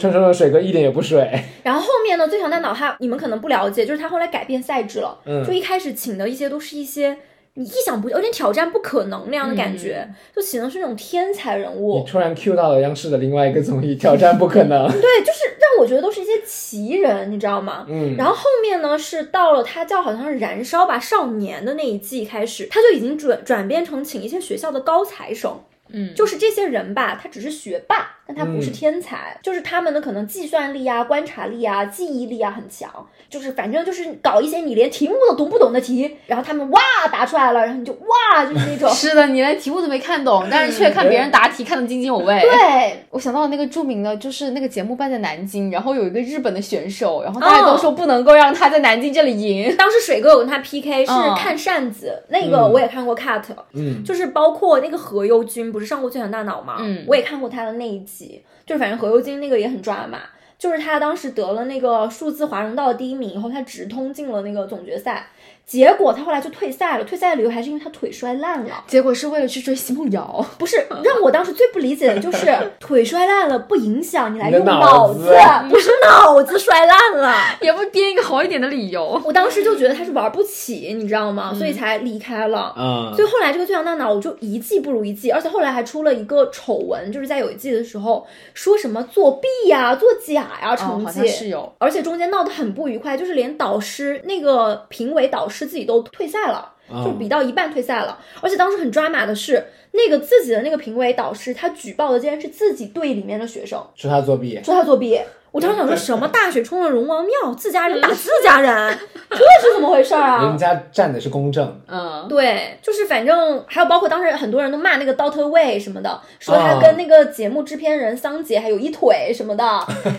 冲冲冲，水哥一点也不水，
然后后面呢，《最强大脑》他你们可能不了解，就是他后来改变赛制了，
嗯
就一开始请的一些都是一些你意想不有点挑战不可能那样的感觉，就请的是那种天才人
你
物。，
突然 cue 到了央视的另外一个综艺《挑战不可能》
对，就是让我觉得都是一些奇人，你知道吗？
嗯，
然后后面呢，是到了他叫好像是《燃烧吧少年》的那一季开始，他就已经转转变成请一些学校的高材生，
嗯，。
就是这些人吧，他只是学霸，但他不是天才，就是他们的可能计算力啊、观察力啊、记忆力啊很强，就是反正就是搞一些你连题目都读不懂的题，然后他们哇答出来了，然后你就哇就是那种
嗯是的，你连题目都没看懂，但是却看别人答题看得津津有味。
对，
我想到了那个著名的，就是那个节目办在南京，然后有一个日本的选手，然后大家都说不能够让他在南京这里赢。
当时水哥有跟他 PK 是
嗯
看扇子，那个
嗯
我也看过 cut，、
嗯，
就是包括那个何猷君不是上过《最强大脑》吗？
嗯
我也看过他的那一集，就是反正何猷君那个也很抓马，就是他当时得了那个数字华容道的第一名以后，他直通进了那个总决赛，结果他后来就退赛了，退赛的理由还是因为他腿摔烂了。
结果是为了去追奚梦瑶，
不是，让我当时最不理解的就是腿摔烂了不影响你来
你的
用
脑
子
子，啊
不是脑子摔烂了。
也不编一个好一点的理由。
我当时就觉得他是玩不起，你知道吗？所以才离开了。
啊
嗯
所以后来这个《最强大脑》我就一季不如一季，而且后来还出了一个丑闻，就是在有一季的时候说什么作弊呀、作假呀、
哦，
成
好
绩。
像是有，
而且中间闹得很不愉快，就是连导师那个评委导师自己都退赛了，
哦
嗯
就比到一半退赛了。而且当时很抓马的是，那个自己的那个评委导师，他举报的竟然是自己队里面的学生，
说他作弊，
说他作弊。我当时想说，什么大雪冲了龙王庙，自家人 打自家人，这是怎么回事儿啊？
人家站的是公正，
嗯，
对，就是反正还有包括当时很多人都骂那个 Doctor Way 什么的，说他跟那个节目制片人桑杰还有一腿什么的，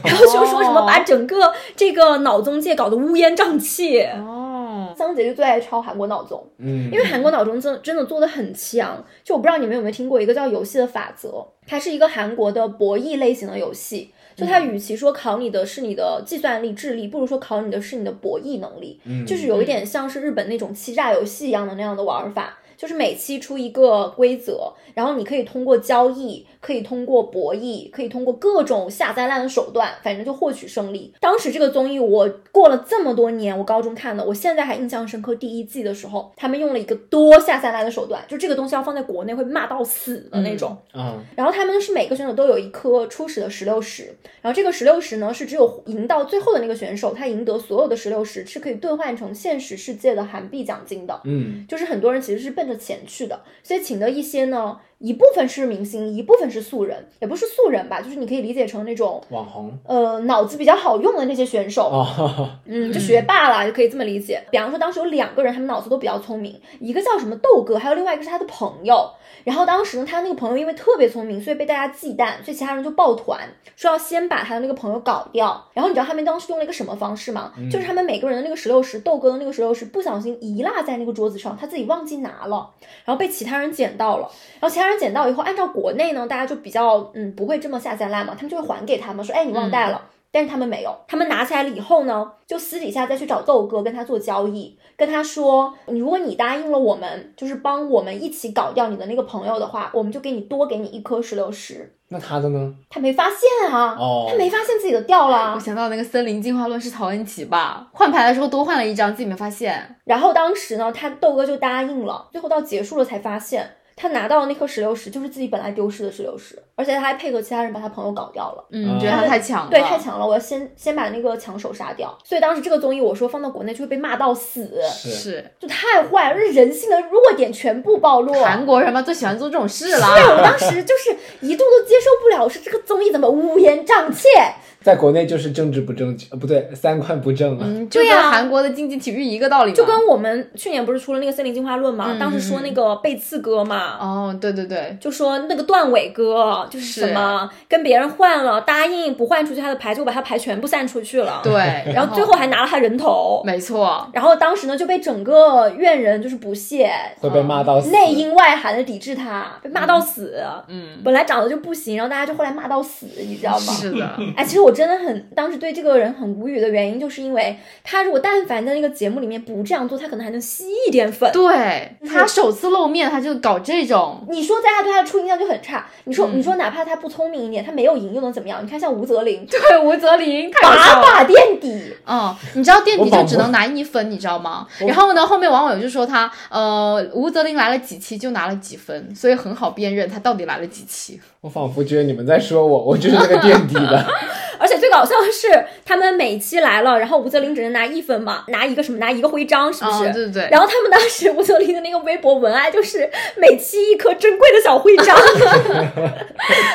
然后就说什么把整个这个脑综界搞得乌烟瘴气。
哦，
桑杰就最爱抄韩国脑综，
嗯，
因为韩国脑综真真的做的很强。就我不知道你们有没有听过一个叫《游戏的法则》，它是一个韩国的博弈类型的游戏。就它与其说考你的是你的计算力、智力，不如说考你的是你的博弈能力。
嗯
就是有一点像是日本那种欺诈游戏一样的那样的玩法，就是每期出一个规则，然后你可以通过交易，可以通过博弈，可以通过各种下三滥的手段，反正就获取胜利。当时这个综艺我过了这么多年，我高中看的，我现在还印象深刻。第一季的时候，他们用了一个多下三滥的手段，就这个东西要放在国内会骂到死的那种。
嗯
然后他们是每个选手都有一颗初始的十六石，然后这个十六石呢是只有赢到最后的那个选手，他赢得所有的十六石是可以兑换成现实世界的韩币奖金的。
嗯
就是很多人其实是奔着钱去的，所以请的一些呢，一部分是明星，一部分是素人，也不是素人吧，就是你可以理解成那种
网红
呃脑子比较好用的那些选手，
哦，
嗯，就学霸啦，就可以这么理解。比方说，当时有两个人，他们脑子都比较聪明，一个叫什么豆哥，还有另外一个是他的朋友。然后当时呢，他那个朋友因为特别聪明，所以被大家忌惮，所以其他人就抱团，说要先把他的那个朋友搞掉。然后你知道他们当时用了一个什么方式吗？就是他们每个人的那个石榴石，豆哥的那个石榴石不小心遗落在那个桌子上，他自己忘记拿了，然后被其他人捡到了。然后其他人捡到以后，按照国内呢，大家就比较嗯不会这么下三滥嘛，他们就会还给他们说，哎，你忘带了。但是他们没有，他们拿起来了以后呢，就私底下再去找豆哥跟他做交易，跟他说，你如果你答应了我们，就是帮我们一起搞掉你的那个朋友的话，我们就给你多给你一颗石榴石。
那他的呢？
他没发现啊，
哦
他没发现自己的掉了
我
啊。
想到那个森林进化论是曹恩琪吧？换牌的时候多换了一张，自己没发现。
然后当时呢，他豆哥就答应了，最后到结束了才发现，他拿到的那颗石榴石就是自己本来丢失的石榴石，而且他还配合其他人把他朋友搞掉了。
嗯，
嗯
觉得他太强了，
对，太。强了！我要先先把那个强手杀掉。所以当时这个综艺，我说放到国内就会被骂到死，
是
是
就太坏了，就是人性的弱点全部暴露。
韩国人嘛，最喜欢做这种事
对，
了。
我当时就是一度都接受不了，我说这个综艺怎么乌烟瘴气？
在国内就是政治不正确，呃不对，三观不正啊。
嗯，就
对
跟
啊
韩国的竞技体育一个道理嘛，
就跟我们去年不是出了那个《森林进化论》嘛，
嗯
当时说那个背刺哥嘛，
哦，对对对，
就说那个段伟哥就是什么跟别人换了，答应不换出去他的牌，就把他牌全部散出去了。
对，
然后最后还拿了他人头。
没错，
然后当时呢就被整个院人就是不屑，
会被骂到死。
哦内应外寒的抵制他，被骂到死。
嗯，
本来长得就不行，然后大家就后来骂到死，你知道吗？
是的，
哎，其实我真的很当时对这个人很无语的原因，就是因为他如果但凡在那个节目里面不这样做，他可能还能吸一点粉。
对他首次露面，他就搞这种，
你说在他对他的初印象就很差，你说、你说哪怕他不聪明一点，他没有赢又能怎么样？你看像吴泽林，
对吴泽林太搞笑
把
了
把垫底，
嗯，你知道垫底
我
就
仿
只
佛
能拿一分，你知道吗？然后呢，后面网友就说他，呃，吴泽林来了几期就拿了几分，所以很好辨认他到底来了几期。
我仿佛觉得你们在说我， 我就是那个垫底的。
而且最搞笑的是，他们每期来了，然后吴泽林只能拿一分嘛，拿一个什么拿一个徽章，是不是？
嗯，对对对。
然后他们当时吴泽林的那个微博文案就是每期一颗珍贵的小徽 章，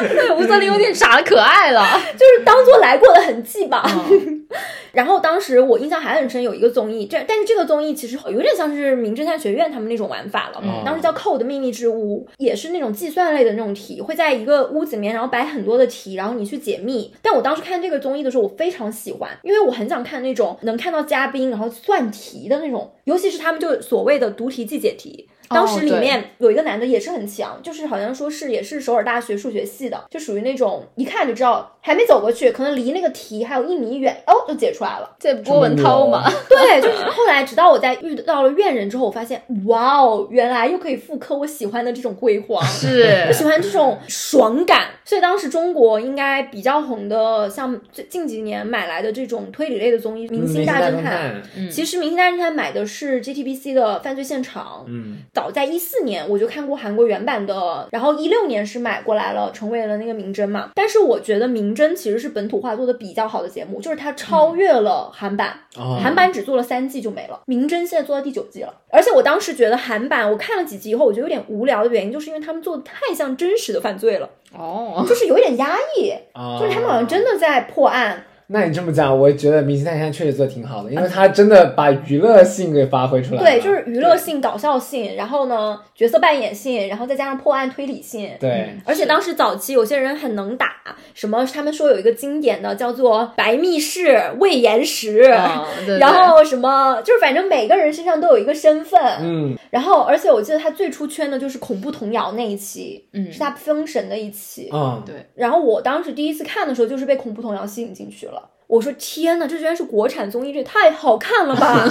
对，吴泽林有点傻可爱了。
就是当做来过的痕迹吧。
嗯
然后当时我印象还很深，有一个综艺，这但是这个综艺其实有点像是《名侦探学院》他们那种玩法了，
嗯
当时叫《扣的秘密之屋》，也是那种计算类的那种题，会在一个屋子里面，然后摆很多的题，然后你去解密。但我当时看这个综艺的时候，我非常喜欢，因为我很想看那种能看到嘉宾然后算题的那种，尤其是他们就所谓的读题即解题。
哦
当时里
对
面有一个男的也是很强，就是好像说是也是首尔大学数学系的，就属于那种一看就知道还没走过去，可能离那个题还有一米远，哦就解出来了。
这郭文涛嘛，
对，就是后来直到我在遇到了怨人之后，我发现哇哦，原来又可以复刻我喜欢的这种辉煌。我
是
喜欢这种爽感，所以当时中国应该比较红的，像最近几年买来的这种推理类的综艺
嗯
《嗯明星大侦探》。
探，
其实《明星大侦探》买的是 GTBC 的犯罪现场，
嗯，
早在一四年我就看过韩国原版的，然后一六年是买过来了，成为了那个明侦嘛。但是我觉得明侦其实是本土化做的比较好的节目，就是它超越了韩版，
哦，
韩版只做了三季就没了，明侦现在做到第九季了。而且我当时觉得韩版我看了几集以后，我觉得有点无聊的原因，就是因为他们做的太像真实的犯罪了，
哦，
就是有点压抑，
哦
就是他们好像真
的。
的在破案。
那你这么讲，我觉得《明星大侦探》确实做的挺好的，因为他真的把娱乐性给发挥出来了。
对，就是娱乐性、搞笑性，然后呢，角色扮演性，然后再加上破案推理性。
对，
而且当时早期有些人很能打，什么他们说有一个经典的叫做“白密室”“魏延石”，
嗯对对
然后什么就是反正每个人身上都有一个身份，
嗯，
然后，而且我记得他最出圈的就是恐怖童谣那一期，
嗯
是他封神的一期。
啊，
对
然后我当时第一次看的时候，就是被恐怖童谣吸引进去了。我说天呐，这居然是国产综艺，这也太好看了 吧！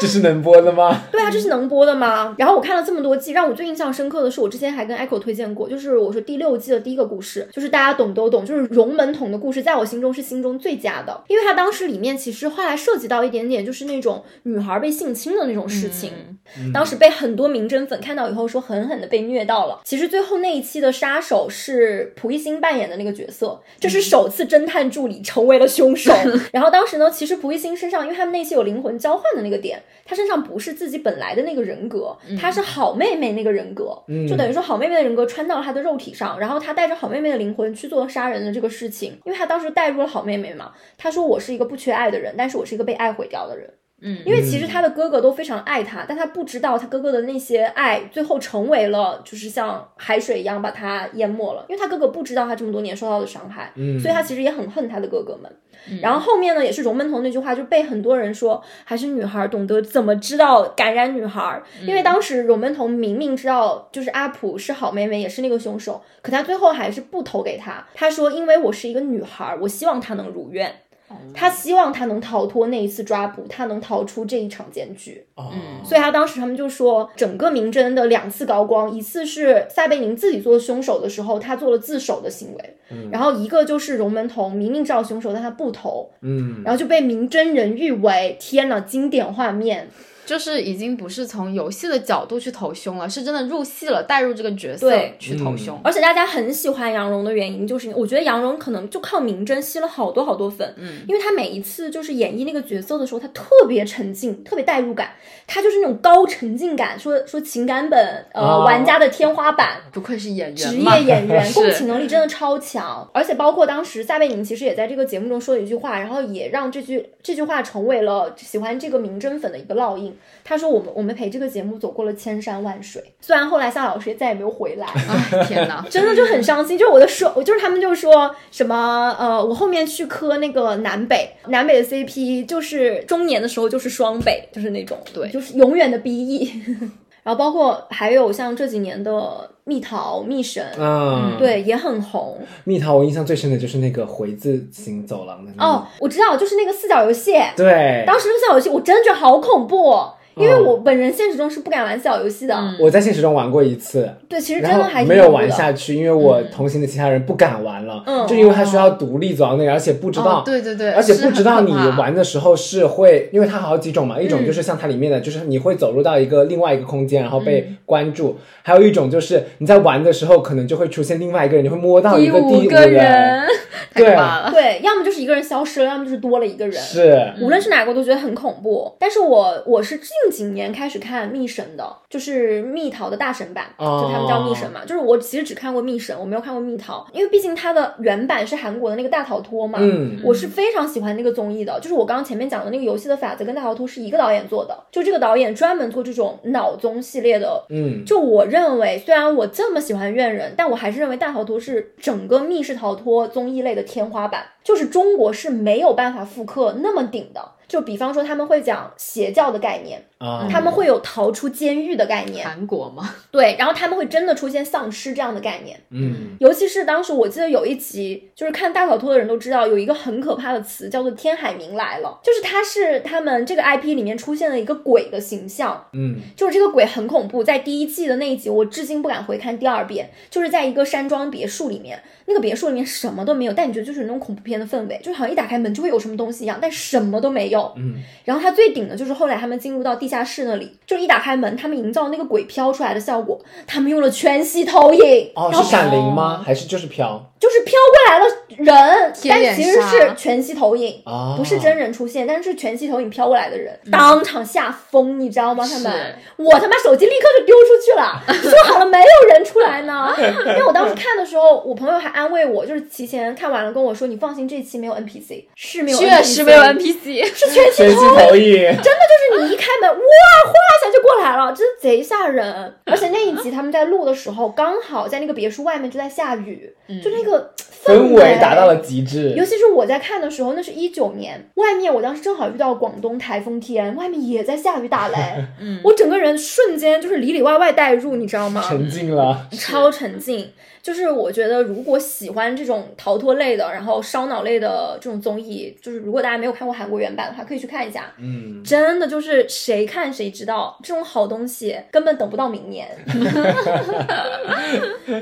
这是能播的吗？
对啊，这是能播的吗？然后我看了这么多季，让我最印象深刻的是，我之前还跟 Echo 推荐过，就是我说第六季的第一个故事，就是大家懂都懂，就是龙门桶的故事，在我心中是心中最佳的，因为它当时里面其实后来涉及到一点点，就是那种女孩被性侵的那种事
嗯
情。
嗯
当时被很多明侦粉看到以后，说狠狠的被虐到了。其实最后那一期的杀手是蒲熠星扮演的那个角色，这是首次侦探助理成为了凶手。然后当时呢，其实蒲熠星身上，因为他们那期有灵魂交换的那个点，她身上不是自己本来的那个人格，她是好妹妹那个人格，
嗯
就等于说好妹妹的人格穿到了她的肉体上，然后她带着好妹妹的灵魂去做杀人的这个事情，因为她当时带入了好妹妹嘛，她说我是一个不缺爱的人，但是我是一个被爱毁掉的人。
嗯
因为其实她的哥哥都非常爱她，但她不知道她哥哥的那些爱最后成为了就是像海水一样把她淹没了，因为她哥哥不知道她这么多年受到的伤害，
嗯
所以她其实也很恨她的哥哥们。然后后面呢，也是荣门童那句话就被很多人说，还是女孩懂得怎么知道感染女孩，因为当时荣门童明明知道就是阿普是好妹妹，也是那个凶手，可她最后还是不投给他。她说：“因为我是一个女孩，我希望她能如愿。”她希望她能逃脱那一次抓捕，她能逃出这一场监剧。
哦
嗯
所以他当时他们就说，整个明侦的两次高光，一次是撒贝宁自己做凶手的时候，他做了自首的行为，
嗯
然后一个就是荣门童明明知道凶手，但他不投，
嗯，
然后就被明侦人誉为天呐，经典画面。
就是已经不是从游戏的角度去投凶了，是真的入戏了，带入这个角色
对嗯
去投凶。
而且大家很喜欢杨蓉的原因，就是我觉得杨蓉可能就靠明侦吸了好多好多粉，嗯，因为她每一次就是演绎那个角色的时候，她特别沉浸，特别代入感，她就是那种高沉浸感，说说情感本呃、
哦
玩家的天花板，
不愧是演员
职
嘛
业，演员，
是
共情能力真的超强，而且包括当时撒贝宁其实也在这个节目中说了一句话，然后也让这句这句话成为了喜欢这个明侦粉的一个烙印。他说：“我们我们陪这个节目走过了千山万水，虽然后来夏老师也再也没有回 来，
哎天哪！
真的就很伤心。就是我的说，我就是他们就说什么呃，我后面去磕那个南北，南北的 CP 就是中年的时候就是双北，就是那种
对
就是永远的 BE。然 后包括还有像这几年的蜜桃、蜜神，
嗯，
对，也很红
蜜桃，我印象最深的就是那个回字形走廊的那个
哦。我知道，就是那个四角游戏，
对，
当时那个四角游戏我真的觉得好恐怖、哦，因为
嗯
我本人现实中是不敢玩四角游戏的。
我在现实中玩过一次，
对，其实
嗯
真
然
的
后
还挺
没有
恐怖
玩
的
下去，因为我同行的其他人不敢玩了，
嗯
就因为他需要独立走到那个，而且不知道、
哦对对对
而且不知道你
是很可怕
玩的时候是会，因为它好几种
嗯
嘛，一种就是像它里面的，就是你会走入到一个另外一个空间，然后被
嗯
关注；还有一种就是你在玩的时候，可能就会出现另外一个人，你会摸到一个第
五
五
个
人，
人，太
对
可怕了。
嗯对，要么就是一个人消失了，要么就是多了一个人。
是
无论是哪个，我都觉得很恐怖。但是我我是近几年开始看《密神》的，就是蜜桃的大神版，
哦
就他们叫密神嘛。就是我其实只看过密神，我没有看过蜜桃，因为毕竟它的原版是韩国的那个大逃脱嘛。
嗯
我是非常喜欢那个综艺的，就是我刚刚前面讲的那个游戏的法则跟大逃脱是一个导演做的，就这个导演专门做这种脑综系列的
嗯，
就我认为，虽然我这么喜欢怨人，但我还是认为大逃脱是整个密室逃脱综艺类的天花板，就是中国是没有办法复刻那么顶的。就比方说，他们会讲邪教的概念，
啊，
他们会有逃出监狱的概
嗯
念，
韩国嘛，
对，然后他们会真的出现丧尸这样的概念。
嗯
尤其是当时我记得有一集，就是看大逃脱的人都知道有一个很可怕的词叫做“天海明来了”，就是它是他们这个 IP 里面出现了一个鬼的形象，
嗯
就是这个鬼很恐怖，在第一季的那一集，我至今不敢回看第二遍。就是在一个山庄别墅里面，那个别墅里面什么都没有，但你觉得就是那种恐怖片的氛围，就是好像一打开门就会有什么东西一样，但什么都没有。
嗯，
然后它最顶的就是后来他们进入到地下室那里，就是一打开门，他们营造那个鬼飘出来的效果，他们用了全息投影，
哦，
然
是
后
闪灵吗？还是就是飘？
就是飘过来了人，
贴脸
但其实
杀
是全息投影。
哦，
不是真人出现，但是全息投影飘过来的人，
哦
当场吓疯，你知道吗？他们，我他妈手机立刻就丢出去了， 说好了没有人出来呢。因为我当时看的时候，我朋友还安慰我，就是提前看完了跟我说，你放心，这期没有 NPC，是没有 NPC，
确实没有 NPC。
是全息
全息
投影。
投影，
真的就是你一开门，哇，哗一下就过来了，真的贼吓人。而且那一集他们在录的时候，刚好在那个别墅外面就在下雨，
嗯
就那个
氛围
围
达到了极致，
尤其是我在看的时候，那是一九年，外面我当时正好遇到广东台风天，外面也在下雨 打雷，嗯，我整个人瞬间就是里里外外带入，你知道吗？
沉浸了。
超沉浸，就是我觉得如果喜欢这种逃脱类的，然后烧脑类的这种综艺，就是如果大家没有看过韩国原版的话，可以去看一下。
嗯，
真的就是谁看谁知道，这种好东西根本等不到明年。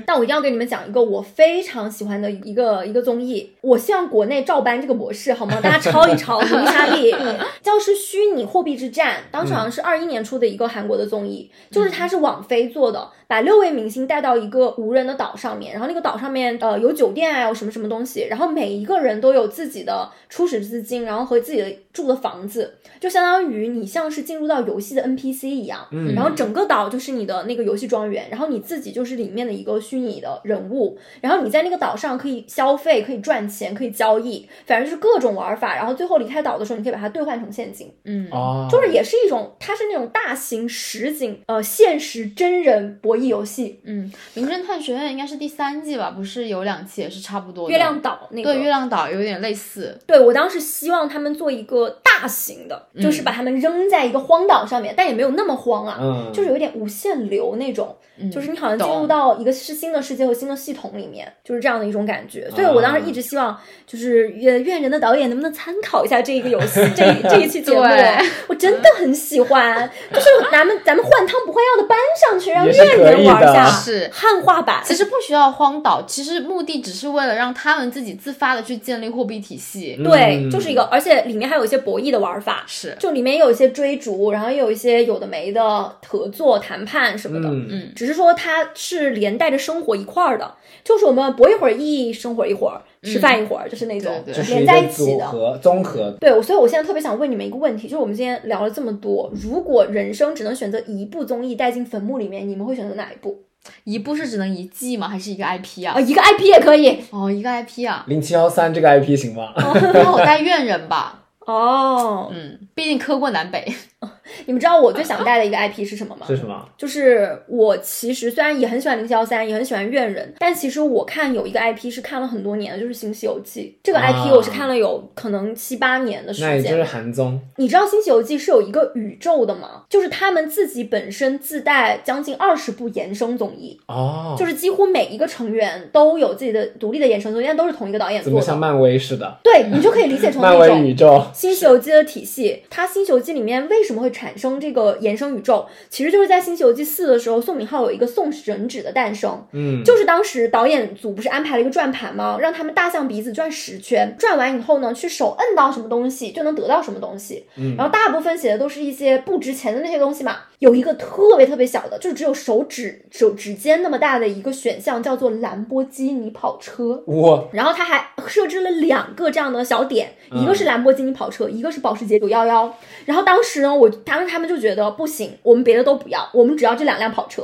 但我一定要给你们讲一个我非常喜欢的一个一个综艺，我希望国内照搬这个模式，好吗？大家抄一抄，努力下力。叫是虚拟货币之战，当时好像是二一年出的一个韩国的综艺，就是它是网飞做的，把六位明星带到一个无人的岛上面，然后那个岛上面呃有酒店啊，有什么什么东西，然后每一个人都有自己的初始资金，然后和自己的住的房子，就相当于你像是进入到游戏的 NPC 一样，
嗯
然后整个岛就是你的那个游戏庄园，然后你自己就是里面的一个虚拟的人物，然后你在那个岛上可以消费、可以赚钱、可以交易，反正就是各种玩法，然后最后离开岛的时候，你可以把它兑换成现金。
嗯，
哦，
就是也是一种，它是那种大型实景呃现实真人博弈游戏，
嗯，《名侦探学院》应该是第三季吧？不是有两期也是差不多的。
月亮岛那个。
对月亮岛有点类似，
对我当时希望他们做一个大型的，就是把他们扔在一个荒岛上面，但也没有那么荒啊，
嗯，
就是有点无限流那种，就是你好像进入
嗯懂
到一个是新的世界和新的系统里面，就是这样的一种感觉。所
啊
以我当时一直希望，就是愿愿人的导演能不能参考一下这一个游戏，这一这一期节目
对，
我真的很喜欢，就是咱们咱们换汤不换药的搬上去，让
也是
愿
可
人
以
玩一
的
下，
啊是
汉化版。
其实不需要荒岛，其实目的只是为了让他们自己自发的去建立货币体系。
对，
嗯
就是一个，而且里面还有一些博弈意的玩法，
是，
就里面有一些追逐，然后也有一些有的没的合作、谈判什么的。
嗯，
只是说它是连带着生活一块儿的，就是我们搏一会儿艺，生活一会儿，吃饭一会儿，就是那种
嗯对
这
对
是一
连在
个
一起
组
的。
合综合，，
对，所以我现在特别想问你们一个问题，就是我们今天聊了这么多，如果人生只能选择一部综艺带进坟墓里面，你们会选择哪一部
一部是只能一季吗？还是一个 IP 啊
啊？？一个 IP 也可以
哦，一个 IP 啊
零七幺三这个 IP 行吗？
那我带院人吧，
哦。
嗯，毕竟磕过南北，
你们知道我最想带的一个 IP 是什么吗？
是什么？
就是我其实虽然也很喜欢零七幺三，也很喜欢怨人，但其实我看有一个 IP 是看了很多年的，就是《新西游记》。这个
啊
IP 我是看了有可能七八年的时
那也就
间。
是韩综，
你知道《新西游记》是有一个宇宙的吗？就是他们自己本身自带将近二十部衍生综艺，
哦，
就是几乎每一个成员都有自己的独立的衍生综艺，但都是同一个导演
怎
做
么像
的。
漫威似的？
对你就可以理解 成
漫
那
威
种
宇宙
《新西游记》的体系，它《新西游记》里面为什么会产生这个衍生宇宙？其实就是在《新西游记四》的时候，宋敏浩有一个宋神指的诞生，
嗯，
就是当时导演组不是安排了一个转盘吗？让他们大象鼻子转十圈，转完以后呢，去手摁到什么东西就能得到什么东西。
嗯
然后大部分写的都是一些不值钱的那些东西嘛。有一个特别特别小的，就只有手指手指尖那么大的一个选项，叫做兰博基尼跑车。
我
然后他还设置了两个这样的小点，
嗯
一个是兰博基尼跑车，一个是保时捷九幺幺。然后当时呢，我当时他们就觉得不行，我们别的都不要，我们只要这两辆跑车。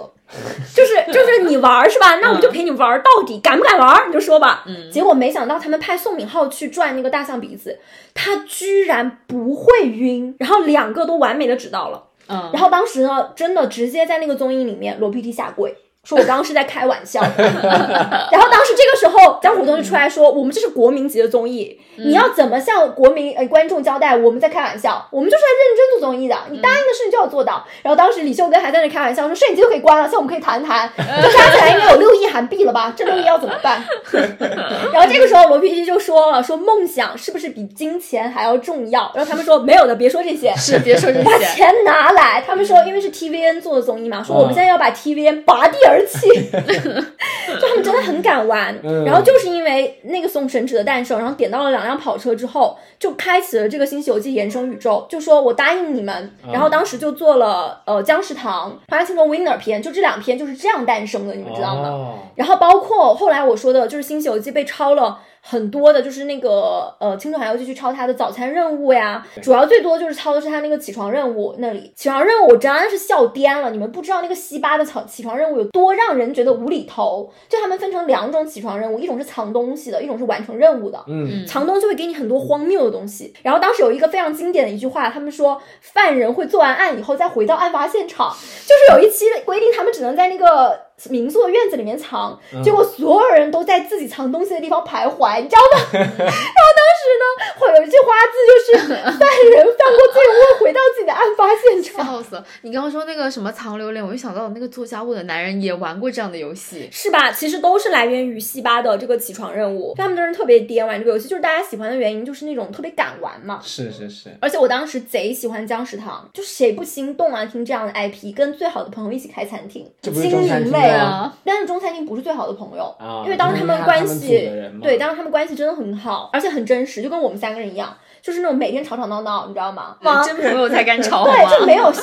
就是就是你玩儿是吧？那我们就陪你玩儿，到底敢不敢玩儿你就说吧。结果没想到他们派宋敏浩去转那个大象鼻子，他居然不会晕，然后两个都完美的指到了。
嗯，
然后当时呢，真的直接在那个综艺里面，罗 PD 下跪。说我刚刚是在开玩 笑，然后当时这个时候，江虎东就出来说：“我们这是国民级的综艺，
嗯
你要怎么向国民呃观众交代我们在开玩笑？我们就是来认真做综艺的，你答应的事你就要做到。”然后当时李秀根还在那开玩笑说：“摄影机都可以关了，现在我们可以谈谈，这加起来应该有六亿韩币了吧？这六亿要怎么 办？”然后这个时候罗 PD 就说了：“说梦想是不是比金钱还要重要？”然后他们说：“没有的，别说这些。”
是别说这
把
些，
钱拿来。他们说，因为是 TVN 做的综艺嘛，说我们现在要把 TVN 拔地而起，就他们真的很敢玩。
嗯
然后就是因为那个送神指的诞生，然后点到了两辆跑车之后，就开启了这个《新西游记》衍生宇宙。就说我答应你们，然后当时就做了呃姜食堂、花样青春 Winner 篇，就这两篇就是这样诞生的，你们知道吗？
哦
然后包括后来我说的，就是《新西游记》被抄了很多的，就是那个呃，青春环游记去抄他的早餐任务呀，主要最多就是抄的是他那个起床任务那里。起床任务我真的是笑颠了，你们不知道那个西巴的起起床任务有多让人觉得无厘头。就他们分成两种起床任务，一种是藏东西的，一种是完成任务的。
嗯，
藏东就会给你很多荒谬的东西。然后当时有一个非常经典的一句话，他们说犯人会做完案以后再回到案发现场， 就是有一期规定他们只能在那个民宿的院子里面藏，结果所有人都在自己藏东西的地方徘徊，你知道吗？ 然后当时呢，会有一句花字就是犯人犯过罪误会回到自己的案发现场。
笑死了！你刚刚说那个什么藏榴莲，我就想到了那个做家务的男人也玩过这样的游戏，
是吧？其实都是来源于西巴的这个起床任务，他们的人特别颠玩这个游戏，就是大家喜欢的原因就是那种特别敢玩嘛。
是是是，
而且我当时贼喜欢姜食堂，就谁不心动啊？听这样的 IP，跟最好的朋友一起开餐厅，
这
心
不是中餐厅
灵
吗
类
对啊，
但是中餐厅不是最好的朋友，
啊
因为当时他们
因为他
关
他们
系
组的人嘛
对，当时他们关系真的很好，而且很真实，就跟我们三个人一样，就是那种每天吵吵闹闹，你知道吗？
对真朋友才敢 吵，好哦吗
对，就没有效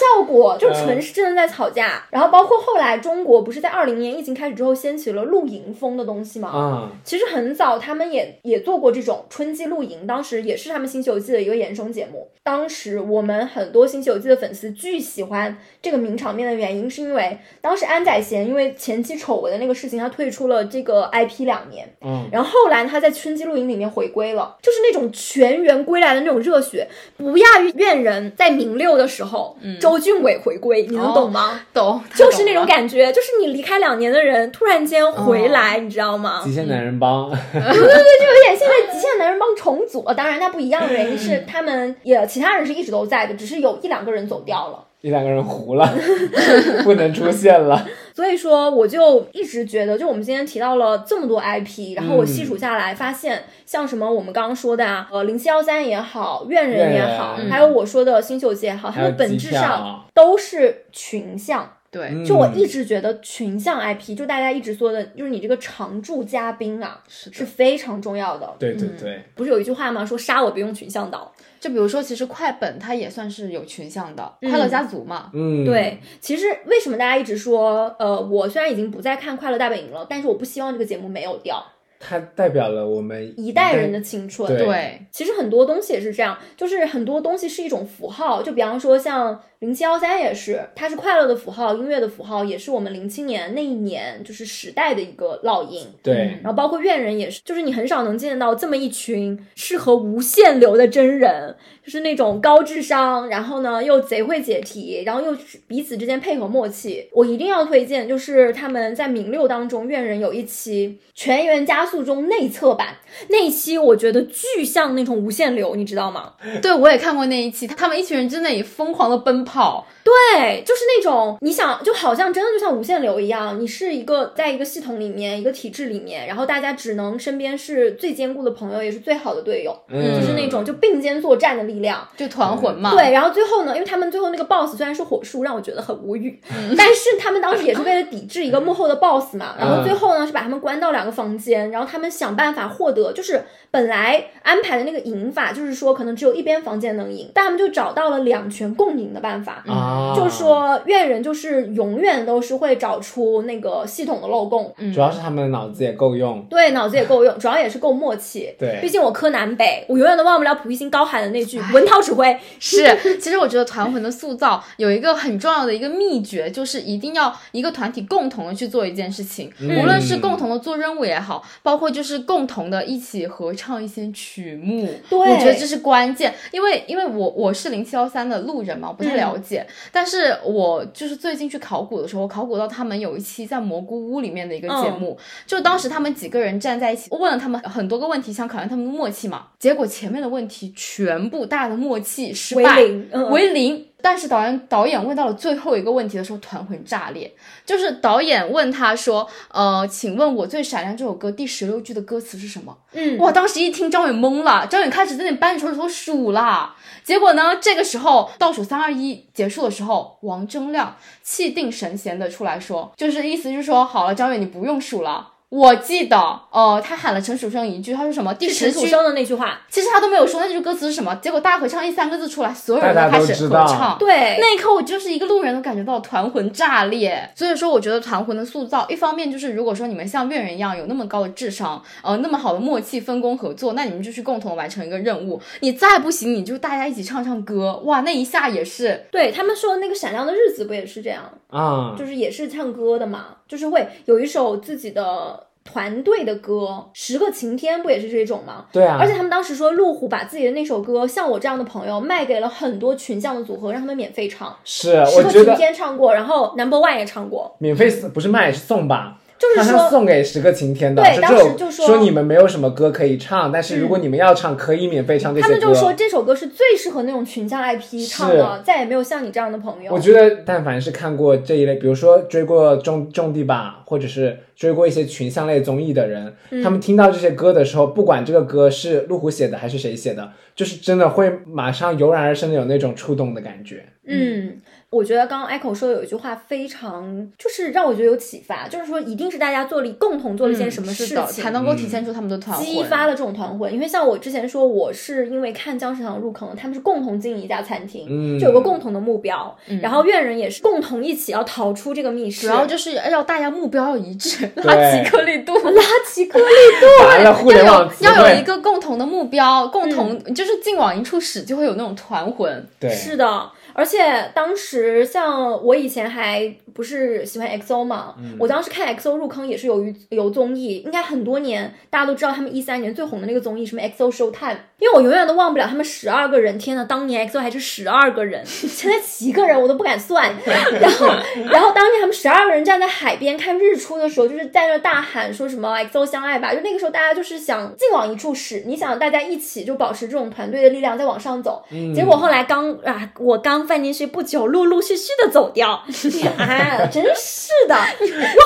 果，就纯是真的在吵架。然后包括后来中国不是在二零年疫情开始之后掀起了露营风的东西吗？
啊，
其实很早，他们也也做过这种春季露营，当时也是他们《新西游记》的一个衍生节目。当时我们很多《新西游记》的粉丝巨喜欢这个名场面的原因，是因为当时安宰贤因为前期丑闻的那个事情，他退出了这个 IP 两年，
嗯，
然后后来他在春季露营里面回归了，就是那种全员归来的那种热血，不亚于怨人在明六的时候，周俊伟回归，你能懂吗？
懂，
就是那种
感。
感觉，就是你离开两年的人突然间回来，你知道吗？
极限男人帮，
就有点现在极限男人帮重组了。当然，那不一样的原因是他们也其他人是一直都在的，只是有一两个人走掉了。
一两个人糊了， 不能出现了，
所以说，我就一直觉得，就我们今天提到了这么多 IP，然后我细数下来，发现像什么我们刚刚说的啊，呃，零七幺三也好，怨人也好
怨人，
还有我说的新秀界也好，他
还有
们本
机
质
票
上都是群像。
对，
嗯
就我一直觉得群像 IP，就大家一直说的，就是你这个常驻嘉宾啊，
是的
是非常重要的。
对对对，
不是有一句话吗？说杀我别用群像刀。
就比如说，其实快本它也算是有群像的，
嗯
快乐家族》嘛，
嗯，
对，其实为什么大家一直说，呃，我虽然已经不再看《快乐大本营》了，但是我不希望这个节目没有掉
它代表了我们
一代人的青春。
对
对，
其实很多东西也是这样，就是很多东西是一种符号，就比方说像零七幺三也是，它是快乐的符号，音乐的符号，也是我们零七年那一年就是时代的一个烙印。
对，
然后包括怨人也是，就是你很少能见到这么一群适合无限流的真人，就是那种高智商，然后呢又贼会解题，然后又彼此之间配合默契。我一定要推荐，就是他们在名六当中，怨人有一期《全员加速》中内测版，那一期我觉得巨像那种无限流，你知道吗？
嗯对我也看过那一期，他们一群人真的也疯狂的奔跑，
对，就是那种你想，就好像真的就像无限流一样，你是一个在一个系统里面，一个体制里面，然后大家只能身边是最坚固的朋友，也是最好的队友，
嗯
就是那种就并肩作战的力量。
就团魂嘛，
对，然后最后呢，因为他们最后那个 boss 虽然是火树，让我觉得很无语， 但是他们当时也是为了抵制一个幕后的 boss 嘛，然后最后呢是把他们关到两个房间，然后他们想办法获得，就是本来安排的那个赢法，就是说可能只有一边房间能赢，但他们就找到了两全共赢的办法，
啊，
嗯就说怨人就是永远都是会找出那个系统的漏洞，
嗯
主要是他们的脑子也够用，
对，脑子也够用，主 要也是够默契。
对
毕竟我柯南北，我永远都忘不了普希星高喊的那句“文涛指挥
是，其实我觉得团魂的塑造有一个很重要的一个秘诀，就是一定要一个团体共同的去做一件事情，
嗯
无论是共同的做任务也好，包括就是共同的一起合唱一些曲目，
对
我觉得这是关键，因为因为我我是零七幺三的路人嘛，我不太
嗯
了解，但是我就是最近去考古的时候，我考古到他们有一期在蘑菇屋里面的一个节
嗯
目，就当时他们几个人站在一起，问了他们很多个问题，想考验他们的默契嘛，结果前面的问题全部大家的默契”，失
为
败。
零，嗯，
为零。但是导演导演问到了最后一个问题的时候，团魂炸裂。就是导演问他说：“呃，请问我最闪亮这首歌第十六句的歌词是什么？”
嗯，
哇，当时一听张远懵了，张远开始在那里扳着手指头数啦。结果呢，这个时候倒数三二一结束的时候，王铮亮气定神闲的出来说，就是意思就是说，好了，张远你不用数了。我记得，呃，他喊了陈楚生一句，他说什么？第
是陈
十
楚
句
生的那句话，
其实他都没有说那句歌词是什么，结果大合唱一三个字出来，所有人
大家
开
都
始
知
合
道
唱。
对，
那一刻，我就是一个路人都感觉到团魂炸裂。所以说，我觉得团魂的塑造，一方面就是如果说你们像恋人一样有那么高的智商，呃，那么好的默契、分工合作，那你们就去共同完成一个任务。你再不行，你就大家一起唱唱歌，哇，那一下也是
对他们说的那个闪亮的日子不也是这样，
啊，
就是也是唱歌的嘛，就是会有一首自己的团队的歌，十个晴天不也是这种吗？
对啊，
而且他们当时说，路虎把自己的那首歌《像我这样的朋友》卖给了很多群像的组合，让他们免费唱。
是
十
呃我
个
觉
晴
得
天唱过，然后 Number One 也唱过。
免费不是卖是送吧。
就是
他
说
送给十个晴天的，
对
是
当
这种
时就说嗯
说你们没有什么歌可以唱，但是如果你们要唱，可以免费唱这些
他
歌。
们就说这首歌是最适合那种群像 IP 唱的，再也没有像你这样的朋友
我。觉得，但凡是看过这一类，比如说追过种种地吧，或者是追过一些群像类综艺的人，他
嗯
们听到这些歌的时候，不管这个歌是路虎写的还是谁写的，就是真的会马上油然而生的有那种触动的感觉。
嗯，我觉得刚刚 Echo 说有一句话非常，就是让我觉得有启发，就是说一定是大家做了共同做了一件什么事
嗯是
情，
的，才能够
嗯
体现出他们的团魂。
嗯激发了这种团魂，因为像我之前说，我是因为看《僵尸堂入坑》，他们是共同经营一家餐厅，
嗯
就有个共同的目标，然后院人也是共同一起要逃出这个密
嗯
室，
主要就是要大家目标要一致，拉
对
起颗粒度。
拉起颗粒度，
完了，互
要
联
有
网词
要有一
汇，
个共同的目标，共同、
嗯
就是劲往一处使，就会有那种团魂。
对，
是的。而且当时像我以前还不是喜欢 XO 嘛，我当时看 XO 入坑也是由于有综艺，应该很多年大家都知道他们一三年最红的那个综艺什么 XO Showtime，因为我永远都忘不了他们十二个人，天呐，当年 XO 还是十二个人，现在几个人我都不敢算。然后，然后当年他们十二个人站在海边看日出的时候，就是在那大喊说什么 “XO 相爱吧”，就那个时候大家就是想劲往一处使，你想大家一起就保持这种团队的力量再往上走。结果后来刚啊，我刚翻进去不久，陆陆续续的走 掉，啊，真是的，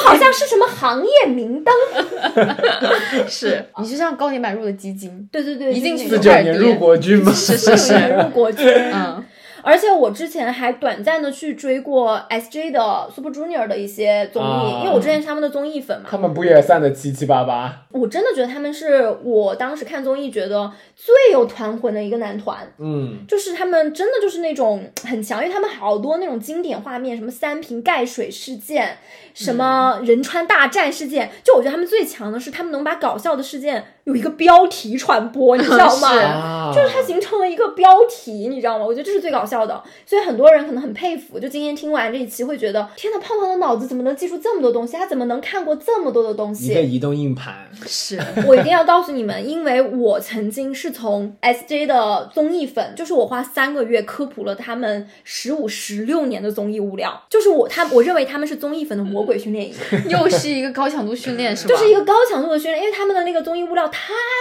我好像是什么行业明灯，
是你就像高点买入的基金，
对对对，
一进去
就
四
是
九年入国军嘛，
是是
那种
是，
入国军，
嗯，
而且我之前还短暂的去追过 SJ 的 Super Junior 的一些综艺，
啊
因为我之前是他们的综艺粉嘛
他。们不也散的七七八八？
我真的觉得他们是我当时看综艺觉得最有团魂的一个男团。
嗯，
就是他们真的就是那种很强，因为他们好多那种经典画面，什么三瓶盖水事件，什么仁川大战事件，就我觉得他们最强的是他们能把搞笑的事件有一个标题传播，你知道吗？
啊，
就是它形成了一个标题，你知道吗？我觉得这是最搞笑的，所以很多人可能很佩服。就今天听完这一期，会觉得天呐，胖胖的脑子怎么能记住这么多东西？他怎么能看过这么多的东西？
一个移动硬盘，
是，
我一定要告诉你们，因为我曾经是从 SJ 的综艺粉，就是我花三个月科普了他们十五、十六年的综艺物料，就是我他我认为他们是综艺粉的魔鬼训 练营，
又是一个高强度训练，是吧？
就是一个高强度的训练，因为他们的那个综艺物料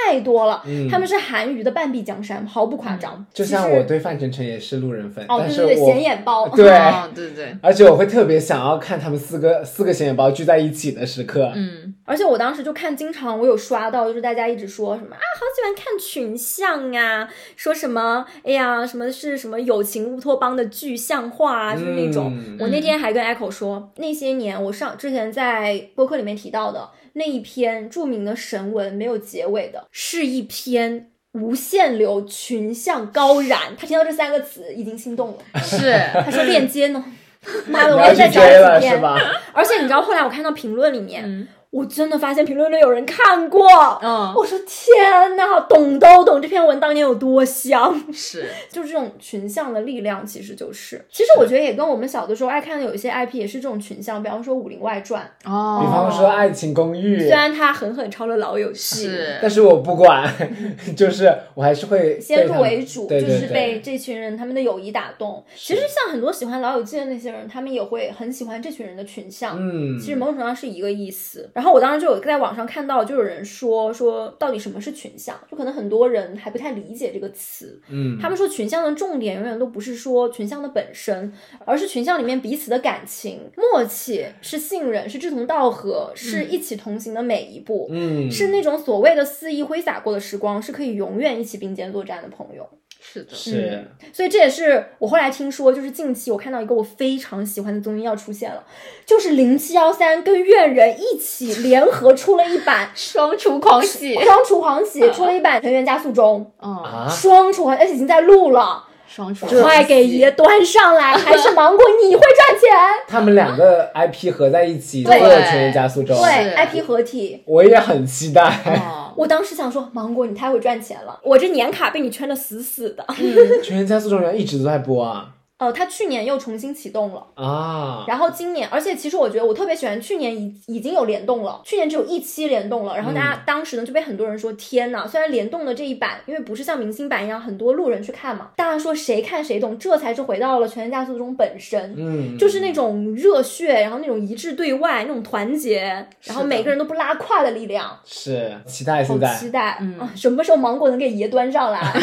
太多了，
嗯
他们是韩娱的半壁江山，毫不夸张。
就像
其实
我对范丞丞也是路人粉，
哦，
但
对
是
对对，
我
显眼 包，
对
哦对对，
而且我会特别想要看他们四个四个显眼包聚在一起的时刻。
嗯，
而且我当时就看，经常我有刷到，就是大家一直说什么啊，好喜欢看群像啊，说什么哎呀，什么是什么友情乌托邦的具象化啊，就是那种。
嗯
我那天还跟 Echo 说，那些年我上之前在播客里面提到的那一篇著名的神文没有结尾的，是一篇。无限流群像高燃，他听到这三个词已经心动了。
是，
他说链接呢？ 妈的，
你
我
要
也
去
在找
追了
几
是
天。
吧？
而且你知道，后来我看到评论里面，
嗯
我真的发现评论里有人看过，
嗯，
我说天呐，懂都懂这篇文当年有多香，
是，
就是这种群像的力量，其实就是，其实我觉得也跟我们小的时候爱看的有一些 IP 也是这种群像，比方说《武林外传
哦，
比方说《爱情公寓》
虽，然它狠狠抄了《老友记》，
但
是，
是我不管， 就是我还是会被
先
他
入
们
为主，
对对
就是被这群人他们的友谊打动。其实像很多喜欢《老友记》的那些人，他们也会很喜欢这群人的群像，
嗯，
其实某种程度上是一个意思。然后我当时就有在网上看到，就有人说说到底什么是群像，就可能很多人还不太理解这个词。
嗯，
他们说群像的重点永远都不是说群像的本身，而是群像里面彼此的感情、默契、是信任、是志同道合、是一起同行的每一步。
嗯
是那种所谓的肆意挥洒过的时光，是可以永远一起并肩作战的朋友。
是的，
是
所以这也是我后来听说，就是近期我看到一个我非常喜欢的综艺要出现了，就是零七幺三跟越人一起联合出了一版
双厨狂喜，
双厨狂喜，出了一版成员加速中，
嗯，
啊，
双厨狂，而且已经在录了，
双厨，
快给爷，端上来！还是芒果，你会赚钱。
他们两个 IP 合在一起做
对
了《全员加速中》，
对
是
，IP 合体。
我也很期待
哦，
我当时想说，芒果你太会赚钱了，我这年卡被你圈的死死的。
《 全员加速中》要一直都在播啊
呃，他去年又重新启动了，
啊！
然后今年，而且其实我觉得我特别喜欢去年已已经有联动了，去年只有一期联动了，然后
嗯
大家当时呢就被很多人说天呐，虽然联动的这一版，因为不是像明星版一样很多路人去看嘛，大家说谁看谁懂，这才是回到了《全员加速中》本身。
嗯，
就是那种热血，然后那种一致对外，那种团结，然后
的
每个人都不拉胯的力量，
是期待
好
现在
期待、啊！什么时候芒果能给爷端 上来？
哎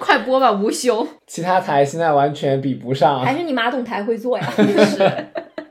快播吧，无休，
其他台现在完全比不上，
还是你马桶台会 做呀？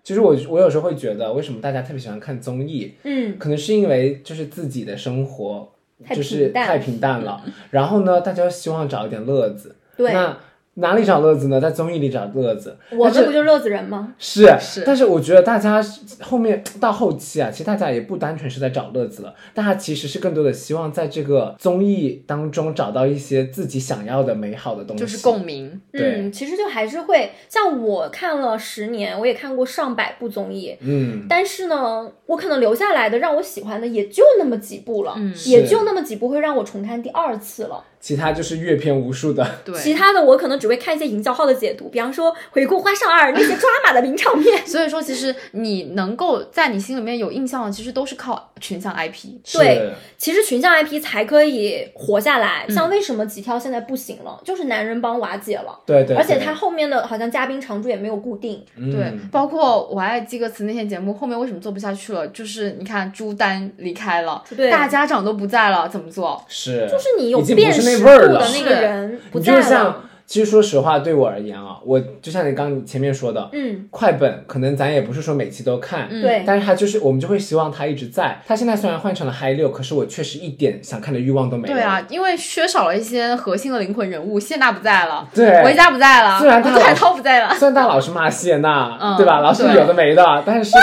其实我我有时候会觉得，为什么大家特别喜欢看综艺，
嗯，
可能是因为就是自己的生活
太
就是
平淡
太平淡了，然后呢，大家希望找一点乐子。
对，
那哪里找乐子呢？在综艺里找乐子。
我
但
们
是
不就是乐子人吗？
是，
是
但是我觉得大家后面到后期啊，其实大家也不单纯是在找乐子了，大家其实是更多的希望在这个综艺当中找到一些自己想要的美好的东西，
就是共鸣，
对
嗯，其实就还是会像我看了十年，我也看过上百部综艺，
嗯，
但是呢，我可能留下来的让我喜欢的也就那么几部了，
嗯
也
是
就那么几部会让我重看第二次了。
其他就是阅片无数的，
对，。
其他的我可能只会看一些营销号的解读，比方说回顾《花少二》那些抓马的名场面
所以说，其实你能够在你心里面有印象的，其实都是靠群像 IP。
对
是，
其实群像 IP 才可以活下来，
嗯
像为什么极挑现在不行了，就是男人帮瓦解了。
对对，
而且
对
他后面的好像嘉宾常驻也没有固定，
对
嗯，
包括我爱记歌词那些节目，后面为什么做不下去了？就是你看朱丹离开了，
对
大家长都不在了，怎么做？
是，
就是你有
已经不
辨
是那
识度
味儿了
的那个
是
人不
你
在
就
了
像。其实说实话，对我而言啊，我就像你刚前面说的，
嗯，
快本可能咱也不是说每期都看，
嗯
对，
但是它就是我们就会希望它一直在。它现在虽然换成了嗨六，可是我确实一点想看的欲望都没有。
对啊，，因为缺少了一些核心的灵魂人物，谢娜不在了，
对
维嘉不在了，
虽然他
吴海涛不在 了，
虽然大老是骂谢娜，
嗯
对吧？老是
对
有的没的，但是呢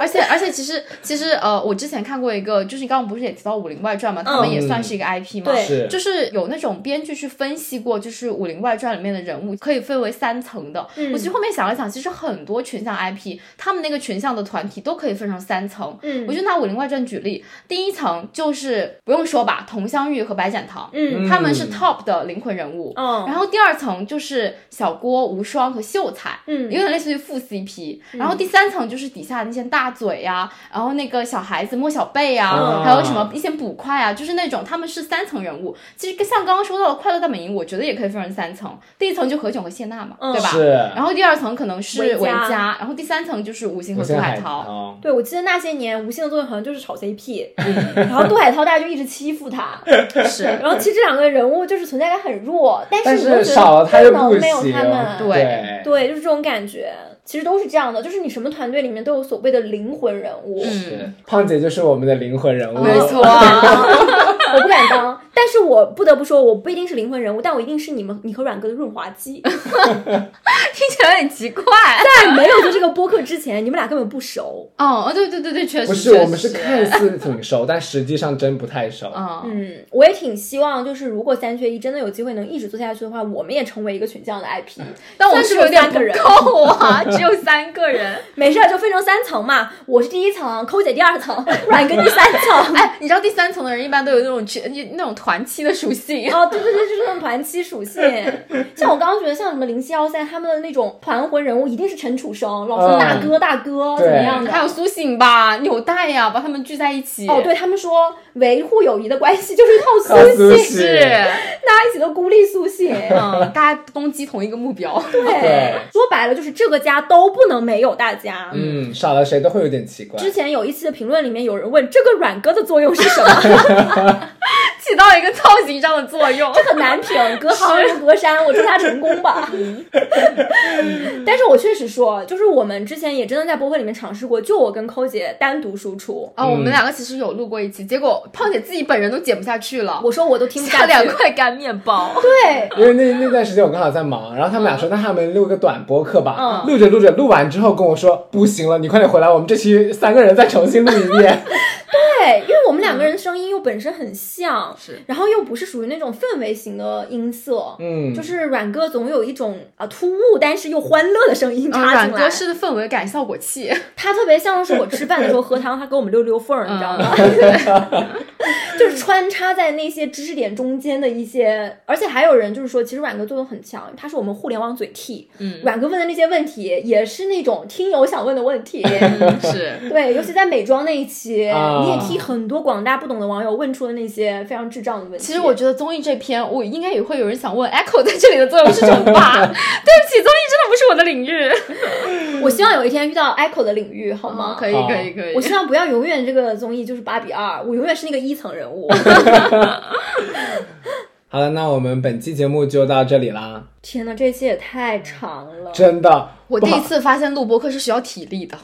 而且而且其实其实呃，我之前看过一个，就是你刚刚不是也提到《武林外
嗯
传》嘛，他们也算是一个 IP 嘛，
对
是
就是有那种编剧去分析过，就是《武林外传》里面的人物可以分为三层的。
嗯
我其实后面想了想，其实很多群像 IP，他们那个群像的团体都可以分成三层。
嗯
我就拿《武林外传》举例，第一层就是不用说吧，佟湘玉和白展堂，
嗯
他们是
嗯
top 的灵魂人物。
嗯
然后第二层就是小郭、无双和秀才，
嗯
有点类似于副 CP。然后第三层就是底下那些大嘴呀、然后那个小孩子莫小贝呀、
啊
还有什么一些捕快啊，就是那种他们是三层人物。其实像刚刚说到的《快乐大本营》，我觉得也可以分成三层，第一层就何炅和谢娜嘛，
嗯
对吧？
是
然后第二层可能是
维
维
嘉
嘉，然后第三层就是吴昕
我
和
现
杜
在
海
还
啊
涛。
哦
对，我记得那些年，吴昕的作用好像就是炒 CP，然 后杜海涛大家就一直欺负他，
是
然后其实这两个人物就是存在感很弱，
但
但是你
是
又觉
少
得
了他
不
又
能
不
没有
行
他们，，
对
对，就是这种感觉，其实都是这样的，就是你什么团队里面都有所谓的灵魂人物，
嗯
是胖姐就是我们的灵魂人物，
没 错啊，
我不敢当，但是我不得不说，我不一定是灵魂人物，但我一定是你们你和阮哥的润滑剂。
听起来很奇怪。
在没有做这个播客之前，你们俩根本不熟，
哦，对对对对，确实
不是
确
我们是
实
看似挺熟，但实际上真不太熟。
嗯
嗯，我也挺希望，就是如果三缺一真的有机会能一直做下去的话，我们也成为一个群像的 IP。
但我
算
们
是
是
有
不是有点
三个人
不够 啊？只有三个人。
没事儿，就分成三层嘛，我是第一层，抠姐第二层，阮哥第三 层。
哎，你知道第三层的人一般都有那种群那种团欺的属性。
哦，对对对，就是那种团欺属性。像我刚刚觉得，像什么零七幺三他们的那种团魂人物，一定是陈楚生，老说
嗯
大哥大哥怎么
对
样的，
还有苏醒吧、纽带呀、把他们聚在一起。
哦，，对他们说，维护友谊的关系就是靠
靠
苏
苏
醒，
醒
是，
大家一起都孤立苏醒。
嗯，大家攻击同一个目标。
对，说白了就是这个家都不能没有大家。
嗯，少了谁都会有点奇怪。
之前有一期的评论里面有人问这个软哥的作用是什么，
起到一个造型上的作用。
很难评，隔行如隔山，我祝他成功吧。但是我确实说，就是我们之前也真的在播客里面尝试过，就我跟抠姐单独输出，
啊、我们
嗯
两个其实有录过一期，结果胖姐自己本人都剪不下去了，
我说我都听不
下
下
两
去。
块干面包。
对，
因为那那段时间我刚好在忙，然后他们俩说，那他们录个短播客吧。
嗯
录着录着，录完之后跟我说不行了，你快点回来，我们这期三个人再重新录一 遍。
对，因为我们两个人声音又本身很像，
是
然后又不是属于那种氛围型的音色，
嗯，
就是阮哥总有一种啊突兀但是又欢乐的声音
嗯，
插
软
进来，
哥式的氛围感效果器，
他特别像是我吃饭的时候喝汤，他给我们溜溜 缝儿，你知道吗？
嗯
就是穿插在那些知识点中间的一些，而且还有人就是说，其实阮哥作用很强，他是我们互联网嘴替，
嗯
阮哥问的那些问题也是那种听友想问的问 题。
嗯，是。
对，尤其在美妆那一期，
啊
你也替很多广大不懂的网友问出了那些非常智障的问题。
其实我觉得综艺这篇，我应该也会有人想问，Echo 在这里的作用是什么 吧？对不起，综艺真的不是我的领 域。
我希望有一天遇到 Echo 的领域，好吗？
哦可以，
好
可以，可以。
我希望不要永远这个综艺就是八比二，我永远是那个一层人物。
好了，那我们本期节目就到这里啦。
天呐，这期也太长了。
真的，
我
不
第
好
一次发现录播课是需要体力的。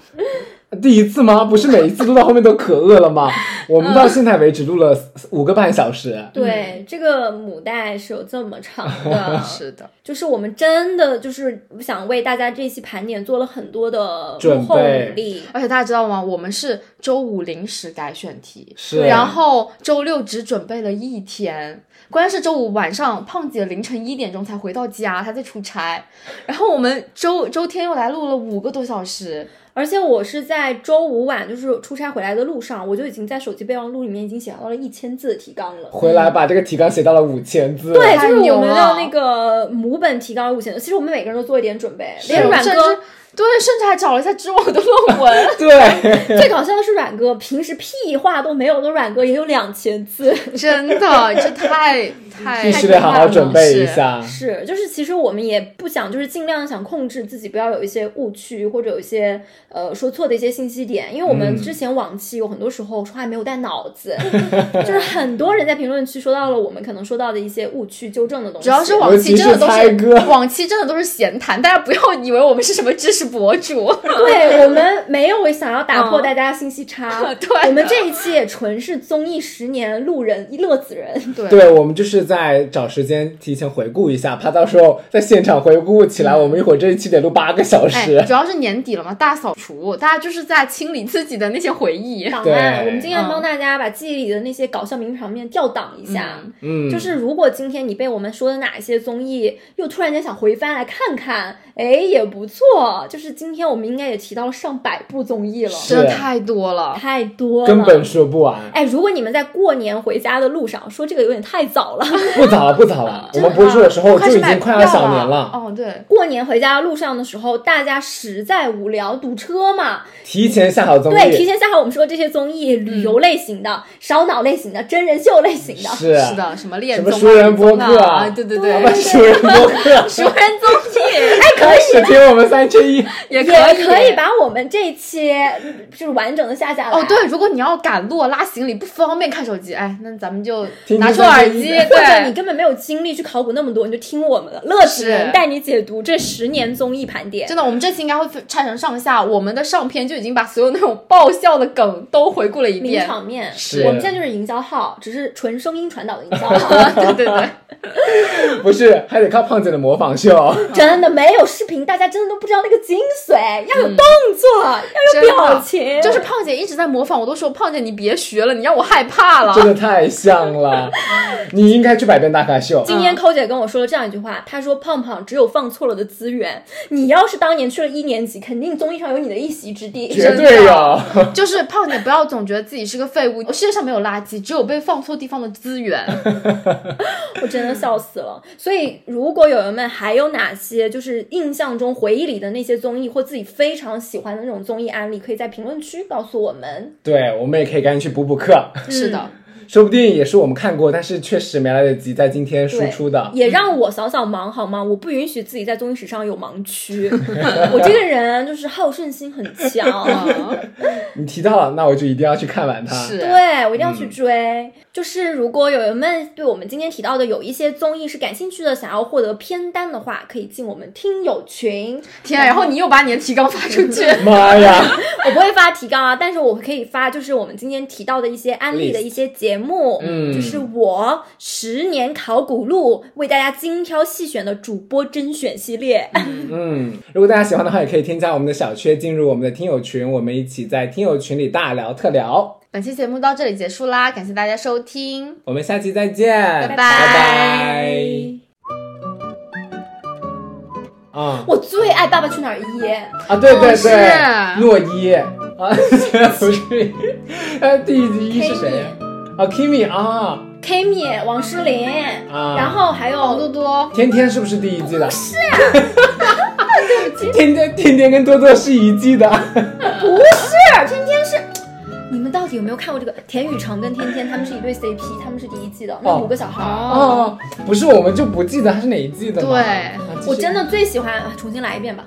第一次吗？不是每一次录到后面都可饿了 吗？我们到现在为止录了五个半小时。
对，这个母带是有这么长的，
嗯 是的，
就是我们真的就是想为大家这一期盘点做了很多的
准
幕后
备
努力。
而且大家知道吗？我们是周五临时改选题，
是，
然后周六只准备了一天。关键是周五晚上，胖姐凌晨一点钟才回到家，她在出差。然后我们周周天又来录了五个多小时，
而且我是在周五晚就是出差回来的路上，我就已经在手机备忘录里面已经写到了一千字的提纲了。
回来把这个提纲写到了五千字。
对，
太
就是我
牛
们的
了
那个母本提纲五千字，其实我们每个人都做一点准备，连
是
阮
甚
哥
至对，甚至还找了一下知网的论文。
对，
最搞笑的是阮哥平时屁话都没有的阮哥也有两千字，
真的，这太太
必须得好好准备一。下。
是，就是其实我们也不想，就是尽量想控制自己，不要有一些误区或者有一些呃说错的一些信息点，因为我们
嗯
之前往期有很多时候说话没有带脑子， 就是很多人在评论区说到了我们可能说到的一些误区纠正的东西。
主要是
我
往期真的都
尤其是猜
是
歌
往期真的都是闲谈，大家不要以为我们是什么知识博 主。
对我们没有想要打破
嗯，
大家信息差
对
我们这一期也纯是综艺十年路人乐子人。
对
对，我们就是在找时间提前回顾一下，怕到时候在现场回顾起来，我们一会儿这一期得录八个小时。
哎，主要是年底了嘛，大扫除，大家就是在清理自己的那些回忆。
档
对
案，我们尽量
嗯
帮大家把记忆里的那些搞笑名场面调档一下。
嗯
嗯，
就是如果今天你被我们说的哪些综艺，又突然间想回翻来看看，哎，也不错。就是今天我们应该也提到了上百部综艺了，
是
真的太多了。
太多了，
根本说不完。
哎，如果你们在过年回家的路上说这个有点太早了，
不早了，不早了，我
的
们播出的时候
开
哦就
始
已
买
经
票
快要小年
了。
了，
哦，对，
过年回家的路上的时候，大家实在无聊，堵车嘛，
提前下好综
对，提
艺。
前下好我们说的这些综艺，旅游类型的、烧脑类型的、真人秀类型的，
是
哦是的，什么恋
什
综
么
啊、
熟人播
女综
客
啊，
啊
对对
好
对，
吧，熟人播客，
熟人综艺。
开始听我们三缺一。
也可
也
以
可以把我们这一期就是完整的下下来。
哦，对，，如果你要赶路拉行李不方便看手机，哎，那咱们就
听
拿出
听三
耳
千一
机，
或者
对，
你根本没有精力去考古那么多，你就听我们的乐子人带你解读这十年综艺盘点
真。的，我们这期应该会分拆成上下，我们的上篇就已经把所有那种爆笑的梗都回顾了一
名
遍。
场面，
是
我们现在就是营销号，只是纯声音传导的营销号，
对对对，
不是，还得靠胖姐的模仿秀。
真的没有视频，大家真的都不知道那个精髓，要有动作，
真嗯的嗯
要有表情，
就是胖姐一直在模仿，我都说胖姐你别学了，你让我害怕了。
真的太像了。你应该去百变大咖秀，
今天抠姐跟我说了这样一句话，她说：“胖胖只有放错了的资源，你要是当年去了一年级，肯定综艺上有你的一席之地。”
绝对有。
就是胖姐，不要总觉得自己是个废物。世界上没有垃圾，只有被放错地方的资源。
我真的笑死了。所以，如果友友们还有哪些就是印象中、回忆里的那些综艺，或自己非常喜欢的那种综艺案例，可以在评论区告诉我们。
对，我们也可以赶紧去补补课，
是的，
说不定也是我们看过，但是确实没来得及在今天输出的。
也让我扫扫盲好吗？我不允许自己在综艺史上有盲区。我这个人就是好胜心很强。
嗯，
你提到了，那我就一定要去看完它。
是
对，我一定要去追。就是如果友友们对我们今天提到的有一些综艺是感兴趣的，想要获得片单的话，可以进我们听友群。
天啊，然后你又把你的提纲发出去，
妈呀，
我不会发提纲啊，但是我可以发，就是我们今天提到的一些案例
List
的一些节目，
嗯
就是我十年考古录为大家精挑细选的主播甄选系列，
嗯，如果大家喜欢的话，也可以添加我们的小缺，进入我们的听友群，我们一起在听友群里大聊特聊。
本期节目到这里结束啦，感谢大家收听。
我们下期再见，拜
拜
拜。啊、
我最爱《爸爸去哪儿》一，
啊，对对
哦是
对，诺一啊， 不是，他第一是谁
Kimi
呀？啊，Kimi 啊
Kimi、王诗龄，
啊，
然后还有
毛多多，
天天是不是第一季的？是、啊， 对不起，天天天天跟多多是一季的，
不是，天天是。你们到底有没有看过这个田雨橙跟天天？他们是一对 CP，他们是第一季的那
哦
五个小孩儿。
哦，
哦，不是，我们就不记得他是哪一季的了。
对
啊
我真的最喜欢，啊重新来一遍吧。